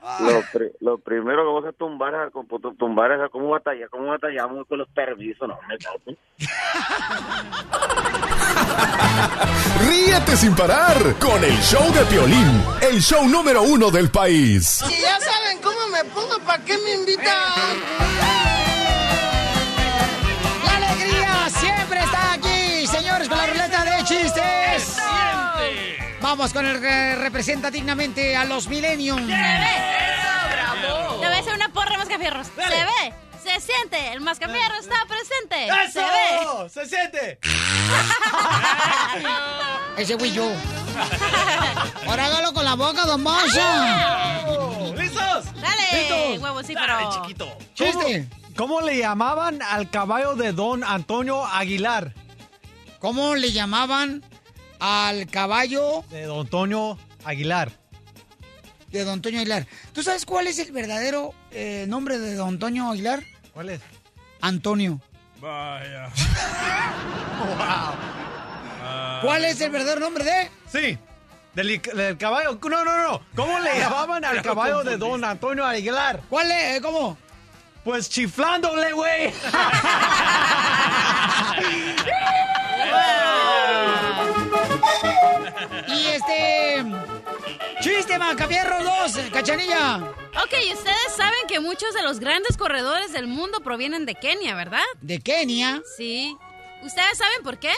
[SPEAKER 2] Uh, Lo, pri- lo primero que vas a tumbar es a compu- tu- tumbar es a cómo batalla, cómo batallamos con los permisos, no me cago.
[SPEAKER 8] Ríete sin parar con el show de Piolín, el show número uno del país.
[SPEAKER 6] Si ya saben cómo me pongo, ¿para qué me invitan?
[SPEAKER 4] ¡La alegría siempre está aquí, señores, con la ruleta de chistes! Vamos con el que representa dignamente a los millennials.
[SPEAKER 5] Te voy a hacer una porra, mascafierros. Se
[SPEAKER 4] Dale.
[SPEAKER 5] ve, se siente, el mascafierro está presente.
[SPEAKER 4] ¡Eso!
[SPEAKER 5] Se ve.
[SPEAKER 7] ¡Se siente!
[SPEAKER 4] Ese fui yo. Ahora hágalo con la boca, don Masha.
[SPEAKER 7] ¡Listos!
[SPEAKER 5] Dale,
[SPEAKER 16] ¡Listos!
[SPEAKER 5] huevo, sí, pero.
[SPEAKER 4] ¡Chiste!
[SPEAKER 16] ¿Cómo le llamaban al caballo de don Antonio Aguilar?
[SPEAKER 4] ¿Cómo le llamaban al caballo?
[SPEAKER 16] De don Antonio Aguilar.
[SPEAKER 4] De don Toño Aguilar. ¿Tú sabes cuál es el verdadero eh, nombre de don Toño Aguilar?
[SPEAKER 16] ¿Cuál es?
[SPEAKER 4] Antonio.
[SPEAKER 7] Vaya.
[SPEAKER 4] ¿Cuál es el verdadero nombre de?
[SPEAKER 16] Sí. Del, i- del caballo. No, no, no. ¿Cómo le llamaban al
[SPEAKER 4] Ya
[SPEAKER 16] caballo de
[SPEAKER 4] confundiste.
[SPEAKER 16] don Antonio Aguilar?
[SPEAKER 4] ¿Cuál es? ¿Cómo?
[SPEAKER 16] Pues chiflándole, güey.
[SPEAKER 4] Y este. ¡Chiste, Macapierro 2! eh, ¡Cachanilla!
[SPEAKER 5] Ok, ustedes saben que muchos de los grandes corredores del mundo provienen de Kenia, ¿verdad?
[SPEAKER 4] ¿De Kenia?
[SPEAKER 5] Sí. ¿Ustedes saben por qué?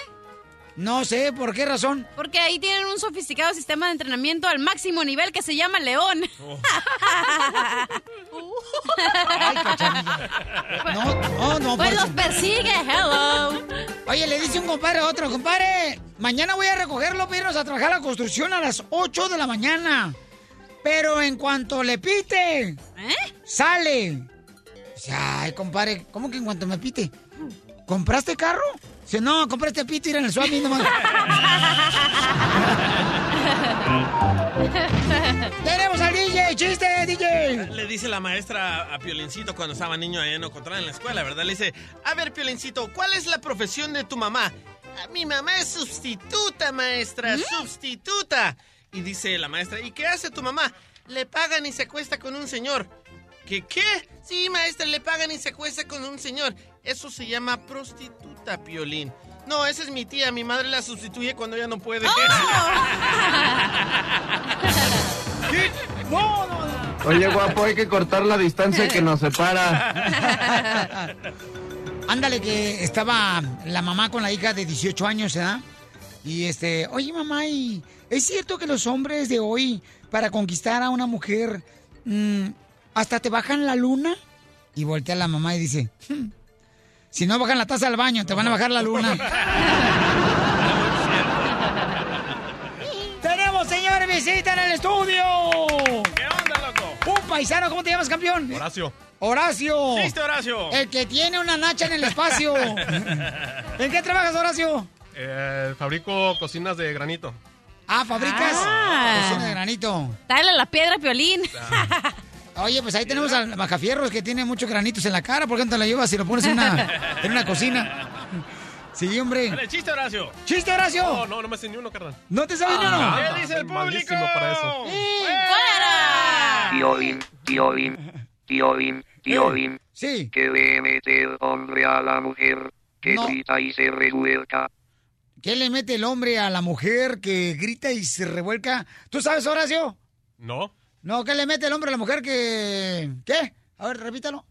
[SPEAKER 4] No sé, ¿por qué razón?
[SPEAKER 5] Porque ahí tienen un sofisticado sistema de entrenamiento al máximo nivel que se llama León.
[SPEAKER 4] No, no, no.
[SPEAKER 5] pues
[SPEAKER 4] por
[SPEAKER 5] los
[SPEAKER 4] su-
[SPEAKER 7] Oh, pues.
[SPEAKER 5] persigue, Pues hello.
[SPEAKER 4] Oye, le dice un compadre a otro, compadre, mañana voy a recogerlo para irnos a trabajar a la construcción a las 8 de la mañana. Pero en cuanto le pite,
[SPEAKER 5] ¿Eh?
[SPEAKER 4] sale. Dice, Ay, compadre, ¿cómo que en cuanto me pite? ¿Compraste carro? Dice, no, compré este pito y en el suami nomás. ¡Tenemos al DJ! ¡Chiste, DJ!
[SPEAKER 7] Le dice la maestra a Piolincito cuando estaba niño allá en Ocotlán en la escuela, ¿verdad? Le dice, a ver, Piolincito, ¿cuál es la profesión de tu mamá? "Ah, Mi mamá es sustituta,
[SPEAKER 6] ¿Mm?
[SPEAKER 4] ¿Mm?
[SPEAKER 7] maestra, sustituta. Y dice la maestra, ¿y qué hace tu mamá? Le pagan y se acuesta con un señor. ¿Qué qué? Sí, maestra, le pagan y se acuesta con un señor. Eso se llama prostituta, Piolín. No, esa es mi tía, mi madre la sustituye cuando ella no puede.
[SPEAKER 4] ¿Qué? No, no, no.
[SPEAKER 14] Oye, guapo, hay que cortar la distancia que nos separa.
[SPEAKER 4] Ándale, que estaba la mamá con la hija de 18 años, ¿verdad? Y este, oye mamá, ¿y ¿es cierto que los hombres de hoy, para conquistar a una mujer, mm, hasta te bajan la luna? Y voltea la mamá y dice, "Hmm, si no bajan la taza al baño, te van a bajar la luna. Ah, Tenemos, señores, visita en el estudio. ¿Qué
[SPEAKER 7] onda, loco?
[SPEAKER 4] Un paisano, ¿cómo te llamas, campeón?
[SPEAKER 7] Horacio.
[SPEAKER 4] Horacio.
[SPEAKER 7] Chiste, Horacio.
[SPEAKER 4] El que tiene una nacha en el espacio. ¿En qué trabajas, Horacio?
[SPEAKER 22] Eh, fabrico cocinas de granito.
[SPEAKER 4] Ah, fabricas
[SPEAKER 5] Ah.
[SPEAKER 4] cocina de granito.
[SPEAKER 5] Dale la piedra, Piolín.
[SPEAKER 4] Oye, pues ahí tenemos al Majafierros que tiene muchos granitos en la cara. ¿Por qué no te la llevas si lo pones en una, en una cocina? Sí, hombre.
[SPEAKER 7] Dale, chiste, Horacio.
[SPEAKER 4] ¡Chiste, Horacio!
[SPEAKER 22] Oh, No, no, no me sé ni uno, carnal. Ah,
[SPEAKER 4] ¿No te sabes ni uno?
[SPEAKER 22] ¿Qué dice el público? para eso.
[SPEAKER 25] Piolín, piolín, piolín, piolín.
[SPEAKER 4] Sí.
[SPEAKER 25] Que le mete el hombre a la mujer, que
[SPEAKER 4] No.
[SPEAKER 25] grita y se revuelca.
[SPEAKER 4] ¿Qué le mete el hombre a la mujer que grita y se revuelca? ¿Tú sabes, Horacio?
[SPEAKER 22] No.
[SPEAKER 4] No, ¿qué le mete el hombre a la mujer que... ¿Qué? A ver, repítalo.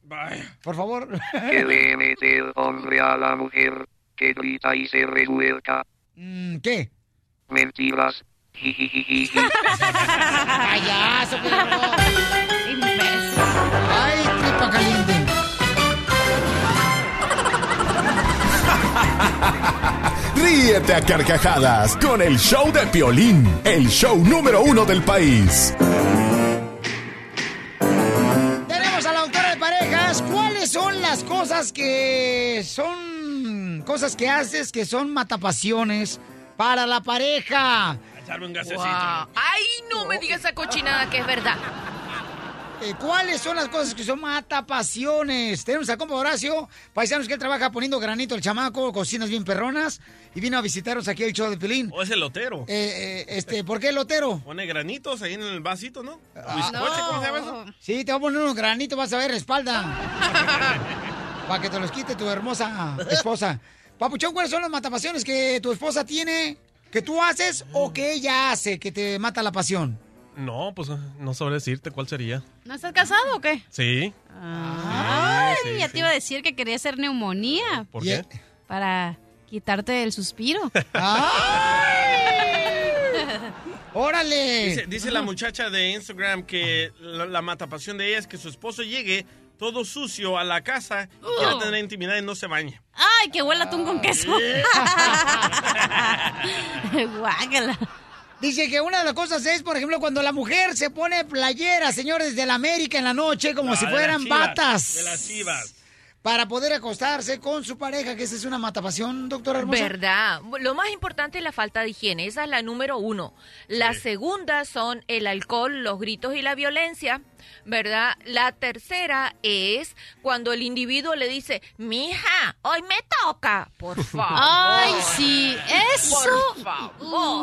[SPEAKER 4] Por favor.
[SPEAKER 25] Que le mete el hombre a la mujer, que grita y se revuelca.
[SPEAKER 4] Mm, ¿Qué?
[SPEAKER 25] Mentiras. Jijijiji.
[SPEAKER 4] ¡Payaso, ¡Ay, tripa caliente!
[SPEAKER 8] Ríete a carcajadas con el show de Piolín, el show número uno del país.
[SPEAKER 4] Tenemos a la autora de parejas. ¿Cuáles son las cosas que son cosas que haces que son matapasiones para la pareja?
[SPEAKER 7] Echarme un
[SPEAKER 13] Wow. Ay, no me digas esa cochinada que es verdad.
[SPEAKER 4] Eh, ¿Cuáles son las cosas que son matapasiones? Tenemos a compa Horacio, paisanos que él trabaja poniendo granito el chamaco, cocinas bien perronas, y vino a visitarnos aquí al show de Pelín.
[SPEAKER 7] O es el lotero.
[SPEAKER 4] Eh, eh, este, ¿Por qué el lotero?
[SPEAKER 7] Pone granitos ahí en el vasito, ¿no? Bizcocho, ¿cómo se llama eso?
[SPEAKER 4] Sí, te voy a poner unos granitos, vas a ver, la espalda. Para que te los quite tu hermosa esposa. Papuchón, ¿cuáles son las matapasiones que tu esposa tiene, que tú haces o que ella hace que te mata la pasión?
[SPEAKER 22] No, pues eh, no sabré decirte cuál sería.
[SPEAKER 5] ¿No estás casado o qué?
[SPEAKER 22] Sí.
[SPEAKER 5] Ay,
[SPEAKER 22] Sí, sí,
[SPEAKER 5] ya
[SPEAKER 22] sí.
[SPEAKER 5] te iba a decir que quería hacer neumonía.
[SPEAKER 22] ¿Por qué?
[SPEAKER 5] Para quitarte el suspiro. Eh.
[SPEAKER 4] ¡Órale!
[SPEAKER 7] Dice, dice la muchacha de Instagram que la, la matapasión de ella es que su esposo llegue todo sucio a la casa y quiera
[SPEAKER 5] Uh.
[SPEAKER 7] tener intimidad y no se bañe.
[SPEAKER 5] Ay, que huele atún con queso. Guácala.
[SPEAKER 4] Dice que una de las cosas es, por ejemplo, cuando la mujer se pone playera, señores, de la América en la noche, como
[SPEAKER 7] Ah,
[SPEAKER 4] si
[SPEAKER 7] de
[SPEAKER 4] fueran
[SPEAKER 7] las chivas,
[SPEAKER 4] batas.
[SPEAKER 7] De las chivas.
[SPEAKER 4] Para poder acostarse con su pareja, que esa es una matapasión, doctora hermosa.
[SPEAKER 13] ¿Verdad? Lo más importante es la falta de higiene, esa es la número uno. La segunda son el alcohol, los gritos y la violencia, ¿verdad? La tercera es cuando el individuo le dice, mija, hoy me toca, por favor.
[SPEAKER 5] Ay, sí, eso-
[SPEAKER 13] Por favor.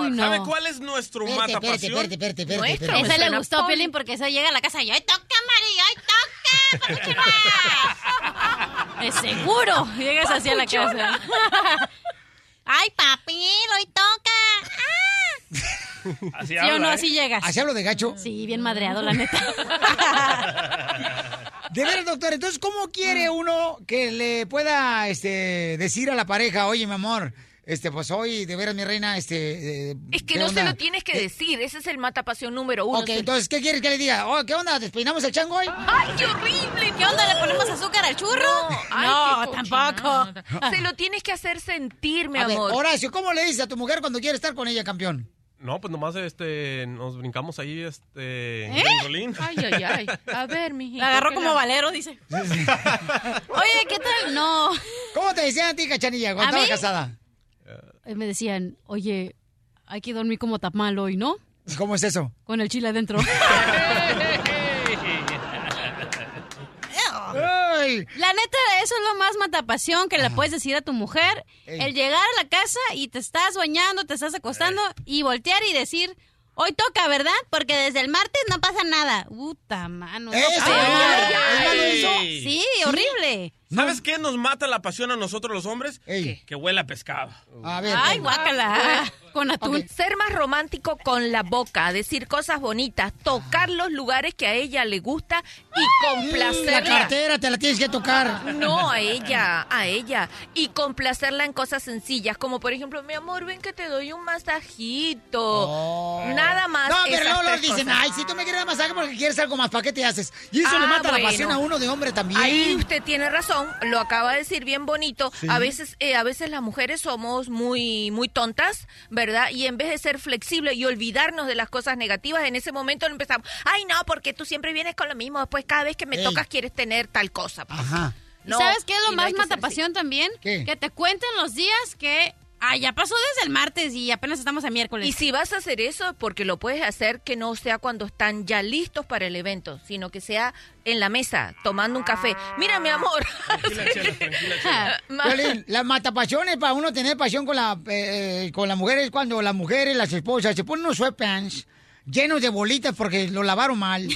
[SPEAKER 5] Uy, no.
[SPEAKER 7] ¿Sabe cuál es nuestro
[SPEAKER 5] Espérate, espérate,
[SPEAKER 7] matapasión?
[SPEAKER 5] espérate, espérate,
[SPEAKER 13] espérate, Nuestro, espérate. me
[SPEAKER 5] Esa le
[SPEAKER 13] suena
[SPEAKER 5] gustó a
[SPEAKER 13] poli.
[SPEAKER 5] Pelín porque esa llega a la casa y ¡ay, toca, Mari! ¡ay, toca! ¡Papuchón! Es seguro. Llegas así a la
[SPEAKER 6] Papuchona.
[SPEAKER 5] casa. ¡Ay, papi, hoy toca!
[SPEAKER 7] Así
[SPEAKER 5] ¿Sí
[SPEAKER 7] habla,
[SPEAKER 5] o no?
[SPEAKER 7] ¿eh?
[SPEAKER 5] Así llegas.
[SPEAKER 4] ¿Así hablo de gacho?
[SPEAKER 5] Sí, bien madreado, la neta.
[SPEAKER 4] De ver, doctor, entonces, ¿cómo
[SPEAKER 13] Ah.
[SPEAKER 4] quiere uno que le pueda este, decir a la pareja, oye, mi amor, este, pues hoy, de veras, mi reina, este... eh,
[SPEAKER 13] Es que
[SPEAKER 4] ¿qué
[SPEAKER 13] no se
[SPEAKER 4] onda?
[SPEAKER 13] lo tienes que decir. Ese es el matapasión número uno.
[SPEAKER 4] Ok, entonces, ¿qué quieres que le diga? Oh, ¿Qué onda? ¿Despeinamos el chango hoy?
[SPEAKER 13] ¡Ay, qué horrible!
[SPEAKER 5] ¿Qué onda? ¿Le ponemos azúcar al churro?
[SPEAKER 13] ay,
[SPEAKER 5] No,
[SPEAKER 13] qué
[SPEAKER 5] tampoco.
[SPEAKER 13] Se lo tienes que hacer sentir, mi
[SPEAKER 4] a ver,
[SPEAKER 13] amor.
[SPEAKER 4] Horacio, ¿cómo le dices a tu mujer cuando quiere estar con ella, campeón?
[SPEAKER 28] No, pues nomás este, nos brincamos ahí, este.
[SPEAKER 13] ¿Eh?
[SPEAKER 28] Bringolín.
[SPEAKER 13] Ay, ay, ay. A ver, mi
[SPEAKER 5] La agarró como valero, dice. Oye, ¿qué tal? No.
[SPEAKER 4] ¿Cómo te decían a ti, cachanilla,
[SPEAKER 5] ¿A
[SPEAKER 4] cuando estabas
[SPEAKER 5] mí?
[SPEAKER 4] casada?
[SPEAKER 6] Eh, me decían, oye, hay que dormir como tamal hoy, ¿no?
[SPEAKER 4] ¿Cómo es eso?
[SPEAKER 6] Con el chile adentro.
[SPEAKER 5] La neta, eso es lo más matapasión que le puedes decir a tu mujer.
[SPEAKER 6] Ey.
[SPEAKER 5] El llegar a la casa y te estás bañando, te estás acostando y voltear y decir, hoy toca, ¿verdad? Porque desde el martes no pasa nada. Puta mano. no
[SPEAKER 7] ¡Eso!
[SPEAKER 5] pasa nada.
[SPEAKER 7] ¡Ay, ay, ay!
[SPEAKER 5] Eso, Sí, horrible.
[SPEAKER 7] ¿Sabes qué nos mata la pasión a nosotros los hombres? Que huele a pescado.
[SPEAKER 4] A
[SPEAKER 13] ver.
[SPEAKER 5] Ay, guácala.
[SPEAKER 13] Con atún. Ser más romántico con la boca, decir cosas bonitas, tocar los lugares que a ella le gusta y
[SPEAKER 4] La
[SPEAKER 13] complacerla.
[SPEAKER 4] cartera te la tienes que tocar.
[SPEAKER 13] No, a ella, a ella. Y complacerla en cosas sencillas, como por ejemplo, mi amor, ven que te doy un masajito. Nada más.
[SPEAKER 4] Oh. No, pero
[SPEAKER 13] esas
[SPEAKER 4] luego luego
[SPEAKER 13] tres
[SPEAKER 4] dicen,
[SPEAKER 13] cosas.
[SPEAKER 4] ay, si tú me quieres dar masaje porque quieres algo más, ¿para qué te haces? Y eso
[SPEAKER 13] Ah,
[SPEAKER 4] le mata
[SPEAKER 13] bueno.
[SPEAKER 4] la pasión a uno de hombre también.
[SPEAKER 13] Ahí usted tiene razón, lo acaba de decir bien bonito.
[SPEAKER 4] Sí.
[SPEAKER 13] A veces, eh, a veces las mujeres somos muy, muy tontas, ¿verdad? Y en vez de ser flexible y olvidarnos de las cosas negativas, en ese momento empezamos, ay no, porque tú siempre vienes con lo mismo, después cada vez que me
[SPEAKER 5] Ey.
[SPEAKER 13] tocas quieres tener tal cosa. pues".
[SPEAKER 4] Ajá.
[SPEAKER 5] ¿Y
[SPEAKER 13] No,
[SPEAKER 5] ¿Sabes qué es
[SPEAKER 13] y
[SPEAKER 5] lo
[SPEAKER 13] no
[SPEAKER 5] más
[SPEAKER 13] hay que ser así.
[SPEAKER 5] matapasión también?
[SPEAKER 13] ¿Qué?
[SPEAKER 5] Que te cuenten los días que, ah, ya pasó desde el martes y apenas estamos a miércoles.
[SPEAKER 13] Y si vas a hacer eso, porque lo puedes hacer que no sea cuando están ya listos para el evento, sino que sea en la mesa, tomando un café. Mira, mi amor.
[SPEAKER 5] Ah,
[SPEAKER 4] Violín, la matapasiones para uno tener pasión con la eh, eh, con las mujeres cuando las mujeres, las esposas, se ponen unos sweatpants llenos de bolitas porque lo lavaron mal.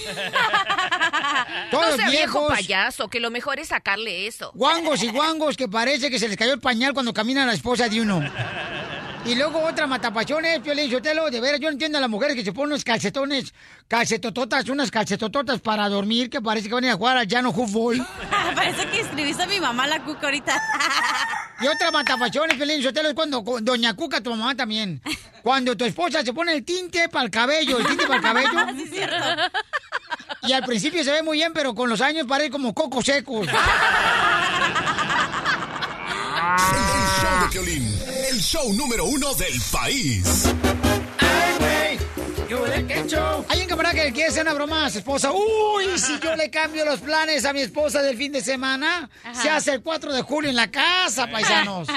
[SPEAKER 4] Todos
[SPEAKER 13] no sea viejo
[SPEAKER 4] viejos.
[SPEAKER 13] payaso, que lo mejor es sacarle eso.
[SPEAKER 4] Guangos y guangos que parece que se les cayó el pañal cuando camina la esposa de uno. Y luego otra matapasión es, Piolín Sotelo, de veras, yo no entiendo a las mujeres que se ponen unos calcetones, calcetototas, unas calcetototas para dormir que parece que van a ir a jugar al llano fútbol.
[SPEAKER 5] Ah, Parece que escribiste a mi mamá la cuca ahorita.
[SPEAKER 4] Y otra matapasiones, Piolín Sotelo, es cuando cu- Doña Cuca, tu mamá también. Cuando tu esposa se pone el tinte para el cabello, el tinte para el cabello.
[SPEAKER 5] Sí, es cierto.
[SPEAKER 4] Y al principio se ve muy bien, pero con los años parece como coco seco.
[SPEAKER 8] El show de Piolín, el show número uno del país.
[SPEAKER 4] Hay un camarada que le quiere hacer una broma a su esposa. Uy, si yo le cambio los planes a mi esposa del fin de semana, se hace el 4 de julio en la casa, paisanos.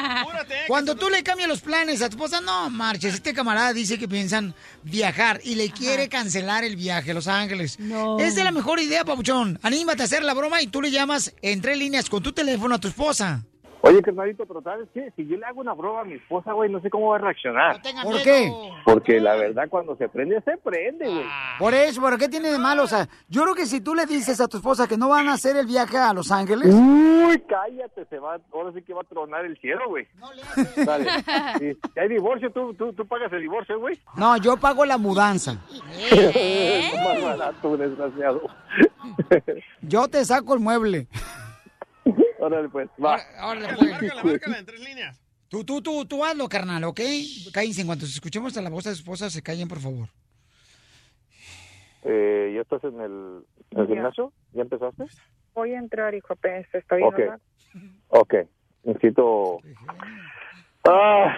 [SPEAKER 4] Cuando tú le cambias los planes a tu esposa, no marches. Este camarada dice que piensan viajar y le quiere cancelar el viaje a Los Ángeles. Esa es la mejor idea, papuchón. Anímate a hacer la broma y tú le llamas en tres líneas con tu teléfono a tu esposa.
[SPEAKER 12] Oye, carnalito, pero ¿sabes qué? Si yo le hago una broma a mi esposa, güey, no sé cómo va a reaccionar.
[SPEAKER 4] ¿Por qué?
[SPEAKER 12] Porque la verdad, cuando se prende, se prende, güey.
[SPEAKER 4] Por eso, ¿pero qué tiene de malo? O sea, yo creo que si tú le dices a tu esposa que no van a hacer el viaje a Los Ángeles.
[SPEAKER 12] Uy, cállate, se va, ahora sí que va a tronar el cielo, güey. Dale. Sí. Si hay divorcio, tú, tú, tú pagas el divorcio, güey.
[SPEAKER 4] No, yo pago la mudanza.
[SPEAKER 12] Más barato, desgraciado.
[SPEAKER 4] Yo te saco el mueble.
[SPEAKER 12] Órale, pues, va.
[SPEAKER 4] en tres líneas. Tú, tú, tú, tú hazlo, carnal, ¿ok? Cállense, en cuanto escuchemos a la voz de su esposa, se callen, por favor.
[SPEAKER 12] Eh, ¿Ya estás en el, en el
[SPEAKER 27] Ya.
[SPEAKER 12] gimnasio? ¿Ya empezaste?
[SPEAKER 27] Voy a entrar, hijo, apenas estoy
[SPEAKER 12] Ok.
[SPEAKER 27] nomás.
[SPEAKER 12] Ok. Necesito... Ah,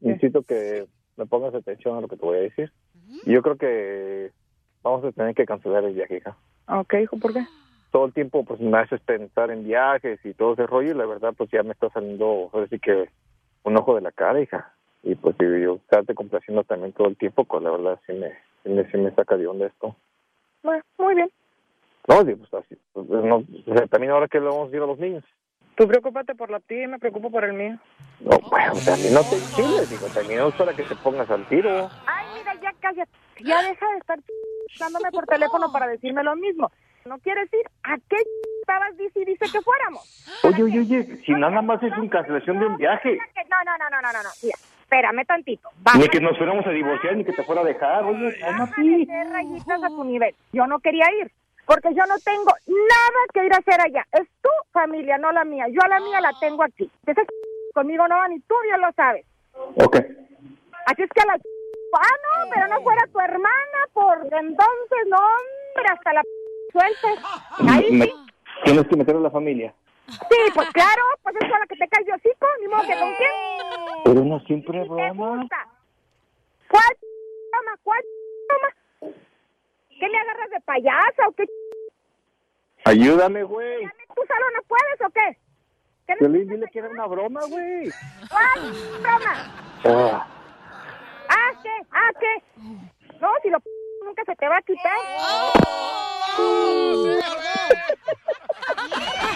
[SPEAKER 12] necesito que me pongas atención a lo que te voy a decir. Yo creo que vamos a tener que cancelar el viaje, hija.
[SPEAKER 27] Ok, hijo, ¿por qué?
[SPEAKER 12] todo el tiempo pues me haces pensar en viajes y todo ese rollo y la verdad pues ya me está saliendo ahora sí que un ojo de la cara hija y pues si yo estarte complaciendo también todo el tiempo pues la verdad sí me sí me, sí me saca de onda esto
[SPEAKER 27] Bueno, muy bien.
[SPEAKER 12] no sí, pues así pues, no, o sea, también ahora que le vamos a decir a los niños
[SPEAKER 27] Tú preocúpate por la tía y me preocupo por el mío.
[SPEAKER 12] no bueno también no te chiles digo también no es para que te pongas al tiro
[SPEAKER 27] Ay, mira, ya cállate. Ya deja de estar dándome por teléfono para decirme lo mismo. ¿No quieres ir? ¿A qué estabas dice y dice que fuéramos?
[SPEAKER 12] oye oye oye si nada más es una cancelación de un viaje
[SPEAKER 27] Mira que- No, no, no, no, no, no, no. Mira, espérame tantito.
[SPEAKER 12] ni que nos fuéramos a divorciar ni que te fuera a dejar oye cálmate.
[SPEAKER 27] Bájale de rayitas a tu nivel. Yo no quería ir. porque yo no tengo nada que ir a hacer allá. Es tu familia, no la mía. Yo a la mía la tengo aquí. Esa conmigo no va ni tú, bien lo sabes.
[SPEAKER 2] Ok.
[SPEAKER 27] Así es que a la... Ah, no, pero no fuera tu hermana, porque entonces, no, hombre, hasta la... Sueltes. Ahí
[SPEAKER 2] Me- tienes que meter a la familia.
[SPEAKER 27] sí, pues claro, pues es con la que te cae yo hocico, ni modo que con quién.
[SPEAKER 2] Pero no siempre broma.
[SPEAKER 27] gusta. ¿Cuál ch- toma? ¿Cuál ch- toma? ¿Qué me agarras de payasa o qué? ch-
[SPEAKER 2] Ayúdame, güey.
[SPEAKER 27] ¿Tú solo no puedes o qué? ¿Qué no-
[SPEAKER 2] Piolín, dile que era una broma, güey.
[SPEAKER 27] ¿Cuál ch- toma?
[SPEAKER 2] Ah,
[SPEAKER 27] ¿Ah, qué? ¿Ah, qué? No, si lo p- nunca se te va a quitar.
[SPEAKER 4] ¡Oh!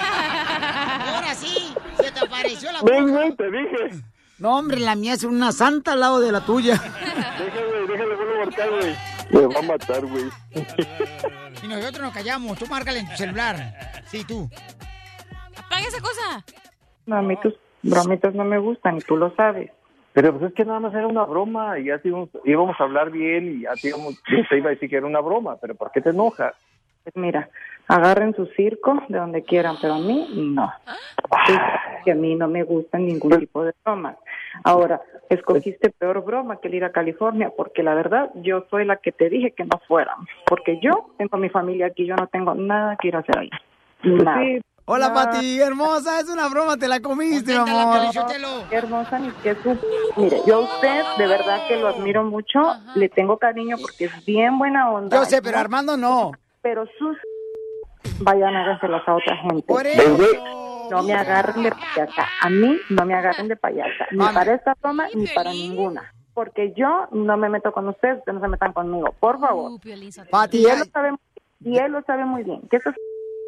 [SPEAKER 4] Ahora sí, se te apareció la
[SPEAKER 12] ¿Ves,
[SPEAKER 4] boca.
[SPEAKER 12] güey? Te dije.
[SPEAKER 4] No, hombre, la mía es una santa al lado de la tuya.
[SPEAKER 12] Déjale, déjale, vuelvo a marcar, güey. Me va a matar, güey.
[SPEAKER 4] Y nosotros nos callamos. Tú márcale en tu celular. Sí, tú.
[SPEAKER 5] Apaga esa cosa.
[SPEAKER 17] No, a mí tus bromitas no me gustan y tú lo sabes.
[SPEAKER 24] Pero pues es que nada más era una broma y ya te íbamos, íbamos a hablar bien y ya te, íbamos- yo te iba a decir que era una broma, pero ¿por qué te enojas?
[SPEAKER 17] Pues mira, agarren su circo de donde quieran, pero a mí no. Tú
[SPEAKER 24] Ah.
[SPEAKER 17] sabes Que a mí no me gustan ningún tipo de bromas. Ahora, escogiste peor broma que el ir a California, porque la verdad yo soy la que te dije que no fueran, porque yo tengo a mi familia aquí, yo no tengo nada que ir a hacer ahí.
[SPEAKER 24] Pues
[SPEAKER 17] Pues Nada.
[SPEAKER 12] Sí. Hola,
[SPEAKER 17] No.
[SPEAKER 12] Pati, hermosa, es una broma, te la comiste, mi
[SPEAKER 17] Conténtala,
[SPEAKER 12] amor.
[SPEAKER 17] Qué hermosa ni qué su... Mire, yo a usted de verdad que lo admiro mucho, le tengo cariño porque es bien buena onda.
[SPEAKER 12] Yo sé, pero Armando no.
[SPEAKER 17] Pero sus... Vayan a dárselas a otra gente. No me agarren de payasa. A mí no me agarren de payasa. Ni para esta broma ni para ninguna. Porque yo no me meto con ustedes, ustedes no se metan conmigo. Por favor.
[SPEAKER 4] Pati,
[SPEAKER 17] y él
[SPEAKER 4] ay.
[SPEAKER 17] lo sabe muy bien. Y él lo sabe muy bien. Que eso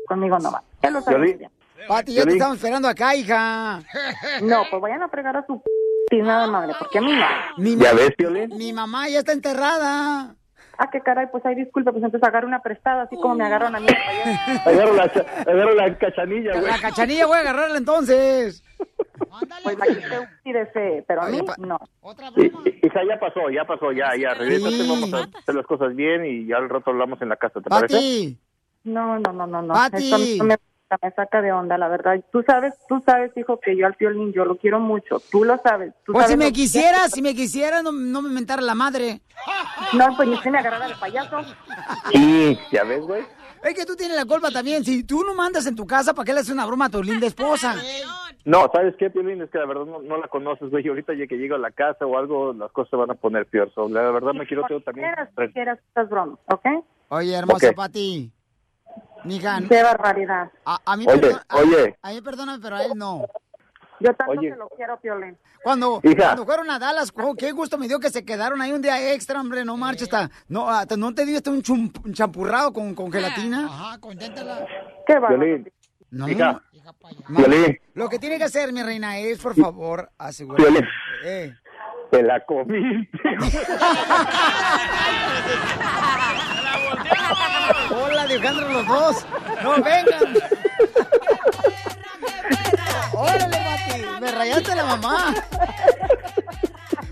[SPEAKER 17] conmigo no va. Él lo sabe muy bien.
[SPEAKER 4] Pati, ya te
[SPEAKER 17] Violín.
[SPEAKER 4] estamos esperando acá, hija.
[SPEAKER 17] No, pues vayan a pregar a su pisada madre, porque a mí no.
[SPEAKER 4] Mi
[SPEAKER 17] ¿Ya
[SPEAKER 4] ves,
[SPEAKER 17] Violín?
[SPEAKER 4] Mi mamá ya está enterrada.
[SPEAKER 17] Ah, qué caray, pues ay, disculpa, pues entonces agarro una prestada, así como me agarran a mí. pues
[SPEAKER 12] Agarro la, cha- agarro la cachanilla, güey.
[SPEAKER 4] La cachanilla voy a agarrarla entonces.
[SPEAKER 17] Pues la que usted sí desee, pero a mí no.
[SPEAKER 24] Hija, ya pasó, ya pasó, ya, ya. Regrésate,
[SPEAKER 17] Sí.
[SPEAKER 24] vamos a hacer las cosas bien y ya al rato hablamos en la casa, ¿te parece?
[SPEAKER 17] Pati. No, no, no, no, no.
[SPEAKER 24] Pati.
[SPEAKER 17] Eso a mí no me, gusta, me saca de onda, la verdad. Tú sabes, tú sabes, hijo, que yo al violín yo lo quiero mucho. Tú lo sabes. Tú
[SPEAKER 4] Pues
[SPEAKER 17] sabes
[SPEAKER 4] si me
[SPEAKER 17] lo que-
[SPEAKER 4] quisieras, si me quisieras, no, no me mentara la madre.
[SPEAKER 17] No, pues ni si me agarrara el payaso.
[SPEAKER 24] Sí, ya ves, güey.
[SPEAKER 4] Es que tú tienes la culpa también. Si tú no mandas en tu casa, ¿para qué le haces una broma a tu linda esposa?
[SPEAKER 24] No, ¿sabes qué, Piolín? Es que la verdad no, no la conoces, güey. Y Ahorita ya que llego a la casa o algo, las cosas se van a poner peor. So, la verdad me quiero tengo también...
[SPEAKER 17] Quieras, quieras estas bromas, ¿ok?
[SPEAKER 4] Oye, hermosa
[SPEAKER 24] Ok.
[SPEAKER 4] Pati. Mija.
[SPEAKER 17] Qué barbaridad.
[SPEAKER 4] A, a mí,
[SPEAKER 24] Oye,
[SPEAKER 4] perdón- a-
[SPEAKER 24] oye.
[SPEAKER 4] A mí perdóname, pero a él no.
[SPEAKER 17] Yo tanto
[SPEAKER 24] Oye.
[SPEAKER 17] que lo quiero, Piolín.
[SPEAKER 4] Cuando,
[SPEAKER 24] Hija.
[SPEAKER 4] cuando fueron a Dallas, jo, qué gusto me dio que se quedaron ahí un día extra, hombre, no marches. Hasta, no, hasta no te dio hasta un, chum- un champurrado con, con gelatina. Ajá, conténtala.
[SPEAKER 17] Qué
[SPEAKER 24] Piolín.
[SPEAKER 4] No.
[SPEAKER 24] Hija.
[SPEAKER 4] No.
[SPEAKER 24] Piolín.
[SPEAKER 4] Lo que tiene que hacer, mi reina, es, por favor, asegurar.
[SPEAKER 24] Piolín.
[SPEAKER 4] Eh.
[SPEAKER 24] Te la comí.
[SPEAKER 4] Hola, Alejandro, los dos. No vengan. Órale, Mati. Me rayaste la mamá.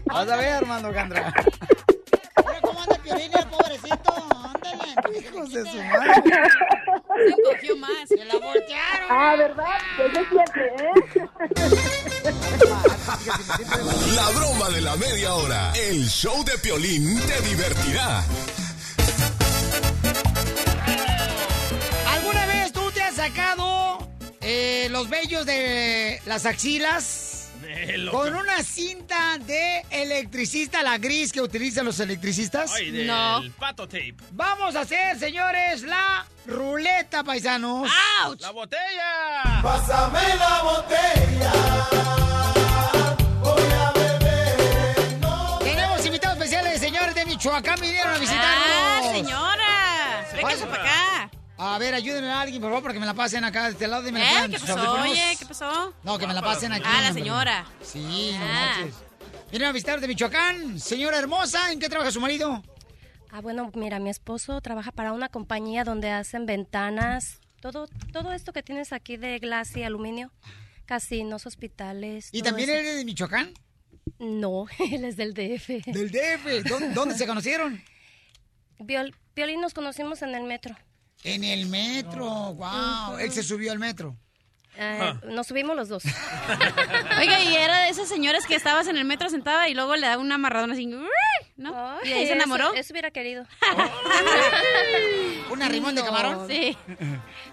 [SPEAKER 4] Vas a ver, Armando Candra. Hijos de su madre.
[SPEAKER 5] Se encogió más. Se la voltearon.
[SPEAKER 17] Ah, ¿verdad? Pues es ¿eh?
[SPEAKER 8] La broma de la media hora. El show de Piolín te divertirá.
[SPEAKER 4] ¿Alguna vez tú te has sacado eh, los vellos de las axilas?
[SPEAKER 7] De lo-
[SPEAKER 4] Con una cinta de electricista, la gris que utilizan los electricistas.
[SPEAKER 7] Ay, del pato tape.
[SPEAKER 4] Vamos a hacer, señores, la ruleta, paisanos. ¡Auch!
[SPEAKER 7] ¡La botella!
[SPEAKER 4] ¡Pásame la botella! Tenemos invitados especiales, señores de Michoacán, vinieron a visitarnos.
[SPEAKER 5] Ah, señora. Véngase para acá.
[SPEAKER 4] A ver, ayúdenme a alguien, por favor, para que me la pasen acá de este lado y me la
[SPEAKER 5] ¿Eh?
[SPEAKER 4] pidan
[SPEAKER 5] ¿Qué
[SPEAKER 4] sus
[SPEAKER 5] pasó?
[SPEAKER 4] audífonos.
[SPEAKER 5] Oye, ¿qué pasó?
[SPEAKER 4] No, que me la pasen aquí.
[SPEAKER 5] Ah, la
[SPEAKER 4] hombre.
[SPEAKER 5] señora.
[SPEAKER 4] Sí, no
[SPEAKER 5] Ah.
[SPEAKER 4] manches. Vienen a visitar de Michoacán. Señora hermosa, ¿en qué trabaja su marido?
[SPEAKER 23] Ah, bueno, mira, mi esposo trabaja para una compañía donde hacen ventanas, todo, todo esto que tienes aquí de glass y aluminio, casinos, hospitales.
[SPEAKER 4] ¿Y
[SPEAKER 23] todo
[SPEAKER 4] también
[SPEAKER 23] eso.
[SPEAKER 4] él es de Michoacán?
[SPEAKER 23] No, él es del DF.
[SPEAKER 4] ¿Del DF? ¿Dó- ¿Dónde se conocieron?
[SPEAKER 23] Viol- Violín nos conocimos en el metro.
[SPEAKER 4] En el metro, wow. Él se subió al metro.
[SPEAKER 5] Ah.
[SPEAKER 23] Eh,
[SPEAKER 4] Ah.
[SPEAKER 23] Nos subimos los dos.
[SPEAKER 5] Oiga, y era de esas señoras que estabas en el metro sentada y luego le da una amarradona así, ¡uy! ¿no? Y de ahí se
[SPEAKER 23] eso-
[SPEAKER 5] enamoró.
[SPEAKER 23] Eso, hubiera querido.
[SPEAKER 4] ¿Una rimón de camarón?
[SPEAKER 5] Sí.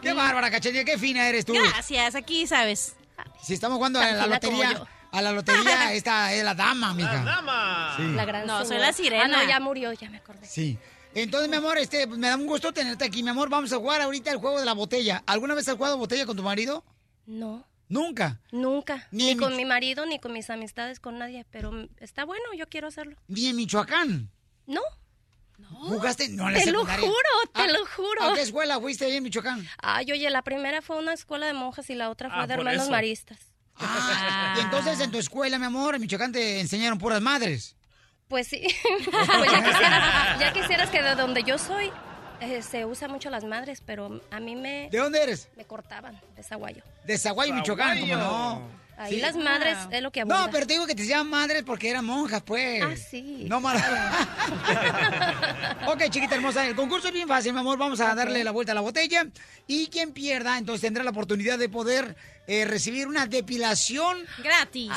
[SPEAKER 4] Qué bárbara, cachanilla, qué fina eres tú.
[SPEAKER 5] Gracias, aquí sabes.
[SPEAKER 4] Si estamos jugando a
[SPEAKER 5] Tan
[SPEAKER 4] la
[SPEAKER 5] fina como
[SPEAKER 4] lotería,
[SPEAKER 5] yo.
[SPEAKER 4] a la lotería, esta es la dama, mija.
[SPEAKER 7] dama.
[SPEAKER 4] Sí.
[SPEAKER 23] La gran
[SPEAKER 5] No, soy
[SPEAKER 23] señora.
[SPEAKER 5] la sirena.
[SPEAKER 23] Ah, no, ya murió, ya me acordé.
[SPEAKER 4] Sí. Entonces, mi amor, este, pues, me da un gusto tenerte aquí, mi amor. Vamos a jugar ahorita el juego de la botella. ¿Alguna vez has jugado botella con tu marido?
[SPEAKER 23] No,
[SPEAKER 4] Nunca.
[SPEAKER 23] nunca.
[SPEAKER 4] Ni
[SPEAKER 23] Ni,
[SPEAKER 4] en
[SPEAKER 23] con
[SPEAKER 4] mi-
[SPEAKER 23] mi marido, ni con mis amistades, con nadie. Pero mm, está bueno, yo quiero hacerlo.
[SPEAKER 4] Ni en Michoacán.
[SPEAKER 23] No.
[SPEAKER 4] ¿Jugaste? No, en la
[SPEAKER 23] Oh, Te lo
[SPEAKER 4] secundaria. Ah,
[SPEAKER 23] juro, te
[SPEAKER 4] ¿A-
[SPEAKER 23] lo juro.
[SPEAKER 4] ¿A qué escuela fuiste ahí en Michoacán?
[SPEAKER 23] Ay, oye, la primera fue una escuela de monjas y la otra fue
[SPEAKER 4] Ah,
[SPEAKER 23] de
[SPEAKER 4] por
[SPEAKER 23] hermanos
[SPEAKER 4] eso.
[SPEAKER 23] maristas.
[SPEAKER 4] Ah, y entonces en tu escuela, mi amor, en Michoacán te enseñaron puras madres.
[SPEAKER 23] Pues sí. Pues ya quisieras, ya quisieras que de donde yo soy eh, se usa mucho las madres, pero a mí me,
[SPEAKER 4] ¿De dónde eres?
[SPEAKER 23] me cortaban de Zaguayo.
[SPEAKER 4] De Zaguayo, Michoacán, ¿cómo no?
[SPEAKER 23] Ahí
[SPEAKER 4] Sí.
[SPEAKER 23] las madres es lo que abunda.
[SPEAKER 4] No, pero te digo que te llaman madres porque eran monjas, pues.
[SPEAKER 23] Ah, sí.
[SPEAKER 4] No mal. ok, chiquita hermosa, el concurso es bien fácil, mi amor. Vamos a darle la vuelta a la botella. Y quien pierda, entonces tendrá la oportunidad de poder eh, recibir una depilación.
[SPEAKER 5] Gratis.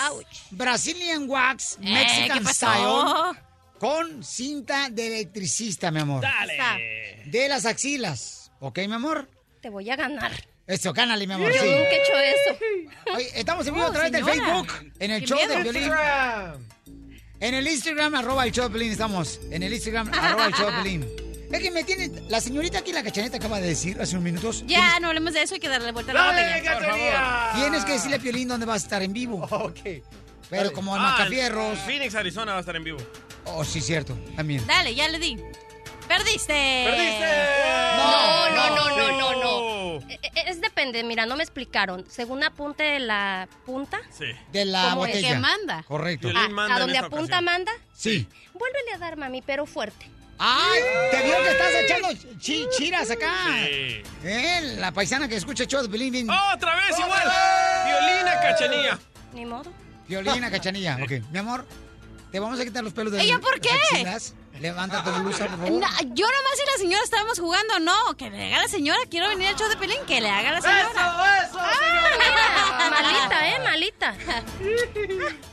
[SPEAKER 4] Brazilian Wax,
[SPEAKER 5] Eh,
[SPEAKER 4] Mexican
[SPEAKER 5] ¿qué pasó?
[SPEAKER 4] Style. Con cinta de electricista, mi amor.
[SPEAKER 5] Dale.
[SPEAKER 4] De las axilas. ¿Ok, mi amor?
[SPEAKER 23] Te voy a ganar.
[SPEAKER 4] Eso, cánale, mi
[SPEAKER 23] Yo
[SPEAKER 4] amor.
[SPEAKER 23] nunca
[SPEAKER 4] sí.
[SPEAKER 23] he hecho eso.
[SPEAKER 4] Oye, estamos en vivo a través del Facebook, en el show de Piolín. En el Instagram, arroba el show de Piolín, estamos. En el Instagram, arroba el show de Piolín. Es que me tiene... La señorita aquí, la cachaneta, acaba de decir hace unos minutos...
[SPEAKER 5] Ya, no hablemos de eso, hay que darle vuelta a la
[SPEAKER 4] Dale,
[SPEAKER 5] botella. por
[SPEAKER 4] Tienes,
[SPEAKER 5] favor.
[SPEAKER 4] tienes que decirle a Piolín dónde vas a estar en vivo. Ok. Pero como en Macafierros...
[SPEAKER 7] Phoenix, Arizona va a estar en vivo.
[SPEAKER 4] Oh, sí, cierto, también.
[SPEAKER 5] Dale, ya le di. Perdiste.
[SPEAKER 23] Eh, No, no, no, no, no, no. Eh, eh, Es depende, mira, no me explicaron. Según apunte de la punta.
[SPEAKER 7] Sí.
[SPEAKER 4] De la
[SPEAKER 23] como el
[SPEAKER 4] botella.
[SPEAKER 23] que manda.
[SPEAKER 4] Correcto.
[SPEAKER 23] A, a donde apunta manda,
[SPEAKER 4] Sí.
[SPEAKER 23] vuélvele a dar, mami, pero fuerte.
[SPEAKER 4] ¡Ay! Te vio que estás echando chi- chiras acá.
[SPEAKER 7] Sí.
[SPEAKER 4] Eh, la paisana que escucha el show de Piolín. bien-
[SPEAKER 7] ¡Otra vez igual! Violina Cachanilla.
[SPEAKER 23] Ni modo.
[SPEAKER 4] Violina Cachanilla, ok. Mi amor, te vamos a quitar los pelos de
[SPEAKER 5] ¿Ella por qué?
[SPEAKER 4] las axilas. Levanta tu blusa, por favor.
[SPEAKER 5] Na- yo nomás y la señora estábamos jugando, no, que le haga la señora, quiero venir al show de Pelín, que le haga la señora.
[SPEAKER 23] Eso, eso, señora. Malita, eh, malita.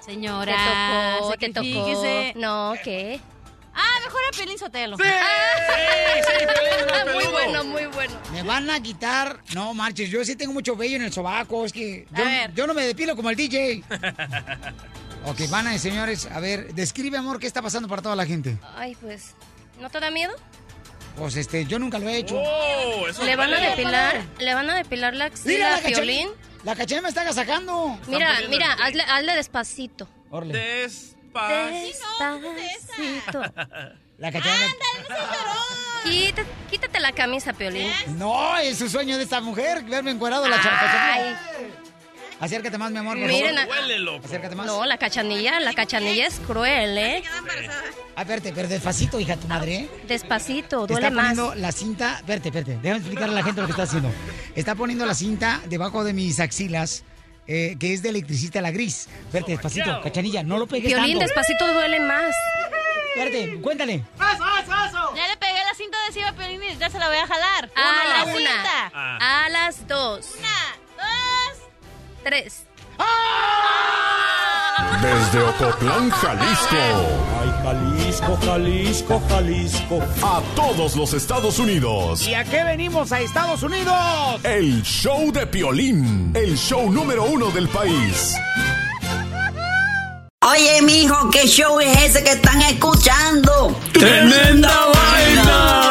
[SPEAKER 5] Señora,
[SPEAKER 23] Te tocó, te
[SPEAKER 5] sacrifíquese.
[SPEAKER 23] tocó. No, ¿qué?
[SPEAKER 5] Ah, mejor a Pelín Sotelo.
[SPEAKER 4] Muy bueno,
[SPEAKER 23] muy bueno.
[SPEAKER 4] Me van a quitar. No marches, yo sí tengo mucho vello en el sobaco. Es que yo, yo no me depilo como el DJ. ok, van a, señores, a ver, describe, amor, qué está pasando para toda la gente.
[SPEAKER 23] Ay, pues, ¿no te da miedo?
[SPEAKER 4] Pues este, yo nunca lo he hecho.
[SPEAKER 23] le van a depilar, le van a depilar la axila
[SPEAKER 4] Mira,
[SPEAKER 23] a
[SPEAKER 4] la
[SPEAKER 23] Piolín.
[SPEAKER 4] cachanilla. La cachanilla me está sacando.
[SPEAKER 23] Mira, mira, hazle, hazle despacito. Despacito.
[SPEAKER 4] La cachanilla.
[SPEAKER 23] Quítate, quítate la camisa, Piolín.
[SPEAKER 4] No, es su sueño de esta mujer, verme encuerado la
[SPEAKER 23] Ay.
[SPEAKER 4] cachanilla. Acércate más, mi amor. por
[SPEAKER 23] Miren,
[SPEAKER 4] favor.
[SPEAKER 23] a-
[SPEAKER 4] Acércate más.
[SPEAKER 23] No, la cachanilla, la cachanilla es cruel, ¿eh?
[SPEAKER 4] Ah, verte, pero despacito, hija, tu madre. ¿eh?
[SPEAKER 23] Despacito,
[SPEAKER 4] Está
[SPEAKER 23] duele más.
[SPEAKER 4] poniendo la cinta. Verte, verte. Déjame explicarle a la gente lo que está haciendo. Está poniendo la cinta debajo de mis axilas, eh, que es de electricista la gris. Verte, despacito, cachanilla. No lo pegues
[SPEAKER 23] Piolín,
[SPEAKER 4] tanto.
[SPEAKER 23] despacito duele más.
[SPEAKER 4] Verte, cuéntale.
[SPEAKER 5] ¡Eso, eso, eso! Ya le pegué la cinta adhesiva a Pelín y ya se la voy a jalar.
[SPEAKER 23] A
[SPEAKER 5] la
[SPEAKER 23] la Ah,
[SPEAKER 5] cinta.
[SPEAKER 23] una, a las dos, tres.
[SPEAKER 8] Desde Ocotlán, Jalisco.
[SPEAKER 11] Ay, Jalisco, Jalisco, Jalisco.
[SPEAKER 8] A todos los Estados Unidos.
[SPEAKER 4] ¿Y a qué venimos a Estados Unidos?
[SPEAKER 8] El show de Piolín. El show número uno del país.
[SPEAKER 29] Oye, mijo, ¿qué show es ese que están escuchando?
[SPEAKER 11] ¡Tremenda vaina!